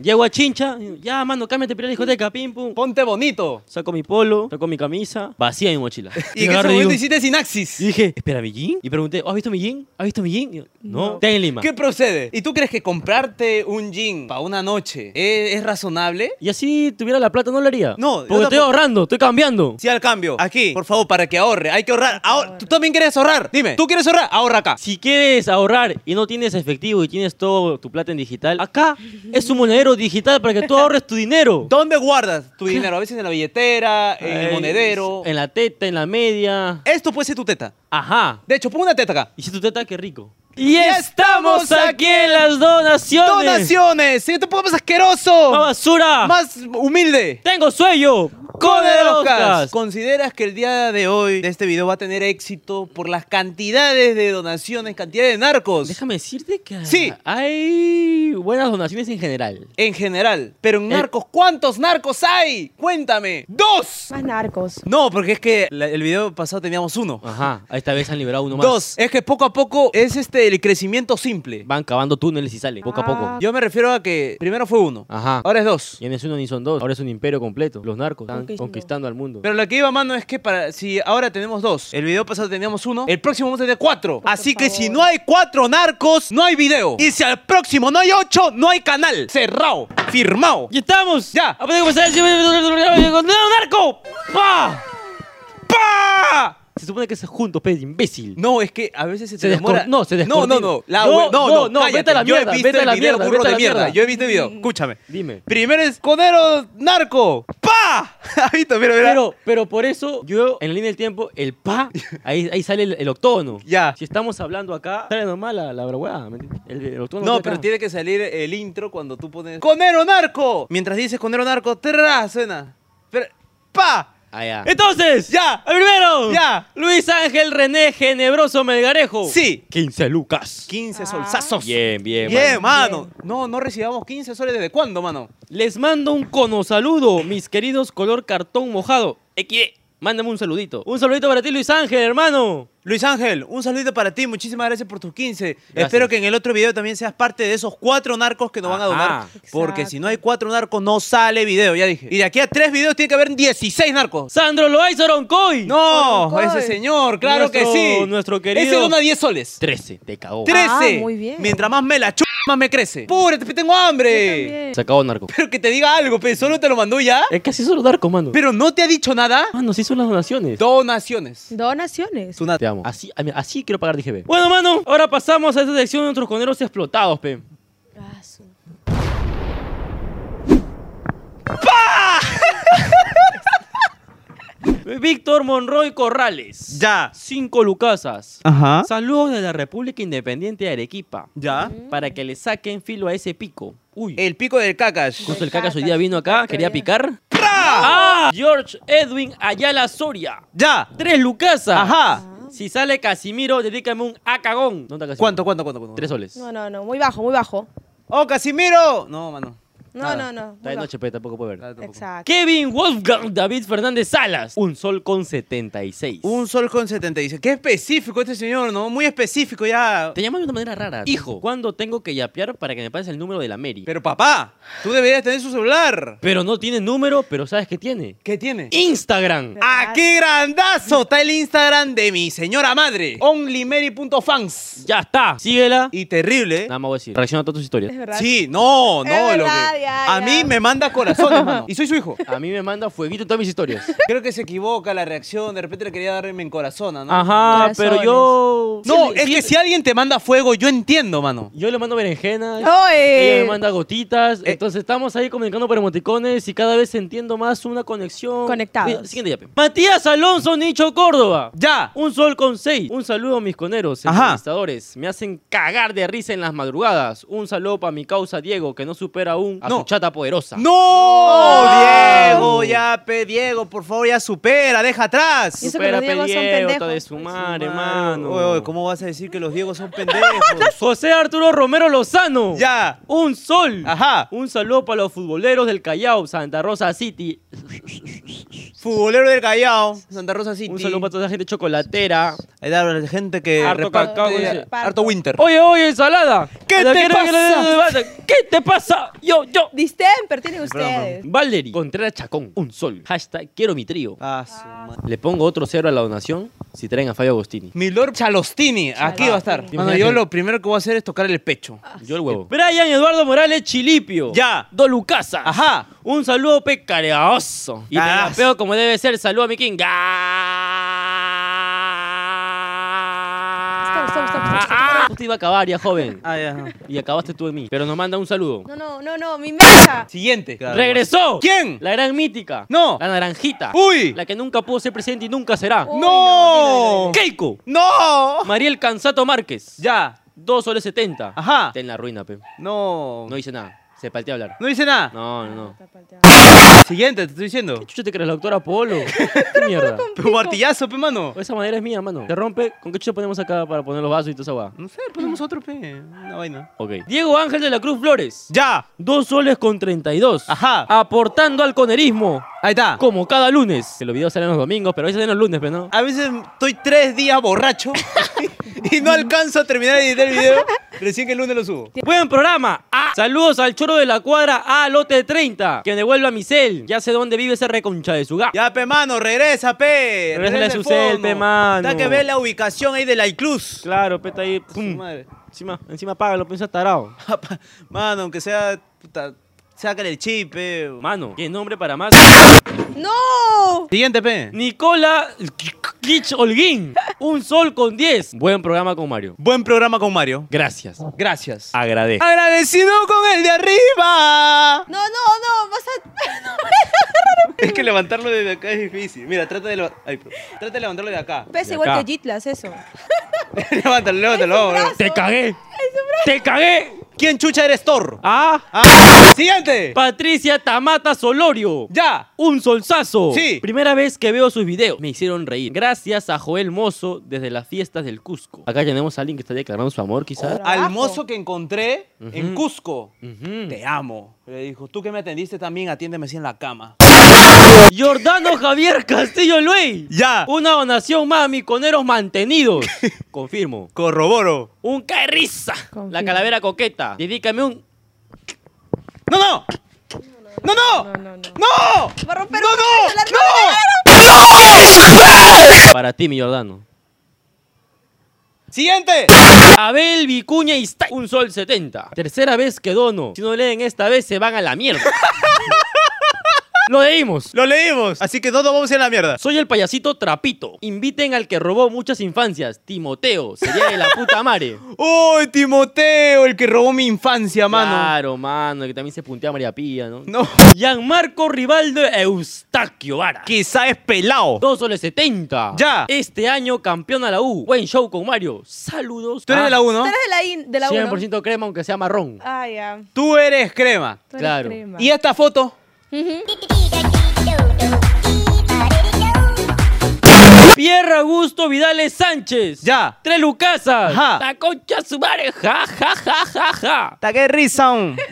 S1: Llego a Chincha, ya, mano, cámbiate para la discoteca, pim, pum.
S4: Ponte bonito.
S1: Saco mi polo, saco mi camisa, vacía mi mochila.
S4: <laughs> Y en ese
S1: agarro y
S4: momento
S1: digo-
S4: hiciste sinaxis.
S1: y dije, espera, mi jean. Y pregunté, ¿has visto mi jean? ¿Has visto mi jean? Y yo, no. Está en Lima.
S4: ¿Qué procede? ¿Y tú crees que comprarte un jean para una noche es, es razonable?
S1: Y así tuviera la plata, no lo haría.
S4: No, yo
S1: porque estoy
S4: tampoco.
S1: ahorrando, estoy cambiando.
S4: Sí, al cambio. Aquí, por favor, para que ahorre. Hay que ahorrar. Ahor- ¿Tú también quieres ahorrar? Dime, ¿tú quieres ahorrar? Ahorra acá.
S1: Si quieres ahorrar y no tienes efectivo y tienes todo tu plata en digital, acá es un monedero digital para que tú ahorres tu <laughs> dinero.
S4: ¿Dónde guardas tu dinero? A veces en la billetera, en el
S1: Eh,
S4: monedero.
S1: En la teta, en la media.
S4: Esto puede ser tu teta.
S1: Ajá.
S4: De hecho, pon una teta acá.
S1: Y si tu teta, qué rico. Y
S4: estamos
S1: estamos aquí en las donaciones.
S4: ¡Donaciones! ¡Sí, te pongo más asqueroso!
S1: Más basura.
S4: Más humilde!
S1: Tengo sueño. Ah. Con el Oscar.
S4: ¿Consideras que el día de hoy de este video va a tener éxito por las cantidades de donaciones, cantidad de narcos?
S1: Déjame decirte que
S4: Sí.
S1: hay buenas donaciones en general.
S4: En general. Pero
S1: Eh.
S4: en narcos, ¿cuántos narcos hay? Cuéntame. ¡Dos!
S8: Más narcos.
S4: No, porque es que la- el video pasado teníamos uno.
S1: Ajá. Esta vez han liberado uno Ah, más.
S4: Dos. Es que poco a poco es este el crecimiento simple.
S1: Van cavando túneles y sale, poco a poco.
S8: Ah.
S4: Yo me refiero a que primero fue uno.
S1: Ajá.
S4: Ahora es dos.
S1: Ya no es uno ni son dos. Ahora es un imperio completo. Los narcos están
S8: Conquistando.
S1: conquistando al mundo.
S4: Pero lo que iba a mano es que para si ahora tenemos dos, el video pasado teníamos uno, el próximo vamos a tener cuatro. Así que si no hay cuatro narcos, no hay video. Y si al próximo no hay ocho, no hay canal. Cerrado, firmado.
S1: ¡Ya estamos!
S4: Ya. pues, eh,
S1: ¡A punto de comenzar el- ¡Con un narco! ¡Pah!
S4: ¡Pa!
S1: Se supone que es juntos, pez imbécil.
S4: No, es que a veces se, te
S1: Se descor-
S4: demora.
S1: no, se
S4: No,
S1: descoordina.
S4: no, no. La
S1: No,
S4: hue- no,
S1: no, no,
S4: cállate.
S1: vete a la
S4: Yo he
S1: mierda,
S4: visto
S1: vete
S4: el
S1: a la
S4: video
S1: mierda,
S4: burro
S1: vete a
S4: de
S1: la
S4: mierda.
S1: mierda.
S4: Yo he visto el video. Escúchame.
S1: Dime.
S4: Primero es conero narco. ¡Pa! <laughs> ¿Has visto? Mira, mira.
S1: Pero, pero por eso yo, en la línea del tiempo, el pa, ahí, ahí sale el, el octógono.
S4: Ya.
S1: Si estamos hablando acá, sale normal la, la braguada, ¿me entiendes? El, el octógono
S4: No,
S1: está
S4: pero
S1: acá.
S4: tiene que salir el intro cuando tú pones ¡Conero narco! Mientras dices conero narco, tra, suena. Pero, ¡Pa!
S1: Ah, ya. Entonces,
S4: Ya.
S1: ¡el primero!
S4: Ya.
S1: Luis Ángel René Genebroso Melgarejo.
S4: Sí.
S1: 15 lucas.
S4: 15 solsazos.
S1: Bien, bien.
S4: Bien,
S1: mano.
S4: mano. No, no recibamos 15 soles desde cuándo, mano.
S1: Les mando un cono saludo, mis queridos color cartón mojado. XD. Mándame un saludito. Un saludito para ti, Luis Ángel, hermano.
S4: Luis Ángel, un saludito para ti, muchísimas gracias por tus 15.
S1: Gracias.
S4: Espero que en el otro video también seas parte de esos cuatro narcos que nos van a donar.
S1: Ajá.
S4: Porque si no hay cuatro narcos, no sale video, ya dije. Y de aquí a tres videos tiene que haber 16 narcos.
S1: Sandro Loaiza Oroncoy.
S4: No,
S8: Orcoy.
S4: ese señor, claro
S1: Nuestro-
S4: que sí.
S1: nuestro querido-
S4: Ese dona 10 soles.
S1: 13, te cagó.
S4: 13.
S8: Ah, muy bien.
S4: Mientras más me la chupa, más me crece. Pobre, te- tengo hambre.
S1: Se acabó narco.
S4: Pero que te diga algo, pero solo te lo mandó ya.
S1: Es que así son los narcos, mano.
S4: Pero no te ha dicho nada.
S1: Mano, así son las donaciones.
S4: Donaciones.
S8: Donaciones.
S4: Su na-
S1: Te amo. Así, a mí- así quiero pagar DGB. Bueno, mano, ahora pasamos a esta sección de nuestros coneros explotados, pe.
S8: Ah, su-
S1: <laughs> Víctor Monroy Corrales.
S4: Ya.
S1: Cinco lucasas.
S4: Ajá.
S1: Saludos de la República Independiente de Arequipa.
S4: Ya.
S8: Mm.
S1: Para que le saquen filo a ese pico. Uy.
S8: Eh,
S4: El pico del cacas.
S1: Justo el
S8: Del
S1: caca hoy
S8: Cacas,
S1: día vino acá,
S8: Cacas
S1: quería
S8: ya.
S1: picar. ¡Ah! George Edwin Ayala Soria.
S4: Ya.
S1: Tres lucasas.
S8: Ah.
S4: Ajá.
S1: Si sale Casimiro, dedícame un acagón. ¿Dónde está Casimiro?
S4: ¿Cuánto, cuánto, cuánto? cuánto?
S1: Tres soles.
S8: No, no, no. Muy bajo, muy bajo.
S4: ¡Oh, Casimiro! No, mano.
S8: No,
S4: Nada.
S8: no, no.
S1: Está de
S8: muy bajo.
S1: noche, pe, tampoco puede ver.
S4: Nada tampoco.
S8: Exacto.
S1: Kevin Wolfgang David Fernández Salas. Un sol con 76.
S4: Un sol con 76. Qué específico este señor, ¿no? Muy específico ya.
S1: Te llaman de una manera rara. Hijo, ¿cuándo tengo que yapear para que me pases el número de la Mary?
S4: Pero papá, tú deberías tener su celular.
S1: Pero no tiene número, pero ¿sabes qué tiene?
S4: ¿Qué tiene?
S1: Instagram.
S4: ¡Ah, qué grandazo! Está el Instagram de mi señora madre. OnlyMary.fans.
S1: Ya está. Síguela. Y
S4: Y terrible. ¿eh?
S1: nada más voy a decir. Reacciona a todas tus historias.
S8: Es verdad.
S4: Sí, no, no,
S8: Es
S4: lo
S8: verdad,
S4: que-
S8: ya,
S4: A
S8: ya.
S4: mí me manda corazones, mano. Y soy su hijo.
S1: A mí me manda fueguito en todas mis historias.
S4: Creo que se equivoca la reacción. De repente le quería darme en corazón, ¿no?
S1: <laughs> Ajá,
S8: Corazones.
S1: pero yo.
S4: No,
S1: Sí,
S4: es
S1: sí,
S4: que si alguien te manda fuego, yo entiendo, mano.
S1: Yo le mando berenjenas.
S8: ¡Oye!
S1: Ella me manda gotitas.
S4: Eh.
S1: entonces estamos ahí comunicando por emoticones y cada vez entiendo más una conexión.
S8: Conectados.
S1: Sí, Siguiente yape. Matías Alonso Nicho Córdoba.
S4: ¡Ya!
S1: Un sol con seis. Un saludo a mis coneros,
S4: Ajá.
S1: entrevistadores. Me hacen cagar de risa en las madrugadas. Un saludo para mi causa Diego, que no supera aún a
S4: No.
S1: su chata poderosa.
S4: ¡No! Diego, ya, pe, Diego, por favor, ya supera, deja
S8: Y
S4: atrás.
S8: eso que los
S1: Supera
S8: Diegos son
S1: Pediego, de
S8: pendejos.
S1: su madre, hermano.
S4: Oye, oye, ¿cómo vas a decir que los Diegos son pendejos?
S1: José Arturo Romero Lozano.
S4: ya.
S1: Un sol.
S4: Ajá.
S1: Un saludo para los futboleros del Callao, Santa Rosa City.
S4: Futbolero del Callao, Santa Rosa City.
S1: Un saludo para toda la gente chocolatera.
S4: Ahí da la gente que
S1: Harto
S4: reparte-
S1: cacao, dice. Oh.
S4: Harto Winter.
S1: Oye, oye, ensalada.
S4: ¿Qué
S1: La
S4: te
S1: quiero-
S4: pasa?
S1: ¿Qué te pasa?
S4: <laughs>
S1: Yo, yo.
S8: Distemper tienen ustedes.
S1: Valery Contreras Chacón, un sol. Hashtag quiero mi trío.
S4: Ah, su madre.
S1: Le pongo otro cero a la donación si traen a Fabio Agostini.
S4: Milord Chalostini, aquí va a estar.
S1: Chalostini.
S4: Mano, yo lo primero que voy a hacer es tocarle el pecho.
S1: Yo el huevo. Brian Eduardo Morales Chilipio.
S4: Ya.
S1: Dolucasa.
S4: Ajá.
S1: Un saludo pecareoso. Y te
S4: Ah.
S1: rapeo como debe ser. Saludo a mi king. Ga-
S8: Stop, stop, stop, stop, stop.
S1: Tú te Ah, iba a acabar ya, joven.
S4: Ah, ya.
S1: Y acabaste tú en mí. Pero nos manda un saludo.
S8: No, no, no, no. Mi mesa.
S4: Siguiente.
S1: ¡Regresó!
S4: ¿Quién?
S1: La gran mítica.
S4: No.
S1: La naranjita.
S4: Uy.
S1: La que nunca pudo ser presidente y nunca será.
S4: Oh.
S8: Uy,
S4: ¡No!
S1: Keiko.
S4: ¡No!
S1: Mariel Cansato Márquez.
S4: Ya.
S1: 2 soles 70.
S4: Ajá.
S1: Está en la ruina, pe.
S4: No.
S1: No hice nada. Se palteó a hablar.
S4: No dice nada.
S1: No, no, no.
S4: Siguiente, te estoy
S1: <laughs>
S4: diciendo.
S1: Chucha, te crees la doctora
S4: <laughs>
S1: Polo. ¿Qué mierda?
S4: Tu martillazo, pe, mano.
S1: Esa madera es mía, mano. Se rompe. ¿Con qué chucha ponemos acá para poner los vasos y toda esa guada?
S4: No sé, ponemos otro, pe. Una vaina.
S1: Ok. Diego Ángel de la Cruz Flores.
S4: Ya.
S1: 2 soles con 32.
S4: Ajá.
S1: Aportando al conerismo.
S4: Ahí está.
S1: Como cada lunes. Que los videos salen los domingos, pero a veces salen los lunes, pero no.
S4: A veces estoy tres días borracho y no alcanzo a terminar de editar el video. Recién que el lunes lo subo.
S1: Buen programa. Ah, saludos al choro de la cuadra A lote 30. Que me devuelva mi cel. Ya sé dónde vive ese reconcha de su gato.
S4: Ya, pe, mano, regresa, pe.
S1: Regrésale
S4: Regresa
S1: a su
S4: el
S1: cel,
S4: fono.
S1: pe, mano.
S4: Está que ve la ubicación ahí del iClus.
S1: Claro, peta ahí. pum.
S4: Madre. <laughs>
S1: Encima, encima págalo, piensa tarado.
S4: Mano, aunque sea. Puta, sácale el chip, pe.
S1: Mano, qué nombre para más.
S8: ¡No!
S4: Siguiente, pe.
S1: Nicola Lich Holguín, un sol con 10. Buen programa con Mario.
S4: Buen programa con Mario.
S1: Gracias. Ah,
S4: Gracias.
S1: Agradezco.
S4: Agradecido con el de arriba.
S8: No, no, no, vas a. <laughs> no,
S4: Es que levantarlo desde acá es difícil. Mira, trata de, leva- ay, perdón. trata de levantarlo de acá.
S8: Pesa
S1: De
S8: igual
S1: acá.
S8: que Jitlas, eso.
S4: <laughs> levántalo, levántalo. vamos, vamos.
S1: Te cagué. Te cagué.
S4: ¿Quién chucha eres Thor?
S1: Ah.
S4: Ah. Siguiente.
S1: Patricia Tamata Solorio.
S4: ya.
S1: Un solsazo.
S4: Sí.
S1: Primera vez que veo sus videos. Me hicieron reír. Gracias a Joel Mozo desde las fiestas del Cusco. Acá tenemos a alguien que está declarando su amor, quizás.
S8: Hola. Trabajo.
S4: Al mozo que encontré en Cusco.
S1: Ujú.
S4: Te amo. Le dijo, tú que me atendiste también, atiéndeme así en la cama.
S1: Jordano Javier Castillo Luey.
S4: Ya.
S1: Una donación más a mis coneros mantenidos. <laughs> Confirmo.
S4: Corroboro.
S1: Un cae risa. La
S8: Confirmo.
S1: calavera coqueta. Dedícame un.
S4: ¡No, no! ¡No, no!
S8: No, no, no.
S4: ¡No!
S8: Va a romper
S4: ¡No,
S8: una
S4: no!
S8: cabeza, la
S4: ¡No!
S1: Para ti, mi Jordano.
S4: ¡Siguiente!
S1: Abel Vicuña y Sta- Un sol 70. Tercera vez que dono. Si no leen esta vez, se van a
S4: <laughs>
S1: la mierda. Lo leímos.
S4: Lo leímos. Así que todos vamos en la mierda.
S1: Soy el payasito Trapito. Inviten al que robó muchas infancias, Timoteo. Sería de la puta madre.
S4: ¡Uy, Timoteo! El que robó mi infancia, <laughs> mano.
S1: Claro, mano, que también se puntea a María Pía, ¿no?
S4: No.
S1: Gianmarco Rivaldo Eustaquio Vara.
S4: Quizá es pelado.
S1: 2 soles 70.
S4: Ya.
S1: Este año campeón a la U. Buen show con Mario. Saludos.
S4: Tú eres de la 1.
S8: Tú eres de la in, de la uno.
S1: 100% crema, aunque sea marrón.
S8: Ah, ya.
S4: Tú eres crema.
S8: Tú eres
S1: Claro.
S8: crema.
S4: ¿Y esta foto?
S1: Pierre Augusto Vidales Sánchez.
S4: Ya.
S1: Tres Lucasas.
S4: Ajá.
S1: La concha su madre. Ja, ja, ja, ja, ja.
S4: ¡Está que risa!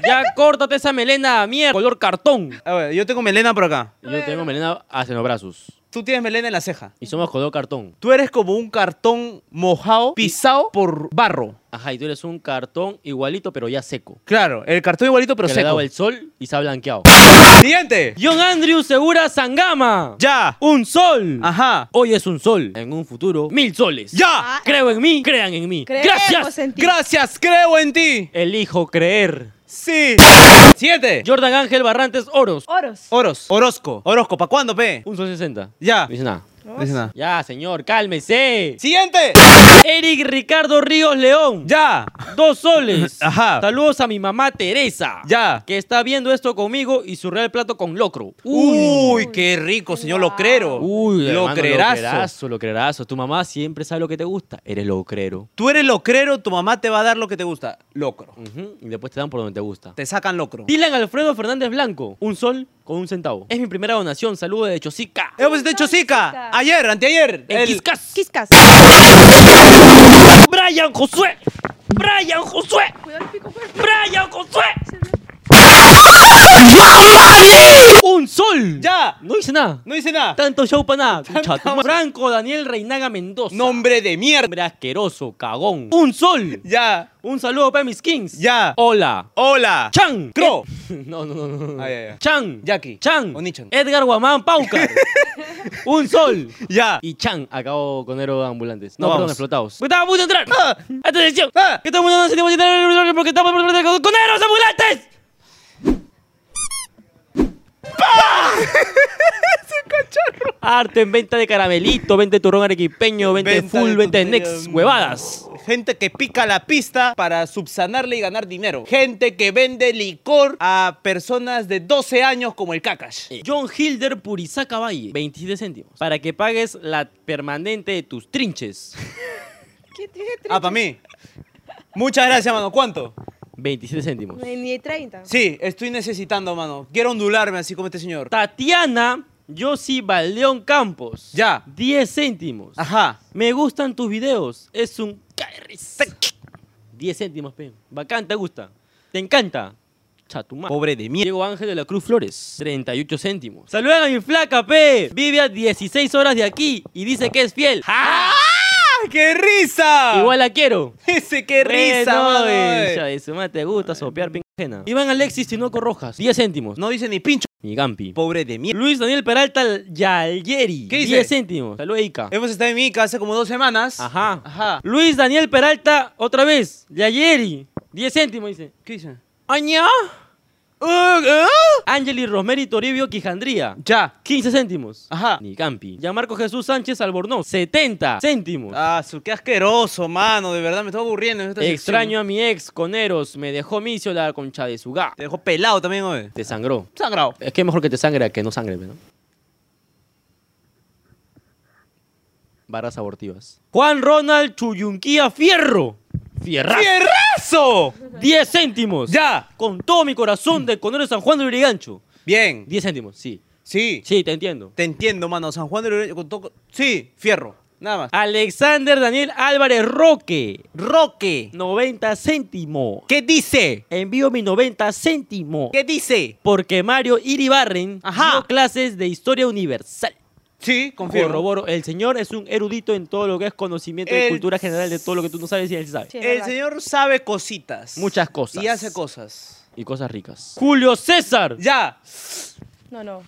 S1: Ya córtate esa melena, mierda. Color cartón.
S4: A ver, yo tengo melena por acá.
S1: Yo tengo melena hacia los brazos.
S4: Tú tienes melena en la ceja.
S1: Y somos color cartón.
S4: Tú eres como un cartón mojado, pisado por barro.
S1: Ajá, y tú eres un cartón igualito, pero ya seco.
S4: Claro, el cartón igualito pero
S1: que le ha
S4: seco.
S1: dado el sol y se ha blanqueado.
S4: <laughs> Siguiente.
S1: John Andrew Segura Sangama.
S4: Ya.
S1: Un sol.
S4: Ajá.
S1: Hoy es un sol. Ah. En un futuro, mil soles.
S4: Ya.
S1: Creo en mí, crean en mí.
S8: Creemos
S1: Gracias.
S8: pues, en ti.
S4: Gracias, creo en ti.
S1: Elijo creer.
S4: Sí. Siguiente.
S1: Jordan Ángel Barrantes Oros.
S8: Oros.
S4: Oros. Orozco. Orozco, ¿pa' cuándo, pe?
S1: Un sol sesenta.
S4: Ya.
S1: No dice nada.
S4: No dice nada.
S1: Ya, señor, cálmese.
S4: Siguiente.
S1: Eric Ricardo Ríos León.
S4: Ya.
S1: Dos
S4: <laughs>
S1: soles.
S4: Ajá.
S1: Saludos a mi mamá Teresa.
S4: Ya.
S1: Que está viendo esto conmigo y su real plato con locro.
S4: Uh, Uy, qué rico, señor Locrero.
S1: Uy, hermano,
S4: Locrerazo.
S1: locrerazo, locrerazo. Tu mamá siempre sabe lo que te gusta. Eres locrero.
S4: Tú eres locrero, tu mamá te va a dar lo que te gusta. Locro.
S1: Ujú, Y después te dan por donde te gusta.
S4: Te sacan locro.
S1: Dylan Alfredo Fernández Blanco. Un sol con un centavo. Es mi primera donación. Saludos de Chosica.
S4: Hemos hecho Zika. Ayer, anteayer. Eh,
S1: En
S4: pues, el-
S1: Quiscas.
S8: Quiscas.
S1: Brian Josué. Brian Josué.
S8: Cuidado el pico, cuidado el pico.
S1: Brian Josué. Un sol.
S4: Ya.
S1: No hice nada.
S4: No dice nada.
S1: Tanto show para nada. Concha tu madre. Franco Daniel Reinaga Mendoza.
S4: Nombre de mierda.
S1: Hombre asqueroso, cagón. Un sol.
S4: Ya.
S1: Un saludo para mis kings.
S4: Ya.
S1: Hola.
S4: Hola.
S1: Chan. <laughs>
S4: Cro.
S1: No, no, no, no.
S4: Ah, ya, ya.
S1: Chan.
S4: Jackie.
S1: Chan.
S4: Onichan.
S1: Edgar Guamán <laughs> Paucar. Un sol.
S4: Ya.
S1: Y Chan. Acabo con héroes ambulantes. No,
S4: No,
S1: perdón,
S4: vamos.
S1: explotados. Estaba a punto de entrar.
S4: Ah.
S1: Atención.
S4: Ah.
S1: Que todo el mundo no se tiene que entrar porque estamos con héroes ambulantes. <laughs> Arte en venta de caramelito, venta de turrón arequipeño, venta de
S4: Venta
S1: full,
S4: de
S1: venta de
S4: tontería.
S1: next, huevadas.
S4: Gente que pica la pista para subsanarle y ganar dinero. Gente que vende licor a personas de 12 años como el Kakash.
S1: John Hilder Purizaca Valle, 27 céntimos. Para que pagues la permanente de tus trinches.
S8: ¿Qué tiene
S4: Ah,
S8: 30?
S4: para mí. Muchas gracias, mano. ¿Cuánto?
S1: 27 céntimos.
S8: Ni ni 30.
S4: Sí, estoy necesitando, mano. Quiero ondularme así como este señor.
S1: Tatiana Yossi Baldeón Campos.
S4: Ya.
S1: 10 céntimos.
S4: Ajá.
S1: Me gustan tus videos. Es un carris. 10 céntimos, pe. Bacán, te gusta. Te encanta. Chatumá.
S4: Pobre de mierda.
S1: Diego Ángel de la Cruz Flores, 38 céntimos. Saludan a mi flaca, pe. Vive a 16 horas de aquí y dice que es fiel. ¡Ja!
S4: ¡Ah! ¡Qué risa!
S1: Igual la quiero.
S4: <laughs> Ese, qué risa,
S1: Bueno,
S4: mano.
S1: eh,
S4: eh.
S1: ya, de su madre te gusta sopear pinga ajena. Iván Alexis Tinoco Rojas, 10 céntimos. No,
S4: No dice ni pincho.
S1: mi Gampi.
S4: Pobre de mierda.
S1: Luis Daniel Peralta Yalgeri,
S4: ¿Qué dice?
S1: 10 céntimos. Salud, Ica.
S4: Hemos estado en Mica hace como dos semanas.
S1: Ajá.
S4: Ajá.
S1: Luis Daniel Peralta, otra vez, Yalgeri, 10 céntimos, dice.
S4: ¿Qué dice?
S1: ¿Aña?
S4: ¿Eh?
S1: Ángel y Rosemary Toribio Quijandría.
S4: Ya.
S1: 15 céntimos.
S4: Ajá.
S1: Ni Campi. Ya Marco Jesús Sánchez Albornoz. 70 céntimos.
S4: Ah, su, qué asqueroso, mano. De verdad, me estoy aburriendo en esta
S1: Extraño
S4: sección.
S1: a mi ex, Coneros. Me dejó micio la concha de su ga.
S4: Te dejó pelado también, oye.
S1: Te sangró.
S4: Sangrado.
S1: Es que mejor que te sangre a que no sangre, ¿no? Barras abortivas. Juan Ronald Chuyunquía Fierro. Fierra.
S4: ¡Fierrazo!
S1: 10 céntimos.
S4: ¡Ya!
S1: Con todo mi corazón de Conero San Juan de Urigancho.
S4: Bien.
S1: 10 céntimos, sí.
S4: Sí.
S1: Sí, te entiendo.
S4: Te entiendo, mano. San Juan de Lurigancho con todo- Sí, fierro. Nada más.
S1: Alexander Daniel Álvarez Roque.
S4: Roque.
S1: 90 céntimos.
S4: ¿Qué dice?
S1: Envío mi 90 céntimos.
S4: ¿Qué dice?
S1: Porque Mario Iribarren
S4: Ajá.
S1: dio clases de historia universal.
S4: Sí, confirmo.
S1: Corroboro, el señor es un erudito en todo lo que es conocimiento de
S4: El-
S1: cultura general de todo lo que tú no sabes y él sabe.
S8: Sí, es
S4: El
S8: verdad.
S4: señor sabe cositas.
S1: Muchas cosas.
S4: Y hace cosas.
S1: Y cosas ricas. Julio César.
S4: Ya.
S8: No, no.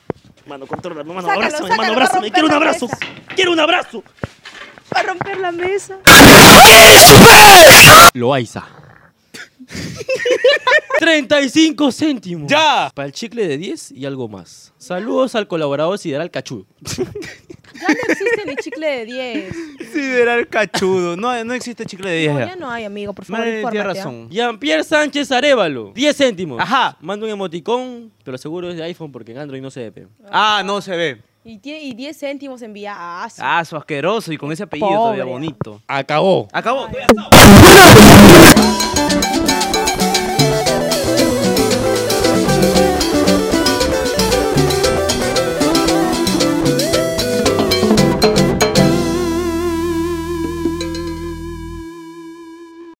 S1: Mano, contrólame, mano,
S8: Sácalo,
S1: abrázame,
S8: sácalo,
S1: mano,
S8: va a
S1: abrázame.
S8: romper
S1: Quiero un
S8: la
S1: abrazo. Quiero un abrazo.
S8: Va a romper la <laughs> mesa.
S1: <laughs> Loaiza. 35 céntimos.
S4: Ya.
S1: Para el chicle de 10 y algo más. Saludos al colaborador Sideral Cachú.
S8: Ya Ah, no existe ni chicle de 10.
S4: Sideral cachudo. No, no existe chicle de
S8: No,
S4: 10.
S8: ya no hay, amigo, por favor,
S4: Madre, tiene
S8: infórmate. ¿ah?
S4: razón.
S1: Jean-Pierre Sánchez Arevalo. 10 céntimos.
S4: Ajá.
S1: Manda un emoticón, pero seguro es de iPhone porque en Android no se ve.
S4: Ah, no se ve.
S8: Y, tie- y 10 céntimos envía a Asu.
S4: Ah, su asqueroso. Y con ese apellido
S8: Pobre.
S4: todavía bonito.
S1: Acabó.
S4: Acabó.